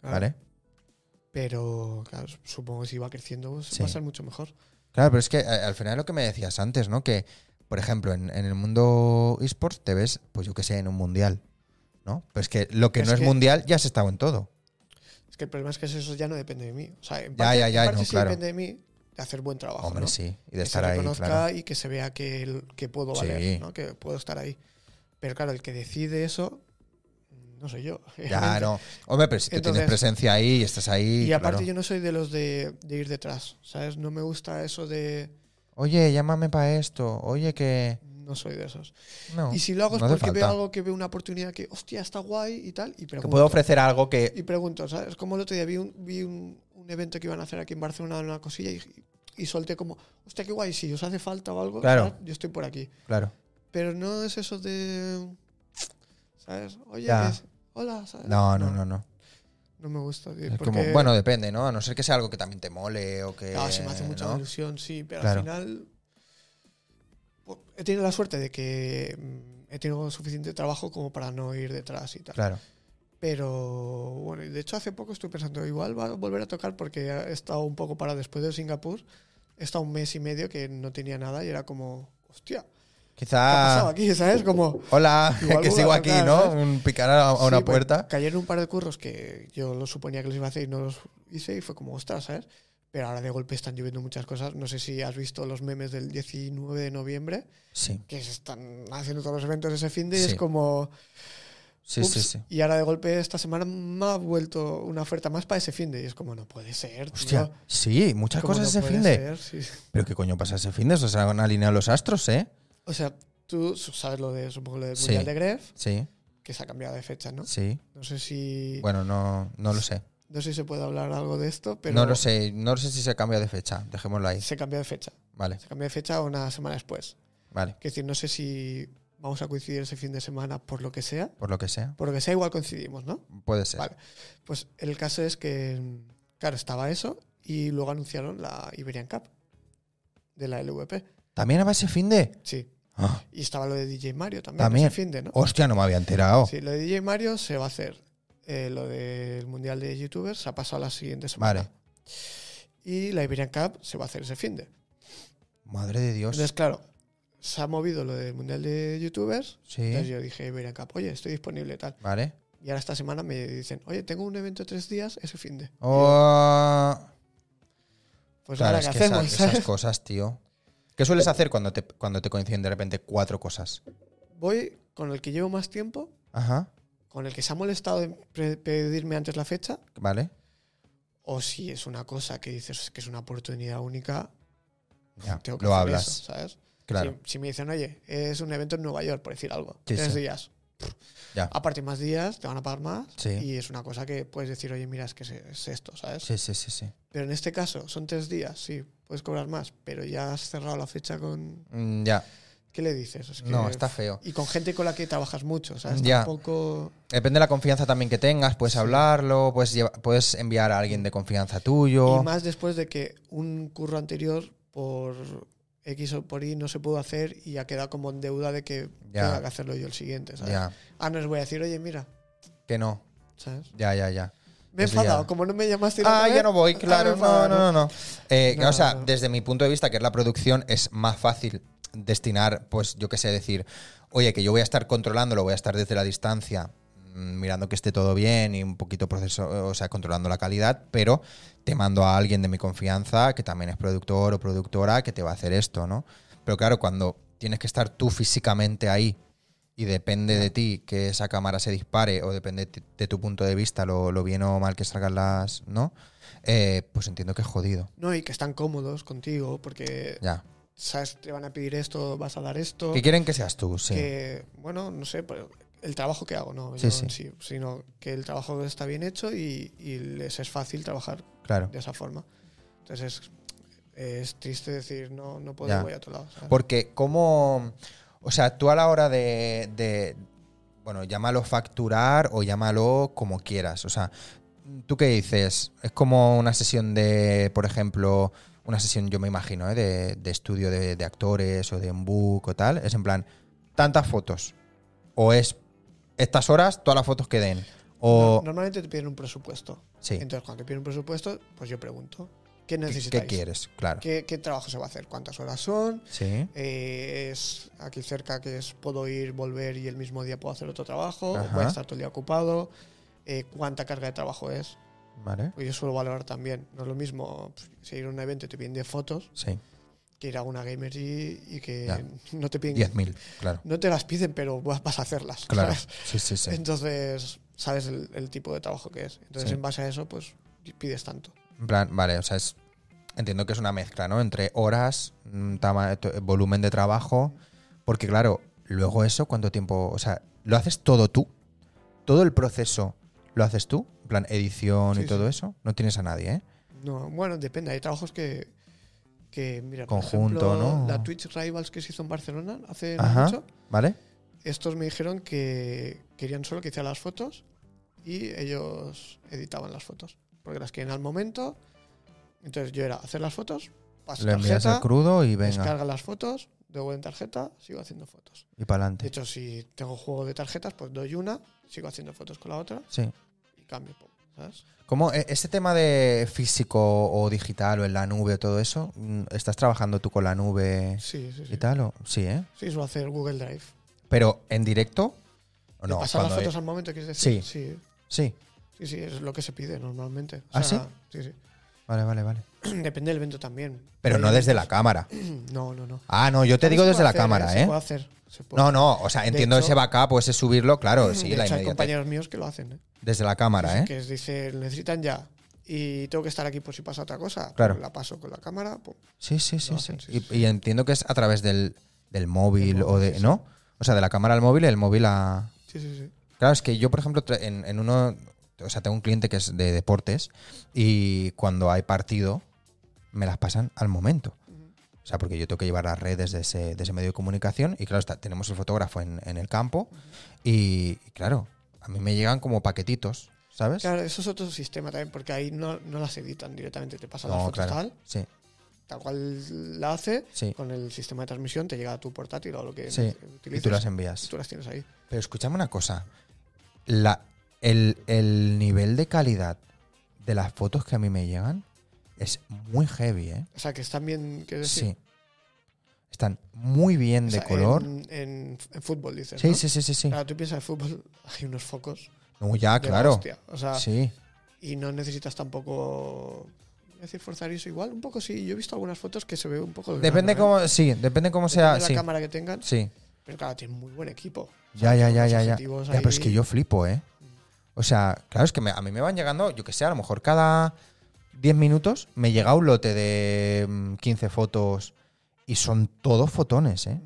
Speaker 2: claro,
Speaker 1: Vale.
Speaker 2: Pero claro, supongo que si va creciendo pues,
Speaker 1: Sí.
Speaker 2: va a ser mucho mejor.
Speaker 1: Claro, pero es que eh, al final lo que me decías antes, ¿no? Que, por ejemplo, en, en el mundo esports te ves, pues yo qué sé, en un mundial, ¿no? Pero es que lo que
Speaker 2: Es
Speaker 1: no es
Speaker 2: que-
Speaker 1: mundial ya has estado en todo.
Speaker 2: Es que el problema es que eso ya no depende de mí. O sea, en
Speaker 1: Ya,
Speaker 2: parte,
Speaker 1: ya, ya,
Speaker 2: en parte
Speaker 1: no,
Speaker 2: sí
Speaker 1: claro.
Speaker 2: depende de mí de hacer buen trabajo.
Speaker 1: Hombre,
Speaker 2: ¿no?
Speaker 1: sí. Y de
Speaker 2: que
Speaker 1: estar
Speaker 2: se
Speaker 1: ahí,
Speaker 2: reconozca
Speaker 1: claro.
Speaker 2: y que se vea que, el- que puedo
Speaker 1: Sí.
Speaker 2: valer, ¿no? que puedo estar ahí. Pero claro, el que decide eso no soy yo.
Speaker 1: Ya,
Speaker 2: obviamente.
Speaker 1: no. Hombre, pero si tú
Speaker 2: Entonces-
Speaker 1: tienes presencia ahí y estás ahí.
Speaker 2: Y aparte
Speaker 1: claro.
Speaker 2: yo no soy de los de, de ir detrás, ¿sabes? No me gusta eso de...
Speaker 1: Oye, llámame para esto. Oye, que.
Speaker 2: No soy de esos.
Speaker 1: No.
Speaker 2: y si lo hago es
Speaker 1: no hace
Speaker 2: porque veo
Speaker 1: falta.
Speaker 2: algo que veo una oportunidad que, hostia, está guay y tal, y
Speaker 1: Que
Speaker 2: pregunto.
Speaker 1: puedo ofrecer algo
Speaker 2: Y
Speaker 1: que.
Speaker 2: pregunto, ¿sabes? Como el otro día vi un, vi un, un evento que iban a hacer aquí en Barcelona, una cosilla, y, y solté como, hostia, qué guay, si os hace falta o algo,
Speaker 1: Claro.
Speaker 2: tal, yo estoy por aquí.
Speaker 1: Claro.
Speaker 2: Pero no es eso de... ¿Sabes? Oye,
Speaker 1: Ya.
Speaker 2: es- hola, ¿sabes?
Speaker 1: No, no, no, no.
Speaker 2: No me gusta. tío,
Speaker 1: Es
Speaker 2: porque-
Speaker 1: como, bueno, depende, ¿no? A no ser que sea algo que también te mole o que.
Speaker 2: Claro, sí Ah, me hace mucha
Speaker 1: Eh, ¿no?
Speaker 2: ilusión, sí, pero
Speaker 1: Claro.
Speaker 2: al final pues, he tenido la suerte de que mm, he tenido suficiente trabajo como para no ir detrás y tal.
Speaker 1: Claro.
Speaker 2: Pero bueno, y de hecho hace poco estoy pensando, igual va a volver a tocar porque he estado un poco para después de Singapur, he estado un mes y medio que no tenía nada y era como, hostia, ¿qué ha pasado
Speaker 1: Quizá.
Speaker 2: aquí? ¿Sabes? Como...
Speaker 1: Hola,
Speaker 2: Igual
Speaker 1: que
Speaker 2: vuelvo
Speaker 1: sigo
Speaker 2: a
Speaker 1: aquí,
Speaker 2: tocar,
Speaker 1: ¿no?
Speaker 2: ¿sabes?
Speaker 1: Un picar a a una
Speaker 2: Sí, pues,
Speaker 1: puerta.
Speaker 2: cayeron un par de curros que yo los suponía que los iba a hacer y no los hice y fue como, ostras, ¿sabes? Pero ahora de golpe están lloviendo muchas cosas. No sé si has visto los memes del 19 de noviembre,
Speaker 1: Sí,
Speaker 2: que se están haciendo todos los eventos ese fin de y
Speaker 1: Sí.
Speaker 2: es como...
Speaker 1: sí,
Speaker 2: "Ups",
Speaker 1: sí, sí.
Speaker 2: Y ahora de golpe esta semana me ha vuelto una oferta más para ese fin de y es como, no puede ser. tío.
Speaker 1: Hostia, sí, muchas
Speaker 2: Como
Speaker 1: cosas
Speaker 2: no
Speaker 1: ese
Speaker 2: puede
Speaker 1: fin de.
Speaker 2: ser, sí.
Speaker 1: Pero qué coño pasa ese fin de. O sea, se han alineado los astros, ¿eh?
Speaker 2: O sea, tú sabes lo de, supongo, lo del
Speaker 1: Sí.
Speaker 2: Mundial de Gref,
Speaker 1: Sí,
Speaker 2: que se ha cambiado de fecha, ¿no?
Speaker 1: sí.
Speaker 2: No sé si...
Speaker 1: Bueno, no, no lo sé.
Speaker 2: No sé si se puede hablar algo de esto, pero
Speaker 1: no lo sé, no lo sé si se cambia de fecha. Dejémoslo ahí.
Speaker 2: se cambió de fecha.
Speaker 1: Vale,
Speaker 2: Se cambió de fecha una semana después.
Speaker 1: vale.
Speaker 2: Es decir, no sé si vamos a coincidir ese fin de semana por lo que sea.
Speaker 1: Por lo que sea.
Speaker 2: Por lo que sea, igual coincidimos, ¿no?
Speaker 1: Puede ser.
Speaker 2: Vale. Pues el caso es que, mm, claro, estaba eso y luego anunciaron la Iberian Cup de la LVP.
Speaker 1: También va ese fin de.
Speaker 2: Sí.
Speaker 1: Ah,
Speaker 2: Y estaba lo de DJ Mario también,
Speaker 1: También.
Speaker 2: ese fin de, ¿no?
Speaker 1: hostia, no me había enterado.
Speaker 2: Sí, lo de DJ Mario se va a hacer. Eh, lo del Mundial de Youtubers se ha pasado a la siguiente semana.
Speaker 1: Vale.
Speaker 2: Y la Iberian Cup se va a hacer ese fin de.
Speaker 1: Pues Madre de Dios.
Speaker 2: Entonces, claro, se ha movido lo del Mundial de Youtubers Entonces
Speaker 1: Sí.
Speaker 2: yo dije, Iberian Cup, oye, estoy disponible tal.
Speaker 1: Vale.
Speaker 2: Y ahora esta semana me dicen, oye, tengo un evento tres días ese fin de.
Speaker 1: Oh,
Speaker 2: pues
Speaker 1: claro,
Speaker 2: ahora,
Speaker 1: es
Speaker 2: ¿qué
Speaker 1: que esa-
Speaker 2: hacemos?
Speaker 1: esas cosas, tío. ¿Qué sueles hacer cuando te, cuando te coinciden de repente cuatro cosas?
Speaker 2: Voy con el que llevo más tiempo,
Speaker 1: Ajá.
Speaker 2: con el que se ha molestado en pre- pedirme antes la fecha,
Speaker 1: Vale.
Speaker 2: o si es una cosa que dices que es una oportunidad única,
Speaker 1: Ya,
Speaker 2: tengo que
Speaker 1: lo
Speaker 2: hacer
Speaker 1: hablas.
Speaker 2: eso, ¿sabes?
Speaker 1: Claro.
Speaker 2: Si, si me dicen, oye, es un evento en Nueva York, por decir algo,
Speaker 1: Sí,
Speaker 2: tres
Speaker 1: sí.
Speaker 2: días. Pff,
Speaker 1: Ya.
Speaker 2: Aparte más días, te van a pagar más.
Speaker 1: Sí.
Speaker 2: Y es una cosa que puedes decir, oye, mira, es que es- es esto, ¿sabes?
Speaker 1: Sí, sí, sí, sí.
Speaker 2: Pero en este caso son tres días, sí, puedes cobrar más, pero ya has cerrado la fecha con...
Speaker 1: Mm, ya.
Speaker 2: ¿Qué le dices? Es que-
Speaker 1: No, está feo.
Speaker 2: Y con gente con la que trabajas mucho, ¿sabes?
Speaker 1: Ya.
Speaker 2: Tampoco...
Speaker 1: Depende de la confianza también que tengas, puedes
Speaker 2: Sí.
Speaker 1: hablarlo, puedes, lleva- puedes enviar a alguien de confianza
Speaker 2: Y
Speaker 1: tuyo.
Speaker 2: más después de que un curro anterior por X o por Y no se pudo hacer y ha quedado como en deuda de que
Speaker 1: Ya.
Speaker 2: tenga que hacerlo yo el siguiente, ¿sabes?
Speaker 1: Ya,
Speaker 2: Ah, no les voy a decir, oye, mira,
Speaker 1: que no.
Speaker 2: ¿sabes?
Speaker 1: Ya, ya, ya.
Speaker 2: Me he
Speaker 1: Es
Speaker 2: enfadado,
Speaker 1: liado.
Speaker 2: como no me llamaste... la
Speaker 1: Ah,
Speaker 2: otra
Speaker 1: ya
Speaker 2: vez,
Speaker 1: no voy,
Speaker 2: ah,
Speaker 1: claro.
Speaker 2: me he
Speaker 1: No,
Speaker 2: enfadado,
Speaker 1: no, no. no. Eh,
Speaker 2: No,
Speaker 1: o sea,
Speaker 2: no.
Speaker 1: desde mi punto de vista, que es la producción, es más fácil destinar, pues yo qué sé, decir, oye, que yo voy a estar controlándolo, voy a estar desde la distancia, mm, mirando que esté todo bien y un poquito proceso, eh, o sea, controlando la calidad, pero te mando a alguien de mi confianza, que también es productor o productora, que te va a hacer esto, ¿no? Pero claro, cuando tienes que estar tú físicamente ahí y depende de ti que esa cámara se dispare o depende t- de tu punto de vista lo, lo bien o mal que salgan las, ¿no? Eh, pues entiendo que es jodido.
Speaker 2: No, y que están cómodos contigo porque,
Speaker 1: Ya.
Speaker 2: ¿sabes? Te van a pedir esto, vas a dar esto.
Speaker 1: Que quieren que seas tú, sí.
Speaker 2: que, bueno, no sé, pero el trabajo que hago, no
Speaker 1: Sí,
Speaker 2: yo
Speaker 1: sí.
Speaker 2: en sí, sino que el trabajo está bien hecho y, y les es fácil trabajar
Speaker 1: Claro.
Speaker 2: de esa forma. Entonces es, es triste decir, no, no puedo,
Speaker 1: Ya.
Speaker 2: voy a otro lado. ¿sabes?
Speaker 1: Porque cómo, o sea, tú a la hora de, de- bueno, llámalo facturar o llámalo como quieras, o sea, ¿tú qué dices? Es como una sesión de, por ejemplo, una sesión, yo me imagino, ¿eh? de, de estudio de, de actores o de un book o tal, es en plan, tantas fotos, o es estas horas, todas las fotos que den, o
Speaker 2: No- Normalmente te piden un presupuesto.
Speaker 1: sí,
Speaker 2: Entonces, cuando te piden un presupuesto, pues yo pregunto, ¿qué
Speaker 1: ¿qué,
Speaker 2: necesitáis?
Speaker 1: qué quieres? Claro.
Speaker 2: ¿Qué- qué trabajo se va a hacer? ¿Cuántas horas son?
Speaker 1: Sí,
Speaker 2: Eh, es aquí cerca que es puedo ir, volver y el mismo día puedo hacer otro trabajo, o voy
Speaker 1: Ajá.
Speaker 2: a estar todo el día ocupado, eh, cuánta carga de trabajo es.
Speaker 1: vale,
Speaker 2: Pues yo suelo valorar también, no es lo mismo pf, si ir a un evento y te piden 10 fotos
Speaker 1: sí,
Speaker 2: que ir a una gamer y, y que
Speaker 1: Ya.
Speaker 2: no te piden
Speaker 1: 10.000, claro,
Speaker 2: no te las piden, pero vas vas a hacerlas.
Speaker 1: claro,
Speaker 2: ¿sabes?
Speaker 1: sí, sí, sí.
Speaker 2: Entonces, sabes el, el tipo de trabajo que es. Entonces,
Speaker 1: Sí.
Speaker 2: en base a eso, pues pides tanto.
Speaker 1: En plan, vale, o sea, es, entiendo que es una mezcla, ¿no? Entre horas, mm, tama- t- volumen de trabajo, porque claro, luego eso, ¿cuánto tiempo? O sea, ¿lo haces todo tú? ¿Todo el proceso lo haces tú? En plan, edición y
Speaker 2: Sí,
Speaker 1: todo
Speaker 2: sí.
Speaker 1: eso. No tienes a nadie, ¿eh?
Speaker 2: No, bueno, depende. Hay trabajos que, que mira, por
Speaker 1: Conjunto,
Speaker 2: ejemplo,
Speaker 1: ¿no?
Speaker 2: la Twitch Rivals que se hizo en Barcelona hace no
Speaker 1: Ajá.
Speaker 2: mucho,
Speaker 1: ¿Vale?
Speaker 2: estos me dijeron que querían solo que hiciera las fotos y ellos editaban las fotos, porque las quieren al momento. Entonces yo era hacer las fotos, paso
Speaker 1: Lo envías al
Speaker 2: tarjeta,
Speaker 1: crudo y venga,
Speaker 2: descarga las fotos, devuelvo en tarjeta, sigo haciendo fotos.
Speaker 1: y para
Speaker 2: De
Speaker 1: adelante.
Speaker 2: hecho, si tengo juego de tarjetas, pues doy una, sigo haciendo fotos con la otra
Speaker 1: Sí.
Speaker 2: y cambio. pum, ¿sabes?
Speaker 1: ¿Cómo e- ese tema de físico o digital o en la nube o todo eso? mm, ¿Estás trabajando tú con la nube
Speaker 2: Sí, sí, sí.
Speaker 1: y tal? o- Sí, ¿eh?
Speaker 2: Sí, suelo hacer Google Drive.
Speaker 1: Pero en directo o
Speaker 2: De
Speaker 1: no.
Speaker 2: pasar las
Speaker 1: Cuando-
Speaker 2: fotos al momento, quieres decir.
Speaker 1: Sí.
Speaker 2: Sí.
Speaker 1: Sí.
Speaker 2: sí, sí, es lo que se pide normalmente.
Speaker 1: ¿Ah,
Speaker 2: sí? Sí,
Speaker 1: Vale, vale, vale.
Speaker 2: Depende del evento también.
Speaker 1: Pero no desde la cámara.
Speaker 2: No, no, no.
Speaker 1: Ah, no, yo te digo
Speaker 2: Se
Speaker 1: desde la
Speaker 2: puede pues, hacer,
Speaker 1: cámara,
Speaker 2: Se
Speaker 1: ¿eh?
Speaker 2: puede hacer. se puede.
Speaker 1: No, no, o sea, entiendo
Speaker 2: hecho- mm,
Speaker 1: ese backup o ese subirlo, claro, sí,
Speaker 2: de
Speaker 1: la
Speaker 2: hecho, hay
Speaker 1: inmediatez.
Speaker 2: compañeros míos que lo hacen. ¿eh?
Speaker 1: Desde la cámara, ¿eh?
Speaker 2: Que les dicen, necesitan ya. Y tengo que estar aquí por si pasa otra cosa.
Speaker 1: Claro.
Speaker 2: La paso con la cámara. pum.
Speaker 1: Sí, sí, sí,
Speaker 2: lo
Speaker 1: sí.
Speaker 2: hacen, sí,
Speaker 1: Y-
Speaker 2: sí,
Speaker 1: Y, entiendo que es a través del, del móvil
Speaker 2: Del
Speaker 1: o
Speaker 2: móvil,
Speaker 1: de.
Speaker 2: sí, sí.
Speaker 1: ¿No? O sea, de la cámara al móvil y el móvil a.
Speaker 2: Sí, sí, sí.
Speaker 1: Claro, es que yo, por ejemplo, tra- en, en uno. O sea, tengo un cliente que es de deportes y cuando hay partido me las pasan al momento. O sea, porque yo tengo que llevar las redes de ese, de ese medio de comunicación y claro, está, tenemos el fotógrafo en, en el campo y, y, claro, a mí me llegan como paquetitos, ¿sabes?
Speaker 2: Claro, eso es otro sistema también, porque ahí no, no las editan directamente. Te pasan las
Speaker 1: No,
Speaker 2: fotos
Speaker 1: claro.
Speaker 2: tal,
Speaker 1: Sí,
Speaker 2: tal cual la hace.
Speaker 1: sí,
Speaker 2: Con el sistema de transmisión te llega a tu portátil o lo que
Speaker 1: sí. Y
Speaker 2: utilices.
Speaker 1: tú las envías.
Speaker 2: tú las tienes ahí.
Speaker 1: Pero escúchame una cosa. La, el, el nivel de calidad de las fotos que a mí me llegan es muy heavy, ¿eh?
Speaker 2: O sea, que están bien. quiero decir.
Speaker 1: Sí. Están muy bien
Speaker 2: O
Speaker 1: de
Speaker 2: sea,
Speaker 1: color.
Speaker 2: En, en- en fútbol, dices.
Speaker 1: Sí,
Speaker 2: ¿no?
Speaker 1: sí, sí, sí, sí.
Speaker 2: Claro, tú piensas en fútbol, hay unos focos.
Speaker 1: No, ya,
Speaker 2: de la
Speaker 1: Ah, claro.
Speaker 2: hostia. O sea,
Speaker 1: Sí.
Speaker 2: y no necesitas tampoco. Es decir, forzar eso igual. Un poco sí. Yo he visto algunas fotos que se ve un poco. el
Speaker 1: Depende
Speaker 2: grano, ¿eh?
Speaker 1: cómo, sí, depende cómo
Speaker 2: Depende
Speaker 1: sea.
Speaker 2: de la
Speaker 1: Sí,
Speaker 2: cámara que tengan.
Speaker 1: sí.
Speaker 2: Pero claro, tienen muy buen equipo.
Speaker 1: Ya, ya, ya,
Speaker 2: unos
Speaker 1: ya, ya.
Speaker 2: objetivos
Speaker 1: Ya, pero es
Speaker 2: ahí.
Speaker 1: que yo flipo, ¿eh? O sea, claro, es que me- a mí me van llegando, yo que sé, a lo mejor cada 10 minutos me llega un lote de mm, 15 fotos y son todos fotones, ¿eh?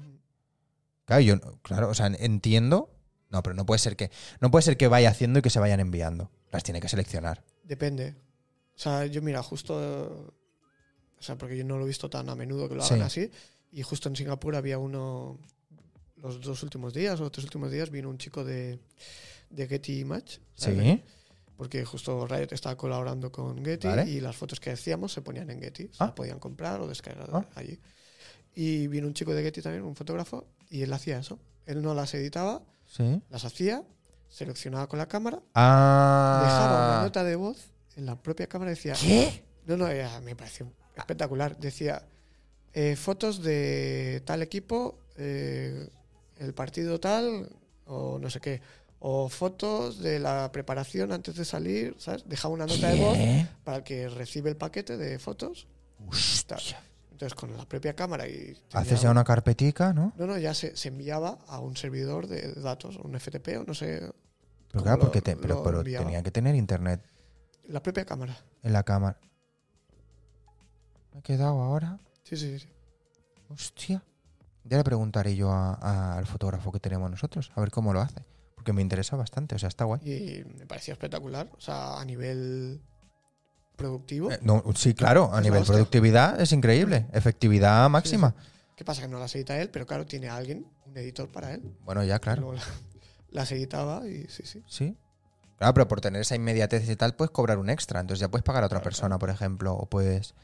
Speaker 1: Claro, yo, no- claro, o sea, entiendo. No, pero no puede ser que no puede ser que vaya haciendo y que se vayan enviando. Las tiene que seleccionar.
Speaker 2: Depende. O sea, yo mira, justo. O sea, porque yo no lo he visto tan a menudo que lo
Speaker 1: Sí.
Speaker 2: hagan así. Y justo en Singapur había uno. Los dos últimos días o tres últimos días vino un chico de, de Getty Image. ¿sabes?
Speaker 1: Sí.
Speaker 2: Porque justo Riot estaba colaborando con Getty
Speaker 1: Vale.
Speaker 2: y las fotos que hacíamos se ponían en Getty. Se
Speaker 1: Ah.
Speaker 2: las podían comprar o descargar
Speaker 1: Ah.
Speaker 2: allí. Y vino un chico de Getty también, un fotógrafo, y él hacía eso. Él no las editaba,
Speaker 1: Sí.
Speaker 2: las hacía, seleccionaba con la cámara, dejaba una
Speaker 1: Ah.
Speaker 2: nota de voz en la propia cámara y decía.
Speaker 1: ¿Qué?
Speaker 2: No, no, era- me pareció espectacular. Decía eh, fotos de tal equipo, eh, el partido tal, o no sé qué. O fotos de la preparación antes de salir, ¿sabes? Dejaba una nota de voz
Speaker 1: ¿Qué?
Speaker 2: para el que recibe el paquete de fotos.
Speaker 1: Hostia.
Speaker 2: Entonces, con la propia cámara y. tenía-
Speaker 1: Haces ya una carpetica, ¿no?
Speaker 2: No, no, ya se, se enviaba a un servidor de datos, un FTP o no sé,
Speaker 1: Pero
Speaker 2: Como
Speaker 1: claro,
Speaker 2: lo-
Speaker 1: porque te- pero,
Speaker 2: lo
Speaker 1: pero
Speaker 2: enviaba.
Speaker 1: tenía que tener internet
Speaker 2: la propia cámara.
Speaker 1: en la cámara. Me he quedado ahora.
Speaker 2: Sí, sí, sí.
Speaker 1: Hostia. Ya le preguntaré yo a- a- al fotógrafo que tenemos nosotros, a ver cómo lo hace. Porque porque me interesa bastante, o sea, está guay.
Speaker 2: Y me parecía espectacular. O sea, a nivel productivo.
Speaker 1: Eh, no, sí, claro, a
Speaker 2: Es la
Speaker 1: nivel
Speaker 2: hostia.
Speaker 1: productividad es increíble, efectividad máxima.
Speaker 2: ¿Qué pasa? Que no las edita él, pero claro, tiene a alguien, un editor para él.
Speaker 1: Bueno, ya, claro.
Speaker 2: Luego la- las editaba y sí, sí.
Speaker 1: Sí. Claro, pero por tener esa inmediatez y tal, puedes cobrar un extra. Entonces ya puedes pagar a otra persona, por ejemplo. O puedes.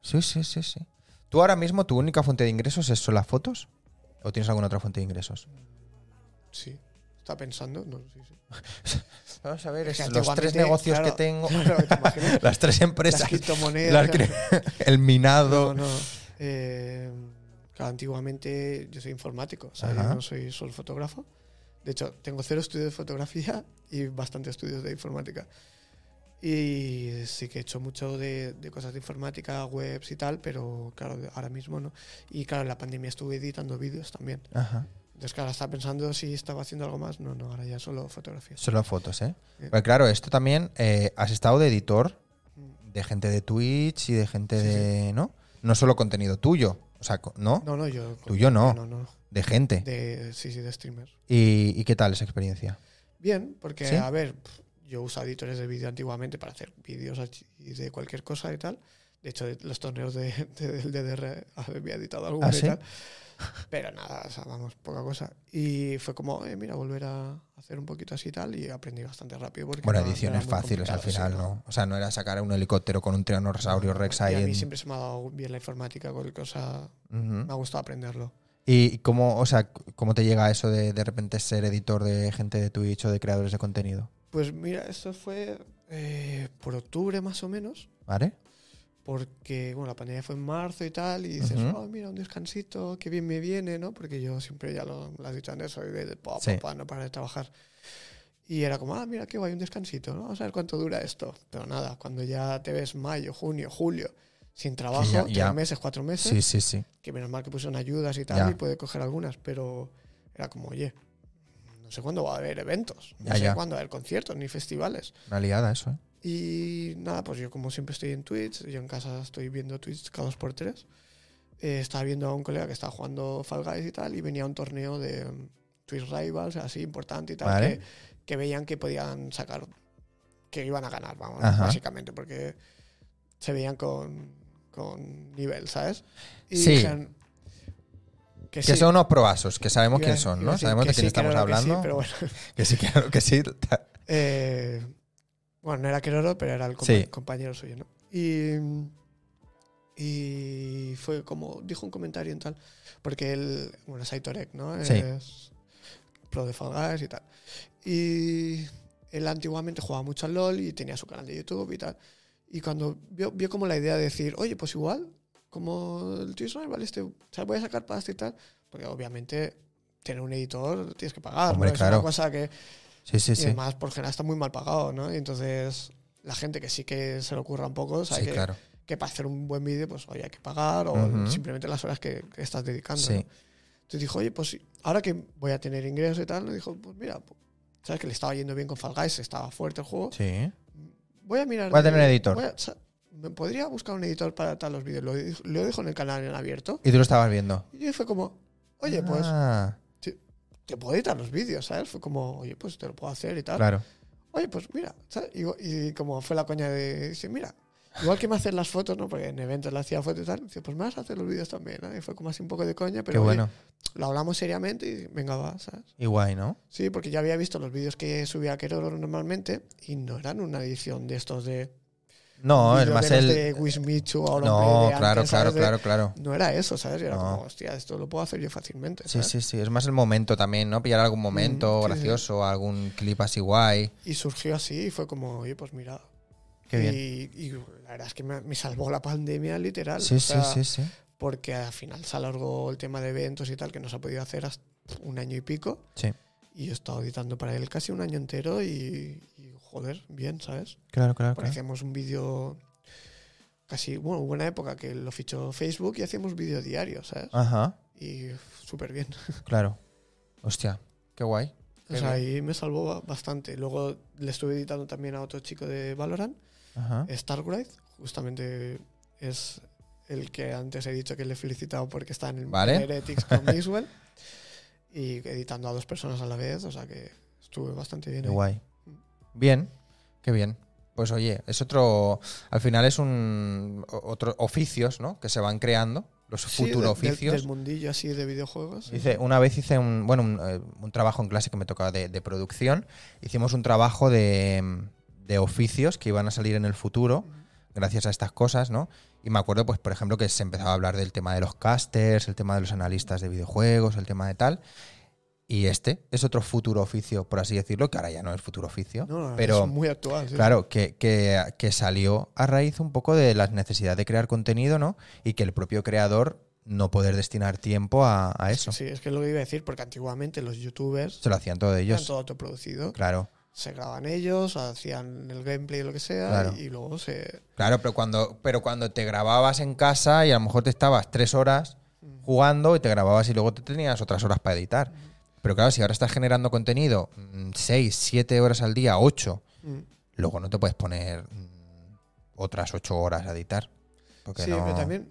Speaker 1: Sí, sí, sí, sí. ¿Tú ahora mismo tu única fuente de ingresos es son las fotos? ¿O tienes alguna otra fuente de ingresos?
Speaker 2: Sí. Está pensando. No, sí, sí.
Speaker 1: Vamos a ver,
Speaker 2: Es que
Speaker 1: es los tres
Speaker 2: antiguamente,
Speaker 1: negocios
Speaker 2: claro,
Speaker 1: que tengo.
Speaker 2: claro, te imaginas.
Speaker 1: las tres
Speaker 2: Las
Speaker 1: empresas.
Speaker 2: criptomonedas.
Speaker 1: las
Speaker 2: claro.
Speaker 1: cre- el minado.
Speaker 2: No, no. Eh, claro, antiguamente yo soy informático, o sea,
Speaker 1: Ajá.
Speaker 2: yo no soy solo fotógrafo. De hecho, tengo cero estudios de fotografía y bastante estudios de informática. Y sí que he hecho mucho de, de cosas de informática, webs y tal, pero claro, ahora mismo no. Y claro, en la pandemia estuve editando vídeos también.
Speaker 1: Ajá.
Speaker 2: Entonces, claro, estaba pensando si estaba haciendo algo más. No, no, ahora ya solo fotografía.
Speaker 1: Solo fotos, ¿eh?
Speaker 2: Eh.
Speaker 1: Pues claro, esto también eh, has estado de editor de gente de Twitch y de gente
Speaker 2: Sí,
Speaker 1: de. ¿No? No solo contenido tuyo. O sea, co- ¿no?
Speaker 2: No, no, yo.
Speaker 1: Tuyo no.
Speaker 2: No, no.
Speaker 1: De gente.
Speaker 2: De, sí, sí, de streamer.
Speaker 1: ¿Y, y qué tal esa experiencia?
Speaker 2: Bien, porque,
Speaker 1: ¿Sí?
Speaker 2: a ver, pf, yo usaba editores de vídeo antiguamente para hacer vídeos así de cualquier cosa y tal. De hecho, de- los torneos de, de- del DDR había editado alguno
Speaker 1: ¿Ah,
Speaker 2: y
Speaker 1: sí?
Speaker 2: tal. Pero nada, o sea, vamos, poca cosa. Y fue como, eh, mira, volver a hacer un poquito así y tal. Y aprendí bastante rápido. Porque
Speaker 1: Bueno,
Speaker 2: no- no
Speaker 1: ediciones
Speaker 2: era muy
Speaker 1: fáciles al
Speaker 2: complicado,
Speaker 1: final,
Speaker 2: sí,
Speaker 1: ¿no? O sea, no era sacar un helicóptero con un tiranosaurio rex
Speaker 2: Y
Speaker 1: ahí.
Speaker 2: a
Speaker 1: en-
Speaker 2: mí siempre se me ha dado bien la informática, cualquier cosa.
Speaker 1: Ujú.
Speaker 2: Me ha gustado aprenderlo.
Speaker 1: ¿Y cómo, o sea, cómo te llega eso de de repente ser editor de gente de Twitch o de creadores de contenido?
Speaker 2: Pues mira, eso fue eh, por octubre más o menos.
Speaker 1: ¿Vale?
Speaker 2: porque bueno, la pandemia fue en marzo y tal, y dices,
Speaker 1: Ujú.
Speaker 2: oh, mira, un descansito, qué bien me viene, ¿no? Porque yo siempre, ya lo, lo has dicho antes, soy de, de pa, pa,
Speaker 1: Sí.
Speaker 2: pa, no para de trabajar. Y era como, ah, mira, qué guay, un descansito, ¿no? Vamos a ver cuánto dura esto. Pero nada, cuando ya te ves mayo, junio, julio, sin trabajo,
Speaker 1: ya-
Speaker 2: tres
Speaker 1: ya.
Speaker 2: meses, cuatro meses,
Speaker 1: Sí, sí, sí.
Speaker 2: que menos mal que pusieron ayudas y tal,
Speaker 1: Ya.
Speaker 2: y puede coger algunas, pero era como, oye, no sé cuándo va a haber eventos, no
Speaker 1: Ya,
Speaker 2: sé
Speaker 1: ya.
Speaker 2: cuándo va a haber conciertos ni festivales.
Speaker 1: Una liada eso, ¿eh?
Speaker 2: Y nada, pues yo como siempre estoy en Twitch, yo en casa estoy viendo Twitch cada dos por tres. Eh, estaba viendo a un colega que estaba jugando Fall Guys y tal, y venía un torneo de mm, Twitch Rivals, así importante y tal,
Speaker 1: Vale.
Speaker 2: que, que veían que podían sacar, que iban a ganar, vamos,
Speaker 1: Ajá.
Speaker 2: básicamente, porque se veían con, con nivel, ¿sabes? Y
Speaker 1: Sí.
Speaker 2: dijeron que
Speaker 1: Que
Speaker 2: sí.
Speaker 1: son unos proasos, que sabemos
Speaker 2: Iba-
Speaker 1: quién son,
Speaker 2: iba a
Speaker 1: ¿no?
Speaker 2: decir
Speaker 1: Sabemos
Speaker 2: que
Speaker 1: de quién
Speaker 2: sí,
Speaker 1: estamos
Speaker 2: claro que sí,
Speaker 1: hablando.
Speaker 2: pero bueno.
Speaker 1: Que sí, claro que sí.
Speaker 2: Eh, bueno, no era Queroro, pero era el compa-
Speaker 1: Sí.
Speaker 2: compañero suyo, ¿no? Y, y fue como, dijo un comentario en tal, porque él, bueno, es Aitorek, ¿no?
Speaker 1: Sí.
Speaker 2: Es pro de Fall Guys y tal. Y él antiguamente jugaba mucho al LOL y tenía su canal de YouTube y tal. Y cuando vio, vio como la idea de decir, oye, pues igual, como el Twitch Rival, este, o sea, voy a sacar pasta y tal, porque obviamente tener un editor tienes que pagar,
Speaker 1: Hombre,
Speaker 2: ¿no? Es
Speaker 1: claro.
Speaker 2: una cosa que
Speaker 1: Sí, sí,
Speaker 2: y
Speaker 1: sí.
Speaker 2: además, por general, está muy mal pagado, ¿no? Y entonces, la gente que sí que se le ocurra un poco, sabe
Speaker 1: Sí,
Speaker 2: que,
Speaker 1: claro.
Speaker 2: que para hacer un buen vídeo, pues oye, hay que pagar o
Speaker 1: Ujú.
Speaker 2: simplemente las horas que, que estás dedicando. ¿no?
Speaker 1: Sí.
Speaker 2: Entonces dijo, oye, pues sí, ahora que voy a tener ingresos y tal, dijo, pues mira, pues, sabes que le estaba yendo bien con Fall Guys, estaba fuerte el juego.
Speaker 1: Sí.
Speaker 2: Voy a mirar.
Speaker 1: Voy a
Speaker 2: de-
Speaker 1: tener un editor.
Speaker 2: voy a- sa- me podría buscar un editor para tal los vídeos. Lo, di- lo dejo en el canal en abierto.
Speaker 1: Y tú lo estabas viendo.
Speaker 2: Y fue como, oye, pues
Speaker 1: Ah,
Speaker 2: te puedo editar los vídeos, ¿sabes? Fue como, oye, pues te lo puedo hacer y tal.
Speaker 1: claro.
Speaker 2: oye, pues mira, ¿sabes? Y, y como fue la coña de, dice, mira, igual que me hacen las fotos, ¿no? Porque en eventos le hacía fotos y tal, dice, pues me vas a hacer los vídeos también, ¿no? Y fue como así un poco de coña, pero
Speaker 1: Qué
Speaker 2: oye,
Speaker 1: bueno.
Speaker 2: lo hablamos seriamente y dije, venga, va, ¿sabes?
Speaker 1: Y guay, ¿no?
Speaker 2: Sí, porque ya había visto los vídeos que subía Keroro normalmente y no eran una edición de estos de...
Speaker 1: No, es
Speaker 2: vídeos
Speaker 1: más
Speaker 2: de los
Speaker 1: el.
Speaker 2: de Wismichu o
Speaker 1: No,
Speaker 2: Hombre de
Speaker 1: claro,
Speaker 2: antes,
Speaker 1: claro,
Speaker 2: ¿sabes? De-
Speaker 1: claro, claro.
Speaker 2: No era eso, ¿sabes? Y era
Speaker 1: No.
Speaker 2: como, hostia, esto lo puedo hacer yo fácilmente.
Speaker 1: Sí,
Speaker 2: ¿sabes?
Speaker 1: sí, sí. Es más el momento también, ¿no? Pillar algún momento
Speaker 2: Mm, sí, sí.
Speaker 1: gracioso, algún clip así guay.
Speaker 2: Y surgió así y fue como, oye, pues mira.
Speaker 1: Qué
Speaker 2: y,
Speaker 1: bien.
Speaker 2: y la verdad es que me, me salvó la pandemia literal.
Speaker 1: Sí,
Speaker 2: o
Speaker 1: sí,
Speaker 2: sea,
Speaker 1: sí, sí.
Speaker 2: porque al final se alargó el tema de eventos y tal, que no se ha podido hacer hasta un año y pico.
Speaker 1: Sí.
Speaker 2: Y yo he estado editando para él casi un año entero y, y, joder, bien, ¿sabes?
Speaker 1: Claro, claro,
Speaker 2: Porque
Speaker 1: claro.
Speaker 2: hacíamos un vídeo casi, bueno, hubo una época que lo fichó Facebook y hacíamos vídeo diario, ¿sabes?
Speaker 1: Ajá,
Speaker 2: Y uf, súper bien.
Speaker 1: claro. Hostia, qué guay.
Speaker 2: O
Speaker 1: Qué
Speaker 2: sea, ahí me salvó ba- bastante. Luego le estuve editando también a otro chico de Valorant, Eh,
Speaker 1: Ajá.
Speaker 2: Stargride, justamente es el que antes he dicho que le he felicitado porque está en el
Speaker 1: Vale.
Speaker 2: Heretics con Mixwell y editando a dos personas a la vez, o sea que Estuve bastante bien.
Speaker 1: Qué
Speaker 2: ahí.
Speaker 1: guay. Bien, qué bien. Pues oye, es otro. Al final es un. o- Otros oficios, ¿no? Que se van creando, los
Speaker 2: Sí, de-
Speaker 1: futuros
Speaker 2: del-
Speaker 1: oficios.
Speaker 2: Del mundillo así de videojuegos.
Speaker 1: Hice- una vez hice un, bueno, un, eh, un trabajo en clase que me tocaba de, de producción. Hicimos un trabajo de, mm, de oficios que iban a salir en el futuro gracias a estas cosas, ¿no? Y me acuerdo, pues, por ejemplo, que se empezaba a hablar del tema de los casters, el tema de los analistas de videojuegos, el tema de tal. Y este es otro futuro oficio, por así decirlo, que ahora ya no es futuro oficio.
Speaker 2: No, no,
Speaker 1: pero
Speaker 2: es muy actual. sí.
Speaker 1: Claro, que, que- que salió a raíz un poco de la necesidad de crear contenido, ¿no? Y que el propio creador no poder destinar tiempo a, a eso.
Speaker 2: Sí, es que es lo que iba a decir, porque antiguamente los youtubers
Speaker 1: Se lo hacían todos
Speaker 2: eran
Speaker 1: ellos.
Speaker 2: todo autoproducido.
Speaker 1: Claro,
Speaker 2: Se graban ellos, hacían el gameplay o lo que sea,
Speaker 1: Claro.
Speaker 2: y luego se.
Speaker 1: claro, pero cuando, pero cuando te grababas en casa y a lo mejor te estabas tres horas
Speaker 2: Mm.
Speaker 1: jugando y te grababas y luego te tenías otras horas para editar. Pero claro, si ahora estás generando contenido mm, seis, siete horas al día, ocho,
Speaker 2: Mm.
Speaker 1: luego no te puedes poner mm, otras ocho horas a editar. Porque
Speaker 2: Sí,
Speaker 1: no-
Speaker 2: pero también.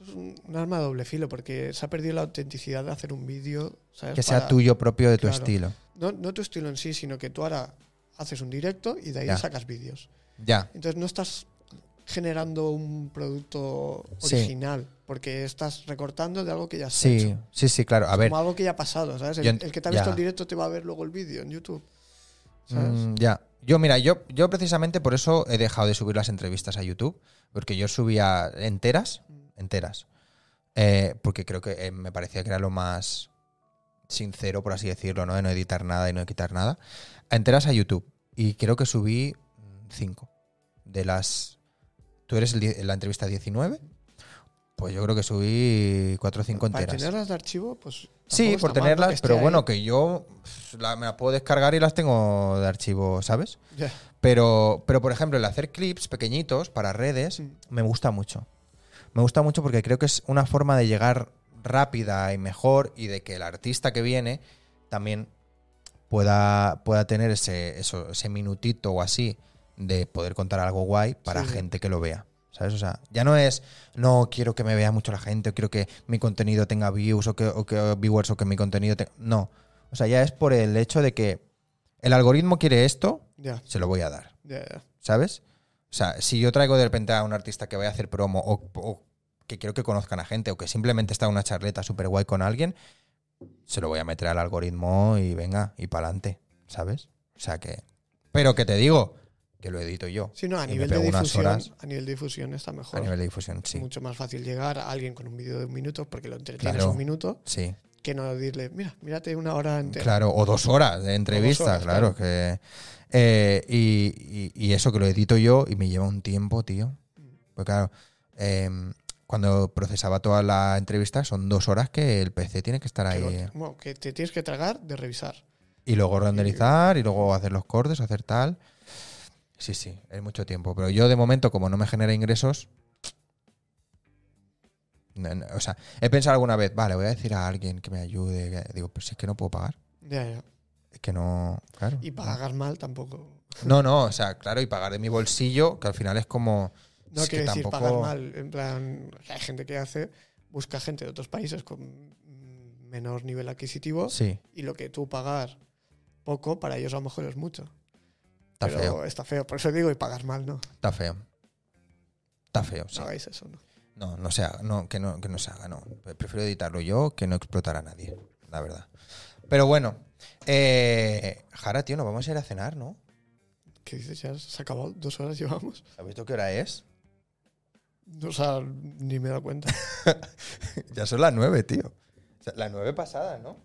Speaker 2: Eso es un, un arma de doble filo, porque se ha perdido la autenticidad de hacer un vídeo. ¿sabes?
Speaker 1: que sea
Speaker 2: Para-
Speaker 1: tuyo propio de tu
Speaker 2: Claro.
Speaker 1: estilo.
Speaker 2: No, no tu estilo en sí, sino que tú ahora haces un directo y de ahí
Speaker 1: Ya.
Speaker 2: sacas vídeos.
Speaker 1: Ya,
Speaker 2: Entonces no estás generando un producto
Speaker 1: Sí.
Speaker 2: original, porque estás recortando de algo que ya se ha
Speaker 1: sí,
Speaker 2: hecho.
Speaker 1: sí, sí, claro. A ver,
Speaker 2: Como algo que ya ha pasado, ¿sabes? El,
Speaker 1: Yo ent-
Speaker 2: el que te ha visto
Speaker 1: ya.
Speaker 2: el directo te va a ver luego el vídeo en YouTube. ¿Sabes?
Speaker 1: Mm, ya. Yo, mira, yo, yo precisamente por eso he dejado de subir las entrevistas a YouTube, porque yo subía enteras, enteras, eh, porque creo que eh, me parecía que era lo más sincero, por así decirlo, ¿no? De no editar nada y no quitar nada. Enteras a YouTube. Y creo que subí mm, cinco. De las... Tú eres el die- la entrevista 19, pues yo creo que subí cuatro o cinco
Speaker 2: Para
Speaker 1: enteras.
Speaker 2: tenerlas de archivo, pues.
Speaker 1: Sí, por
Speaker 2: tampoco está mal, ¿no? Que
Speaker 1: tenerlas,
Speaker 2: esté
Speaker 1: pero
Speaker 2: ahí.
Speaker 1: bueno, que yo pf, la- me las puedo descargar y las tengo de archivo, ¿sabes?
Speaker 2: Ya.
Speaker 1: Pero, pero por ejemplo, el hacer clips pequeñitos para redes
Speaker 2: Mm.
Speaker 1: me gusta mucho. Me gusta mucho porque creo que es una forma de llegar rápida y mejor y de que el artista que viene también pueda, pueda tener ese, eso, ese minutito o así de poder contar algo guay para
Speaker 2: Sí, sí.
Speaker 1: gente que lo vea. ¿Sabes? O sea, ya no es, no quiero que me vea mucho la gente, o quiero que mi contenido tenga views o que, o que- viewers o que mi contenido tenga. No. O sea, ya es por el hecho de que el algoritmo quiere esto,
Speaker 2: Ya,
Speaker 1: se lo voy a dar.
Speaker 2: ya, ya.
Speaker 1: ¿sabes? O sea, si yo traigo de repente a un artista que vaya a hacer promo o, o que quiero que conozcan a gente o que simplemente está en una charleta súper guay con alguien, se lo voy a meter al algoritmo y venga, y pa'lante, ¿sabes? O sea que... Pero que te digo, que lo edito yo.
Speaker 2: Sí, no, a
Speaker 1: Y me
Speaker 2: nivel de
Speaker 1: pego unas
Speaker 2: difusión.
Speaker 1: horas.
Speaker 2: A nivel de difusión está mejor.
Speaker 1: A nivel de difusión,
Speaker 2: es
Speaker 1: sí.
Speaker 2: mucho más fácil llegar a alguien con un vídeo de un minuto porque lo entretienes
Speaker 1: Claro.
Speaker 2: un minuto
Speaker 1: Sí,
Speaker 2: que no decirle, mira, mírate una hora entera.
Speaker 1: claro. O dos horas de entrevista,
Speaker 2: Este, horas,
Speaker 1: claro. que eh, y, y- y eso que lo edito yo y me lleva un tiempo, tío. Pues claro, em, cuando procesaba toda la entrevista son dos horas que el PC tiene que estar
Speaker 2: Que,
Speaker 1: ahí. eh.
Speaker 2: lo- bueno, que te tienes que tragar de revisar.
Speaker 1: Y luego renderizar y luego hacer los cortes, hacer tal. Sí, sí, es mucho tiempo. Pero yo de momento, como no me genera ingresos. no, no, o sea, he pensado alguna vez, vale, voy a decir a alguien que me ayude. que- Digo, pues es que no puedo pagar.
Speaker 2: Ya, ya.
Speaker 1: Es que no. Claro.
Speaker 2: Y pagar mal tampoco.
Speaker 1: No, no, o sea, claro, y pagar de mi bolsillo, que al final es como.
Speaker 2: No
Speaker 1: es que
Speaker 2: quiero decir
Speaker 1: tampoco-
Speaker 2: pagar mal. En plan, hay gente que hace, busca gente de otros países con menor nivel adquisitivo
Speaker 1: Sí,
Speaker 2: y lo que tú pagar poco, para ellos a lo mejor es mucho.
Speaker 1: está
Speaker 2: Pero
Speaker 1: feo,
Speaker 2: está feo. Por eso digo, y pagar mal, no.
Speaker 1: está feo. Está feo, sí.
Speaker 2: No hagáis eso, ¿no?
Speaker 1: No, no se haga, no, que no, que no se haga, no. Prefiero editarlo yo que no explotar a nadie, la verdad. Pero bueno, eh, Jara, tío, nos vamos a ir a cenar, ¿no?
Speaker 2: ¿Qué dices? Ya se acabó, dos horas llevamos.
Speaker 1: ¿Has visto qué hora es?
Speaker 2: O sea, ni me he dado cuenta.
Speaker 1: Ya son las nueve, tío. O sea, las nueve pasadas, ¿no?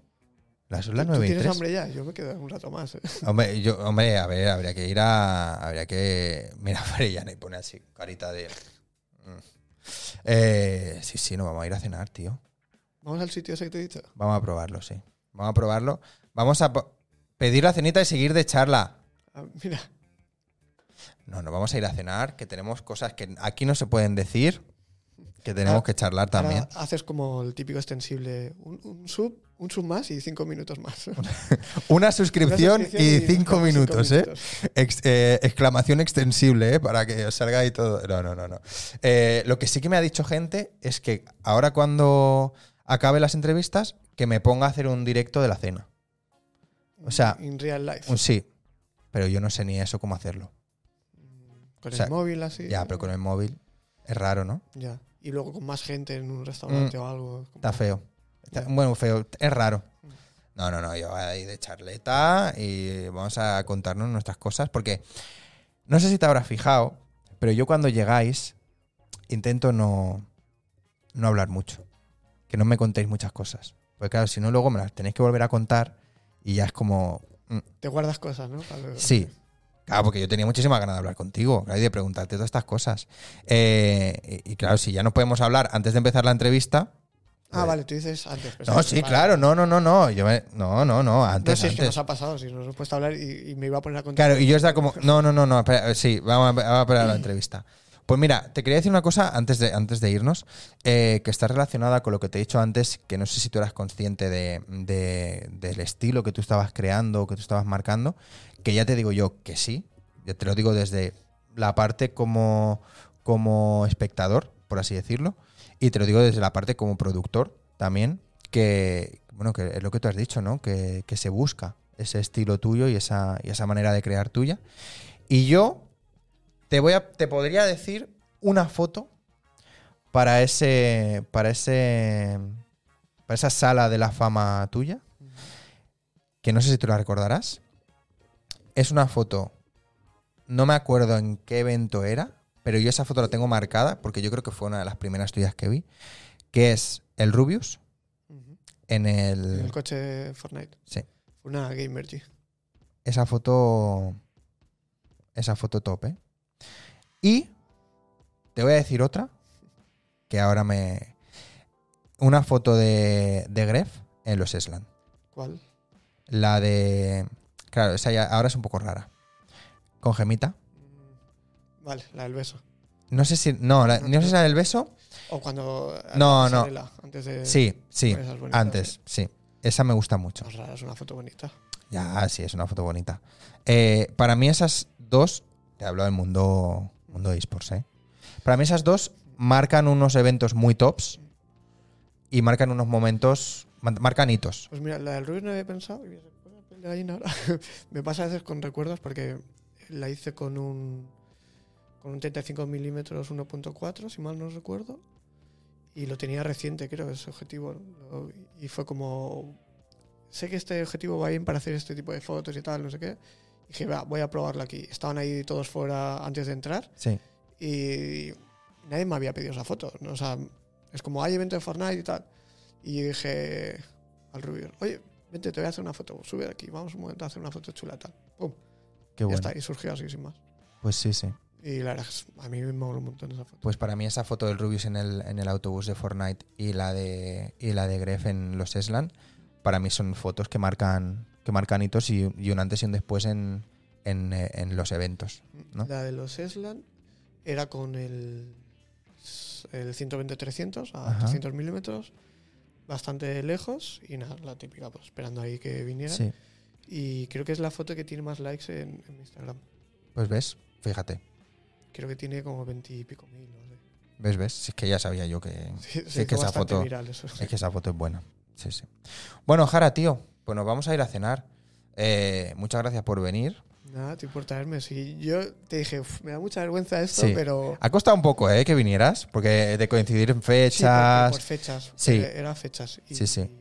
Speaker 1: Las son las
Speaker 2: ¿Tú
Speaker 1: nueve y
Speaker 2: tienes
Speaker 1: tres.
Speaker 2: hambre ya? Yo me quedo un rato más. ¿eh?
Speaker 1: Hombre, yo, hombre, a ver, habría que ir a. Habría que. Mira, Freyana y pone así, carita de. Mm. Eh, sí, sí, nos vamos a ir a cenar, tío.
Speaker 2: Vamos al sitio ese que te he dicho.
Speaker 1: Vamos a probarlo, sí. Vamos a probarlo. Vamos a po- pedir la cenita y seguir de charla.
Speaker 2: Ah, mira,
Speaker 1: No, nos vamos a ir a cenar, que tenemos cosas que aquí no se pueden decir, que tenemos
Speaker 2: Ah,
Speaker 1: que charlar también.
Speaker 2: ahora haces como el típico extensible, un, un sub, un sub más y cinco minutos más.
Speaker 1: Una suscripción,
Speaker 2: Una suscripción
Speaker 1: y,
Speaker 2: y
Speaker 1: cinco,
Speaker 2: cinco
Speaker 1: minutos, ¿eh?
Speaker 2: minutos.
Speaker 1: Ex- eh, exclamación extensible, ¿eh? Para que os salga y todo. No, no, no, no. Eh, lo que sí que me ha dicho gente es que ahora cuando acabe las entrevistas, que me ponga a hacer un directo de la cena. O sea,
Speaker 2: in real life.
Speaker 1: un sí. Pero yo no sé ni eso cómo hacerlo.
Speaker 2: con
Speaker 1: o sea,
Speaker 2: el móvil así.
Speaker 1: Ya, pero con el móvil es raro, ¿no?
Speaker 2: Ya. Y luego con más gente en un
Speaker 1: Mm.
Speaker 2: restaurante o algo. como-
Speaker 1: Está feo. Está-
Speaker 2: Ya.
Speaker 1: bueno, feo, es raro. No, no, no, yo voy a ir de charleta y vamos a contarnos nuestras cosas porque no sé si te habrás fijado, pero yo cuando llegáis intento no, no hablar mucho, que no me contéis muchas cosas. Porque claro, si no luego me las tenéis que volver a contar y ya es como... mm,
Speaker 2: Te guardas cosas, ¿no? Para luego.
Speaker 1: Sí. Claro, porque yo tenía muchísima ganas de hablar contigo claro, y de preguntarte todas estas cosas. Eh, y, y claro, si ya no podemos hablar antes de empezar la entrevista,
Speaker 2: Ah, vale, tú dices antes.
Speaker 1: no,
Speaker 2: pensaba,
Speaker 1: sí,
Speaker 2: vale.
Speaker 1: claro, no, no, no, no. Yo me- no, no, no,
Speaker 2: No
Speaker 1: antes.
Speaker 2: sé si es que
Speaker 1: antes.
Speaker 2: nos ha pasado, si nos he puesto a hablar y, y me iba a poner a contar.
Speaker 1: Claro, y yo estaba como, no, no, no, no, espera, eh, sí, vamos a, vamos a esperar la entrevista. Pues mira, te quería decir una cosa antes de, antes de irnos, eh, que está relacionada con lo que te he dicho antes, que no sé si tú eras consciente de, de- del estilo que tú estabas creando, que tú estabas marcando, que ya te digo yo que sí, ya te lo digo desde la parte como, como espectador, por así decirlo, y te lo digo desde la parte como productor también, que bueno, que es lo que tú has dicho, ¿no? Que, que se busca ese estilo tuyo y esa, y esa manera de crear tuya. Y yo te voy a te podría decir una foto para ese para ese para esa sala de la fama tuya que no sé si tú la recordarás. Es una foto no me acuerdo en qué evento era, pero yo esa foto la tengo marcada porque yo creo que fue una de las primeras tuyas que vi, que es el Rubius
Speaker 2: Ujú.
Speaker 1: en
Speaker 2: En
Speaker 1: el
Speaker 2: el coche de Fortnite.
Speaker 1: sí.
Speaker 2: Una gamer, G.
Speaker 1: esa foto. Esa foto top, ¿eh? Y te voy a decir otra. Que ahora me. Una foto de, de Gref en los Eslan.
Speaker 2: ¿Cuál?
Speaker 1: La de. Claro, esa ya ahora es un poco rara. Con Gemita.
Speaker 2: Mm, Vale, la del beso.
Speaker 1: No sé si. No, la- no sé si la del beso.
Speaker 2: O cuando.
Speaker 1: No, no.
Speaker 2: pasarela, Antes de.
Speaker 1: Sí, sí.
Speaker 2: Esa es bonita,
Speaker 1: Antes, sí. Esa me gusta mucho.
Speaker 2: Es rara, es una foto bonita.
Speaker 1: Ya, sí, es una foto bonita. Eh, para mí esas dos, te hablo del mundo, mundo esports, ¿eh? Para mí esas dos marcan unos eventos muy tops y marcan unos momentos, man- marcan hitos.
Speaker 2: Pues mira, la del Rubius no había pensado. Y me recuerda piel de gallina ahora. me pasa a veces con recuerdos porque la hice con un. Con un 35 milímetros 1.4, si mal no recuerdo. Y lo tenía reciente, creo, ese objetivo. ¿no? Y fue como. Sé que este objetivo va bien para hacer este tipo de fotos y tal, no sé qué. Y dije, va, voy a probarlo aquí. Estaban ahí todos fuera antes de entrar.
Speaker 1: Sí.
Speaker 2: y nadie me había pedido esa foto. ¿no? O sea, es como hay evento de Fortnite y tal. Y dije al Rubio, oye, vente, te voy a hacer una foto, sube aquí, vamos un momento a hacer una foto chula tal. Pum,
Speaker 1: Qué
Speaker 2: ya
Speaker 1: bueno.
Speaker 2: está, y surgió así sin más.
Speaker 1: Pues sí, sí.
Speaker 2: Y la verdad es que a mí me mola un montón esa foto.
Speaker 1: Pues para mí esa foto del Rubius en el, en el autobús de Fortnite y la de, y la de Gref en los Eslan, para mí son fotos que marcan, que marcan hitos y, y un antes y un después en, en, eh, en los eventos. ¿no?
Speaker 2: La de los Eslan era con el, el 120-300 a
Speaker 1: Ajá.
Speaker 2: 300 milímetros, bastante lejos y nada, la típica, pues esperando ahí que viniera.
Speaker 1: Sí.
Speaker 2: Y creo que es la foto que tiene más likes en, en Instagram.
Speaker 1: Pues ves, fíjate.
Speaker 2: Creo que tiene como 20 y pico mil. No sé.
Speaker 1: ¿Ves, ves? Si Es que ya sabía yo que,
Speaker 2: Sí,
Speaker 1: si
Speaker 2: se
Speaker 1: es que
Speaker 2: hizo
Speaker 1: esa
Speaker 2: bastante
Speaker 1: foto,
Speaker 2: viral eso.
Speaker 1: es que esa foto es buena. Sí, sí. Bueno, Jara, tío, pues nos vamos a ir a cenar. Eh, muchas gracias por venir.
Speaker 2: Nada, te importa verme. Si yo te dije, "Uf, me da mucha vergüenza esto,
Speaker 1: Sí.
Speaker 2: pero.
Speaker 1: Ha costado un poco, ¿eh? Que vinieras, porque de coincidir en
Speaker 2: Sí, pero- pero
Speaker 1: fechas.
Speaker 2: por fechas.
Speaker 1: Sí.
Speaker 2: eh, Era fechas. Y-
Speaker 1: Sí, sí.
Speaker 2: y-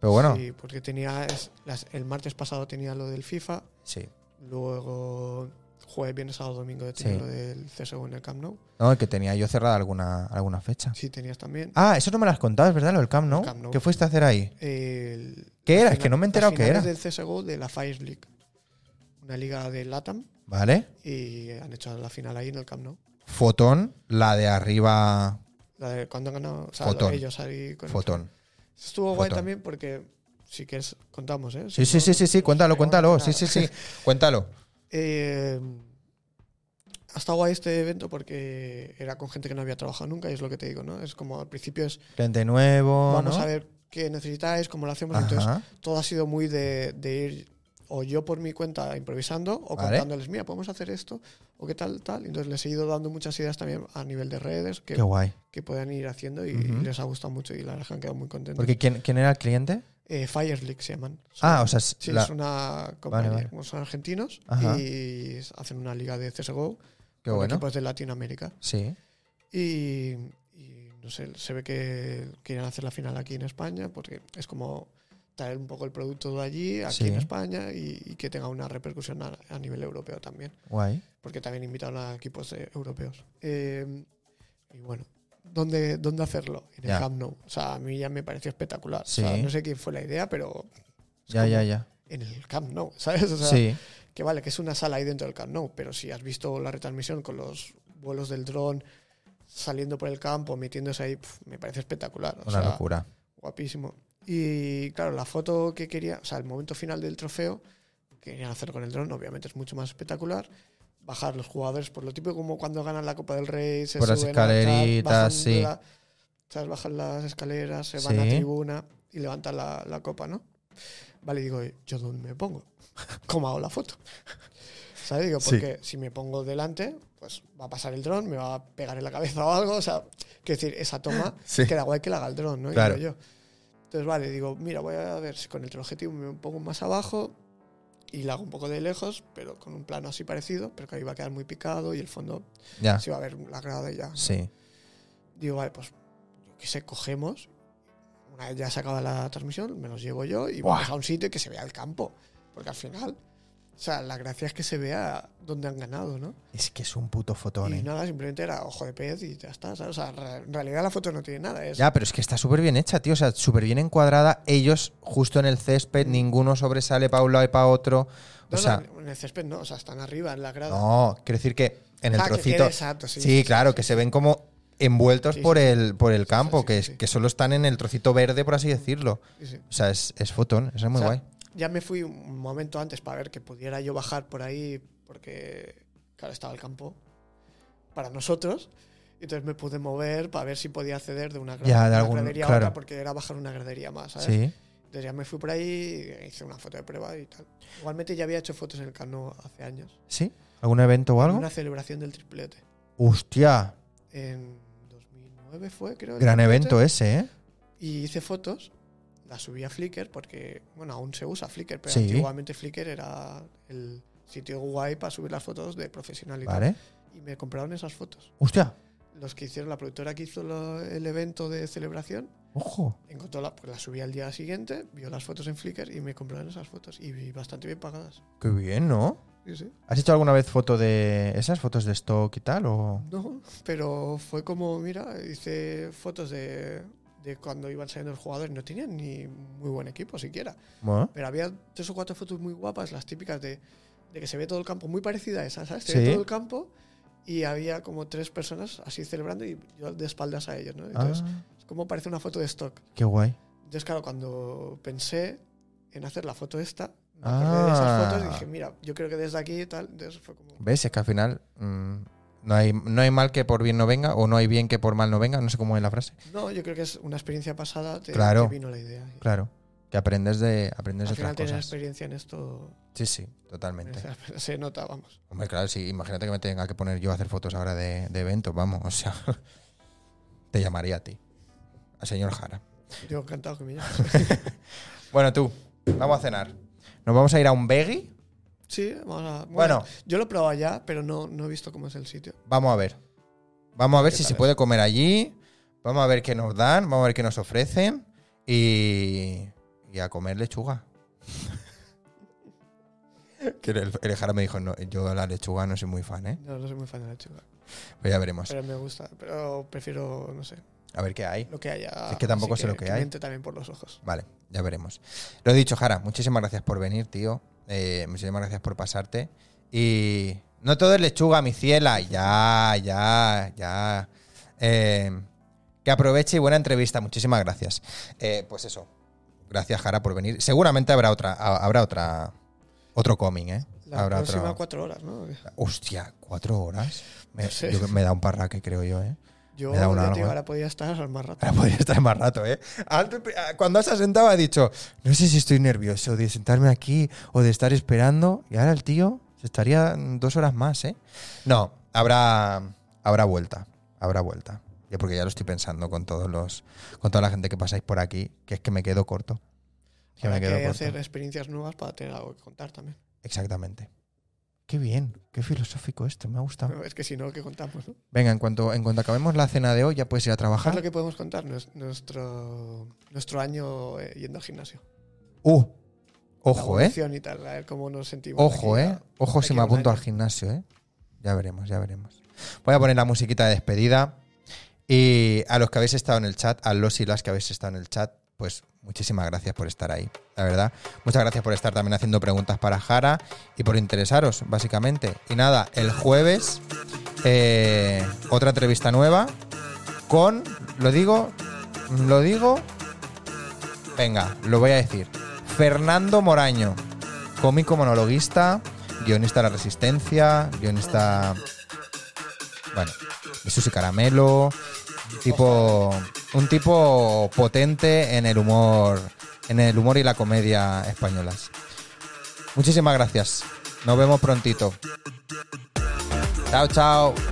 Speaker 1: Pero bueno,
Speaker 2: sí, porque tenía. es- las- el martes pasado tenía lo del FIFA,
Speaker 1: sí.
Speaker 2: luego jueves, viernes, sábado, domingo tenía
Speaker 1: Sí.
Speaker 2: lo del CSU en el Camp Nou.
Speaker 1: No, que tenía yo cerrada alguna, alguna fecha.
Speaker 2: Sí, tenías también.
Speaker 1: Ah, eso no me lo has contado, es verdad, lo del Camp Nou.
Speaker 2: El Camp Nou.
Speaker 1: ¿Qué fuiste a hacer ahí?
Speaker 2: el-
Speaker 1: ¿Qué era?
Speaker 2: las
Speaker 1: Es que no me he
Speaker 2: fina-
Speaker 1: enterado
Speaker 2: las
Speaker 1: qué era.
Speaker 2: finales del CSGO de la Fire League, una liga de LATAM,
Speaker 1: ¿Vale?
Speaker 2: y han hecho la final ahí en el Camp Nou.
Speaker 1: Fotón, la de arriba,
Speaker 2: La de cuando han ganado. O sea,
Speaker 1: Fotón.
Speaker 2: ellos ahí con el-
Speaker 1: fotón.
Speaker 2: Estuvo guay
Speaker 1: Fotón.
Speaker 2: también porque, si quieres, contamos, ¿eh?
Speaker 1: Sí, sí, sí, sí, sí, cuéntalo, cuéntalo. Sí, sí, sí, cuéntalo.
Speaker 2: Eh, ha estado guay este evento porque era con gente que no había trabajado nunca y es lo que te digo, ¿no? Es como al principio es,
Speaker 1: Gente nuevo.
Speaker 2: vamos
Speaker 1: ¿no?
Speaker 2: a ver qué necesitáis, cómo lo hacemos.
Speaker 1: Ajá.
Speaker 2: Entonces, todo ha sido muy de, de ir o yo por mi cuenta improvisando o
Speaker 1: Vale.
Speaker 2: contándoles, mira, podemos hacer esto o qué tal, tal. Entonces, les he ido dando muchas ideas también a nivel de redes que,
Speaker 1: Qué guay.
Speaker 2: que puedan ir haciendo y,
Speaker 1: Ujú.
Speaker 2: les ha gustado mucho y la verdad es que han quedado muy contentos.
Speaker 1: Porque ¿quién, quién era el cliente?
Speaker 2: Eh, Fire League se llaman. Son-
Speaker 1: Ah, o sea, es
Speaker 2: Sí,
Speaker 1: la-
Speaker 2: es una compañía.
Speaker 1: vale.
Speaker 2: como Son argentinos
Speaker 1: Ajá.
Speaker 2: y hacen una liga de CSGO
Speaker 1: qué
Speaker 2: con
Speaker 1: bueno.
Speaker 2: equipos de Latinoamérica.
Speaker 1: Sí.
Speaker 2: Y, y, no sé, se ve que quieren hacer la final aquí en España porque es como traer un poco el producto de allí, aquí
Speaker 1: Sí.
Speaker 2: en España, y, y que tenga una repercusión a- a nivel europeo también
Speaker 1: Guay.
Speaker 2: porque también invitaron a equipos eh, europeos. Eh, y bueno, ¿dónde, ¿dónde hacerlo? En
Speaker 1: Ya.
Speaker 2: el Camp Nou. O sea, a mí ya me pareció espectacular. O
Speaker 1: Sí.
Speaker 2: sea, no sé quién fue la idea, pero Es
Speaker 1: Ya,
Speaker 2: como-
Speaker 1: ya, ya.
Speaker 2: en el Camp Nou, ¿sabes? O sea,
Speaker 1: Sí.
Speaker 2: que vale, que es una sala ahí dentro del Camp Nou, pero si has visto la retransmisión con los vuelos del dron saliendo por el campo, metiéndose ahí, pf, me parece espectacular. O
Speaker 1: Una
Speaker 2: sea,
Speaker 1: locura.
Speaker 2: Guapísimo. Y claro, la foto que quería, o sea, el momento final del trofeo, que querían hacer con el dron, obviamente es mucho más espectacular. Bajar los jugadores, por lo típico como cuando ganan la Copa del Rey, se
Speaker 1: Por las
Speaker 2: suben a tal,
Speaker 1: escaleritas,
Speaker 2: bajan
Speaker 1: sí.
Speaker 2: la- ¿sabes? bajan las escaleras, se van a
Speaker 1: Sí.
Speaker 2: tribuna y levantan la, la copa, ¿no? Vale, digo, ¿yo dónde me pongo? ¿Cómo hago la foto? ¿Sabes? Digo,
Speaker 1: Sí.
Speaker 2: porque si me pongo delante, pues va a pasar el dron, me va a pegar en la cabeza o algo, o sea, quiero decir, esa toma
Speaker 1: Sí.
Speaker 2: queda guay que la haga el dron, ¿no? Y
Speaker 1: Claro.
Speaker 2: digo yo. Entonces, vale, digo, mira, voy a ver si con el objetivo me pongo más abajo y la hago un poco de lejos, pero con un plano así parecido, pero que ahí va a quedar muy picado y el fondo
Speaker 1: Ya.
Speaker 2: se va a ver la grada y ya.
Speaker 1: Sí.
Speaker 2: Digo, vale, pues, yo qué sé, cogemos, una vez ya se acaba la transmisión, me los llevo yo y
Speaker 1: Buah.
Speaker 2: vamos a un sitio y que se vea el campo, porque al final, o sea, la gracia es que se vea dónde han ganado, ¿no?
Speaker 1: Es que es un puto fotón.
Speaker 2: Y
Speaker 1: eh.
Speaker 2: nada, simplemente era ojo de pez y ya está, ¿sabes? O sea, re- en realidad la foto no tiene nada, es
Speaker 1: Ya, pero es que está súper bien hecha, tío. O sea, súper bien encuadrada. Ellos justo en el césped, ninguno sobresale para un lado y para otro. O
Speaker 2: No, no,
Speaker 1: sea,
Speaker 2: en el césped no, o sea, están arriba en la grada.
Speaker 1: no, quiero decir que en el
Speaker 2: Ah, que
Speaker 1: trocito.
Speaker 2: quede exacto, sí,
Speaker 1: Sí,
Speaker 2: sí, sí,
Speaker 1: claro,
Speaker 2: sí,
Speaker 1: que se ven como envueltos
Speaker 2: Sí,
Speaker 1: por
Speaker 2: sí,
Speaker 1: el por el campo,
Speaker 2: sí,
Speaker 1: que,
Speaker 2: sí,
Speaker 1: es-
Speaker 2: sí.
Speaker 1: que solo están en el trocito verde, por así decirlo.
Speaker 2: Sí, sí.
Speaker 1: O sea, es, es fotón, eso es muy
Speaker 2: O sea,
Speaker 1: guay.
Speaker 2: Ya me fui un momento antes para ver que pudiera yo bajar por ahí, porque, claro, estaba el campo para nosotros. y Entonces me pude mover para ver si podía acceder de una, gra-
Speaker 1: Ya, de
Speaker 2: una
Speaker 1: algún-
Speaker 2: gradería a
Speaker 1: claro.
Speaker 2: otra, porque era bajar una gradería más, ¿sabes?
Speaker 1: Sí.
Speaker 2: Entonces ya me fui por ahí, hice una foto de prueba y tal. Igualmente ya había hecho fotos en el cano hace años.
Speaker 1: ¿Sí? ¿Algún evento o
Speaker 2: En
Speaker 1: algo?
Speaker 2: Una celebración del triplete.
Speaker 1: Hostia,
Speaker 2: En 2009 fue, creo. el
Speaker 1: gran
Speaker 2: triplete.
Speaker 1: evento ese, ¿eh?
Speaker 2: y hice fotos, las subí a Flickr porque, bueno, aún se usa Flickr, pero
Speaker 1: Sí.
Speaker 2: antiguamente Flickr era el sitio guay para subir las fotos de profesional y tal.
Speaker 1: Vale.
Speaker 2: Y me compraron esas fotos.
Speaker 1: Hostia,
Speaker 2: Los que hicieron, la productora que hizo lo- el evento de celebración,
Speaker 1: ojo.
Speaker 2: encontró la, pues las subí al día siguiente, vio las fotos en Flickr y me compraron esas fotos. Y, vi bastante bien pagadas.
Speaker 1: Qué bien, ¿no?
Speaker 2: Sí, sí.
Speaker 1: ¿Has hecho alguna vez foto de esas fotos de stock y tal? O...
Speaker 2: No, pero fue como, mira, hice fotos de, de cuando iban saliendo los jugadores. No tenían ni muy buen equipo siquiera.
Speaker 1: Bueno,
Speaker 2: Pero había tres o cuatro fotos muy guapas, las típicas de, de que se ve todo el campo, muy parecida a esa, ¿sabes? Se
Speaker 1: Sí.
Speaker 2: ve todo el campo y había como tres personas así celebrando y yo de espaldas a ellos, ¿no? Entonces,
Speaker 1: ah,
Speaker 2: es como parece una foto de stock.
Speaker 1: qué guay.
Speaker 2: Entonces, claro, cuando pensé en hacer la foto esta, me
Speaker 1: Ah.
Speaker 2: acordé de esas fotos y dije, mira, yo creo que desde aquí y tal, entonces fue como...
Speaker 1: ¿Ves? Es que al final mm, no, hay, no hay mal que por bien no venga o no hay bien que por mal no venga. No sé cómo es la frase.
Speaker 2: No, yo creo que es una experiencia pasada, te,
Speaker 1: Claro.
Speaker 2: te vino la idea.
Speaker 1: Claro. Que aprendes de, aprendes de
Speaker 2: Al final
Speaker 1: otras
Speaker 2: tener
Speaker 1: cosas.
Speaker 2: experiencia en esto
Speaker 1: Sí, sí, totalmente.
Speaker 2: se nota, vamos.
Speaker 1: Hombre, claro, sí. Imagínate que me tenga que poner yo a hacer fotos ahora de, de eventos, vamos. O sea, te llamaría a ti. Al señor Jara.
Speaker 2: Yo encantado que me llames.
Speaker 1: Bueno, tú, vamos a cenar. Nos vamos a ir a un veggie.
Speaker 2: Sí, vamos a-
Speaker 1: Bueno.
Speaker 2: Yo lo he probado ya, pero no, no he visto cómo es el sitio.
Speaker 1: Vamos a ver. Vamos a ver
Speaker 2: ¿Qué
Speaker 1: si
Speaker 2: tal
Speaker 1: se
Speaker 2: es?
Speaker 1: puede comer allí. Vamos a ver qué nos dan. Vamos a ver qué nos ofrecen. Y, y a comer lechuga. Que el, el Jara me dijo, no, yo la lechuga no soy muy fan, ¿eh?
Speaker 2: No, no soy muy fan de la chica.
Speaker 1: Pero ya veremos.
Speaker 2: Pero me gusta. Pero prefiero, no sé,
Speaker 1: A ver qué hay.
Speaker 2: lo que haya.
Speaker 1: Es que tampoco
Speaker 2: así
Speaker 1: sé lo que hay.
Speaker 2: mente también por los ojos.
Speaker 1: Vale, ya veremos. Lo dicho, Jara, muchísimas gracias por venir, tío. Eh, muchísimas gracias por pasarte. Y no todo es lechuga, mi ciela. Ya, ya, ya. Eh, que aproveche y buena entrevista. Muchísimas gracias. Eh, pues eso. Gracias, Jara, por venir. Seguramente habrá otra, ha- habrá otra, otro coming, ¿eh?
Speaker 2: La
Speaker 1: habrá
Speaker 2: próxima
Speaker 1: otro-
Speaker 2: cuatro horas, ¿no?
Speaker 1: Hostra, cuatro horas. Me,
Speaker 2: No sé.
Speaker 1: yo- me da un parraque, creo yo, ¿eh?
Speaker 2: Yo
Speaker 1: Me da una
Speaker 2: ya te digo,
Speaker 1: algo.
Speaker 2: ahora podía estar más rato.
Speaker 1: Ahora Ah, podría estar más rato, ¿eh? Antes, eh, cuando se ha sentado ha dicho, no sé si estoy nervioso de sentarme aquí o de estar esperando. Y ahora el tío se estaría dos horas más, ¿eh? No, habrá, habrá vuelta, habrá vuelta. Ya porque ya lo estoy pensando con todos los, con toda la gente que pasáis por aquí, que es que me quedo corto. Que me
Speaker 2: Habrá
Speaker 1: quedo
Speaker 2: que
Speaker 1: corto.
Speaker 2: hacer experiencias nuevas para tener algo que contar también.
Speaker 1: Exactamente. Qué bien, qué filosófico esto, me ha gustado.
Speaker 2: No, es que si no, ¿qué contamos? no?
Speaker 1: Venga, en cuanto, en cuanto acabemos la cena de hoy, ya puedes ir a
Speaker 2: Es lo
Speaker 1: trabajar.
Speaker 2: que podemos contar, nues- nuestro, nuestro año eh, yendo al gimnasio.
Speaker 1: Uh,
Speaker 2: La
Speaker 1: ojo, ¿eh?
Speaker 2: evolución y tal, a ver cómo nos sentimos.
Speaker 1: Ojo,
Speaker 2: aquí,
Speaker 1: ¿eh?
Speaker 2: a-
Speaker 1: Ojo
Speaker 2: de
Speaker 1: si
Speaker 2: aquí
Speaker 1: me
Speaker 2: a un
Speaker 1: apunto al
Speaker 2: año.
Speaker 1: gimnasio, ¿eh? Ya veremos, ya veremos. Voy a poner la musiquita de despedida. Y a los que habéis estado en el chat, a los y las que habéis estado en el chat, pues muchísimas gracias por estar ahí, la verdad. Muchas gracias por estar también haciendo preguntas para Jara y por interesaros, básicamente. Y nada, el jueves eh, otra entrevista nueva con, lo digo, lo digo, venga, lo voy a decir. Fernando Moraño, cómico monologuista, guionista de La Resistencia, guionista, bueno, de Susi Caramelo, tipo, un tipo potente en el humor, en el humor y la comedia españolas. Muchísimas gracias. Nos vemos prontito. Chao, chao.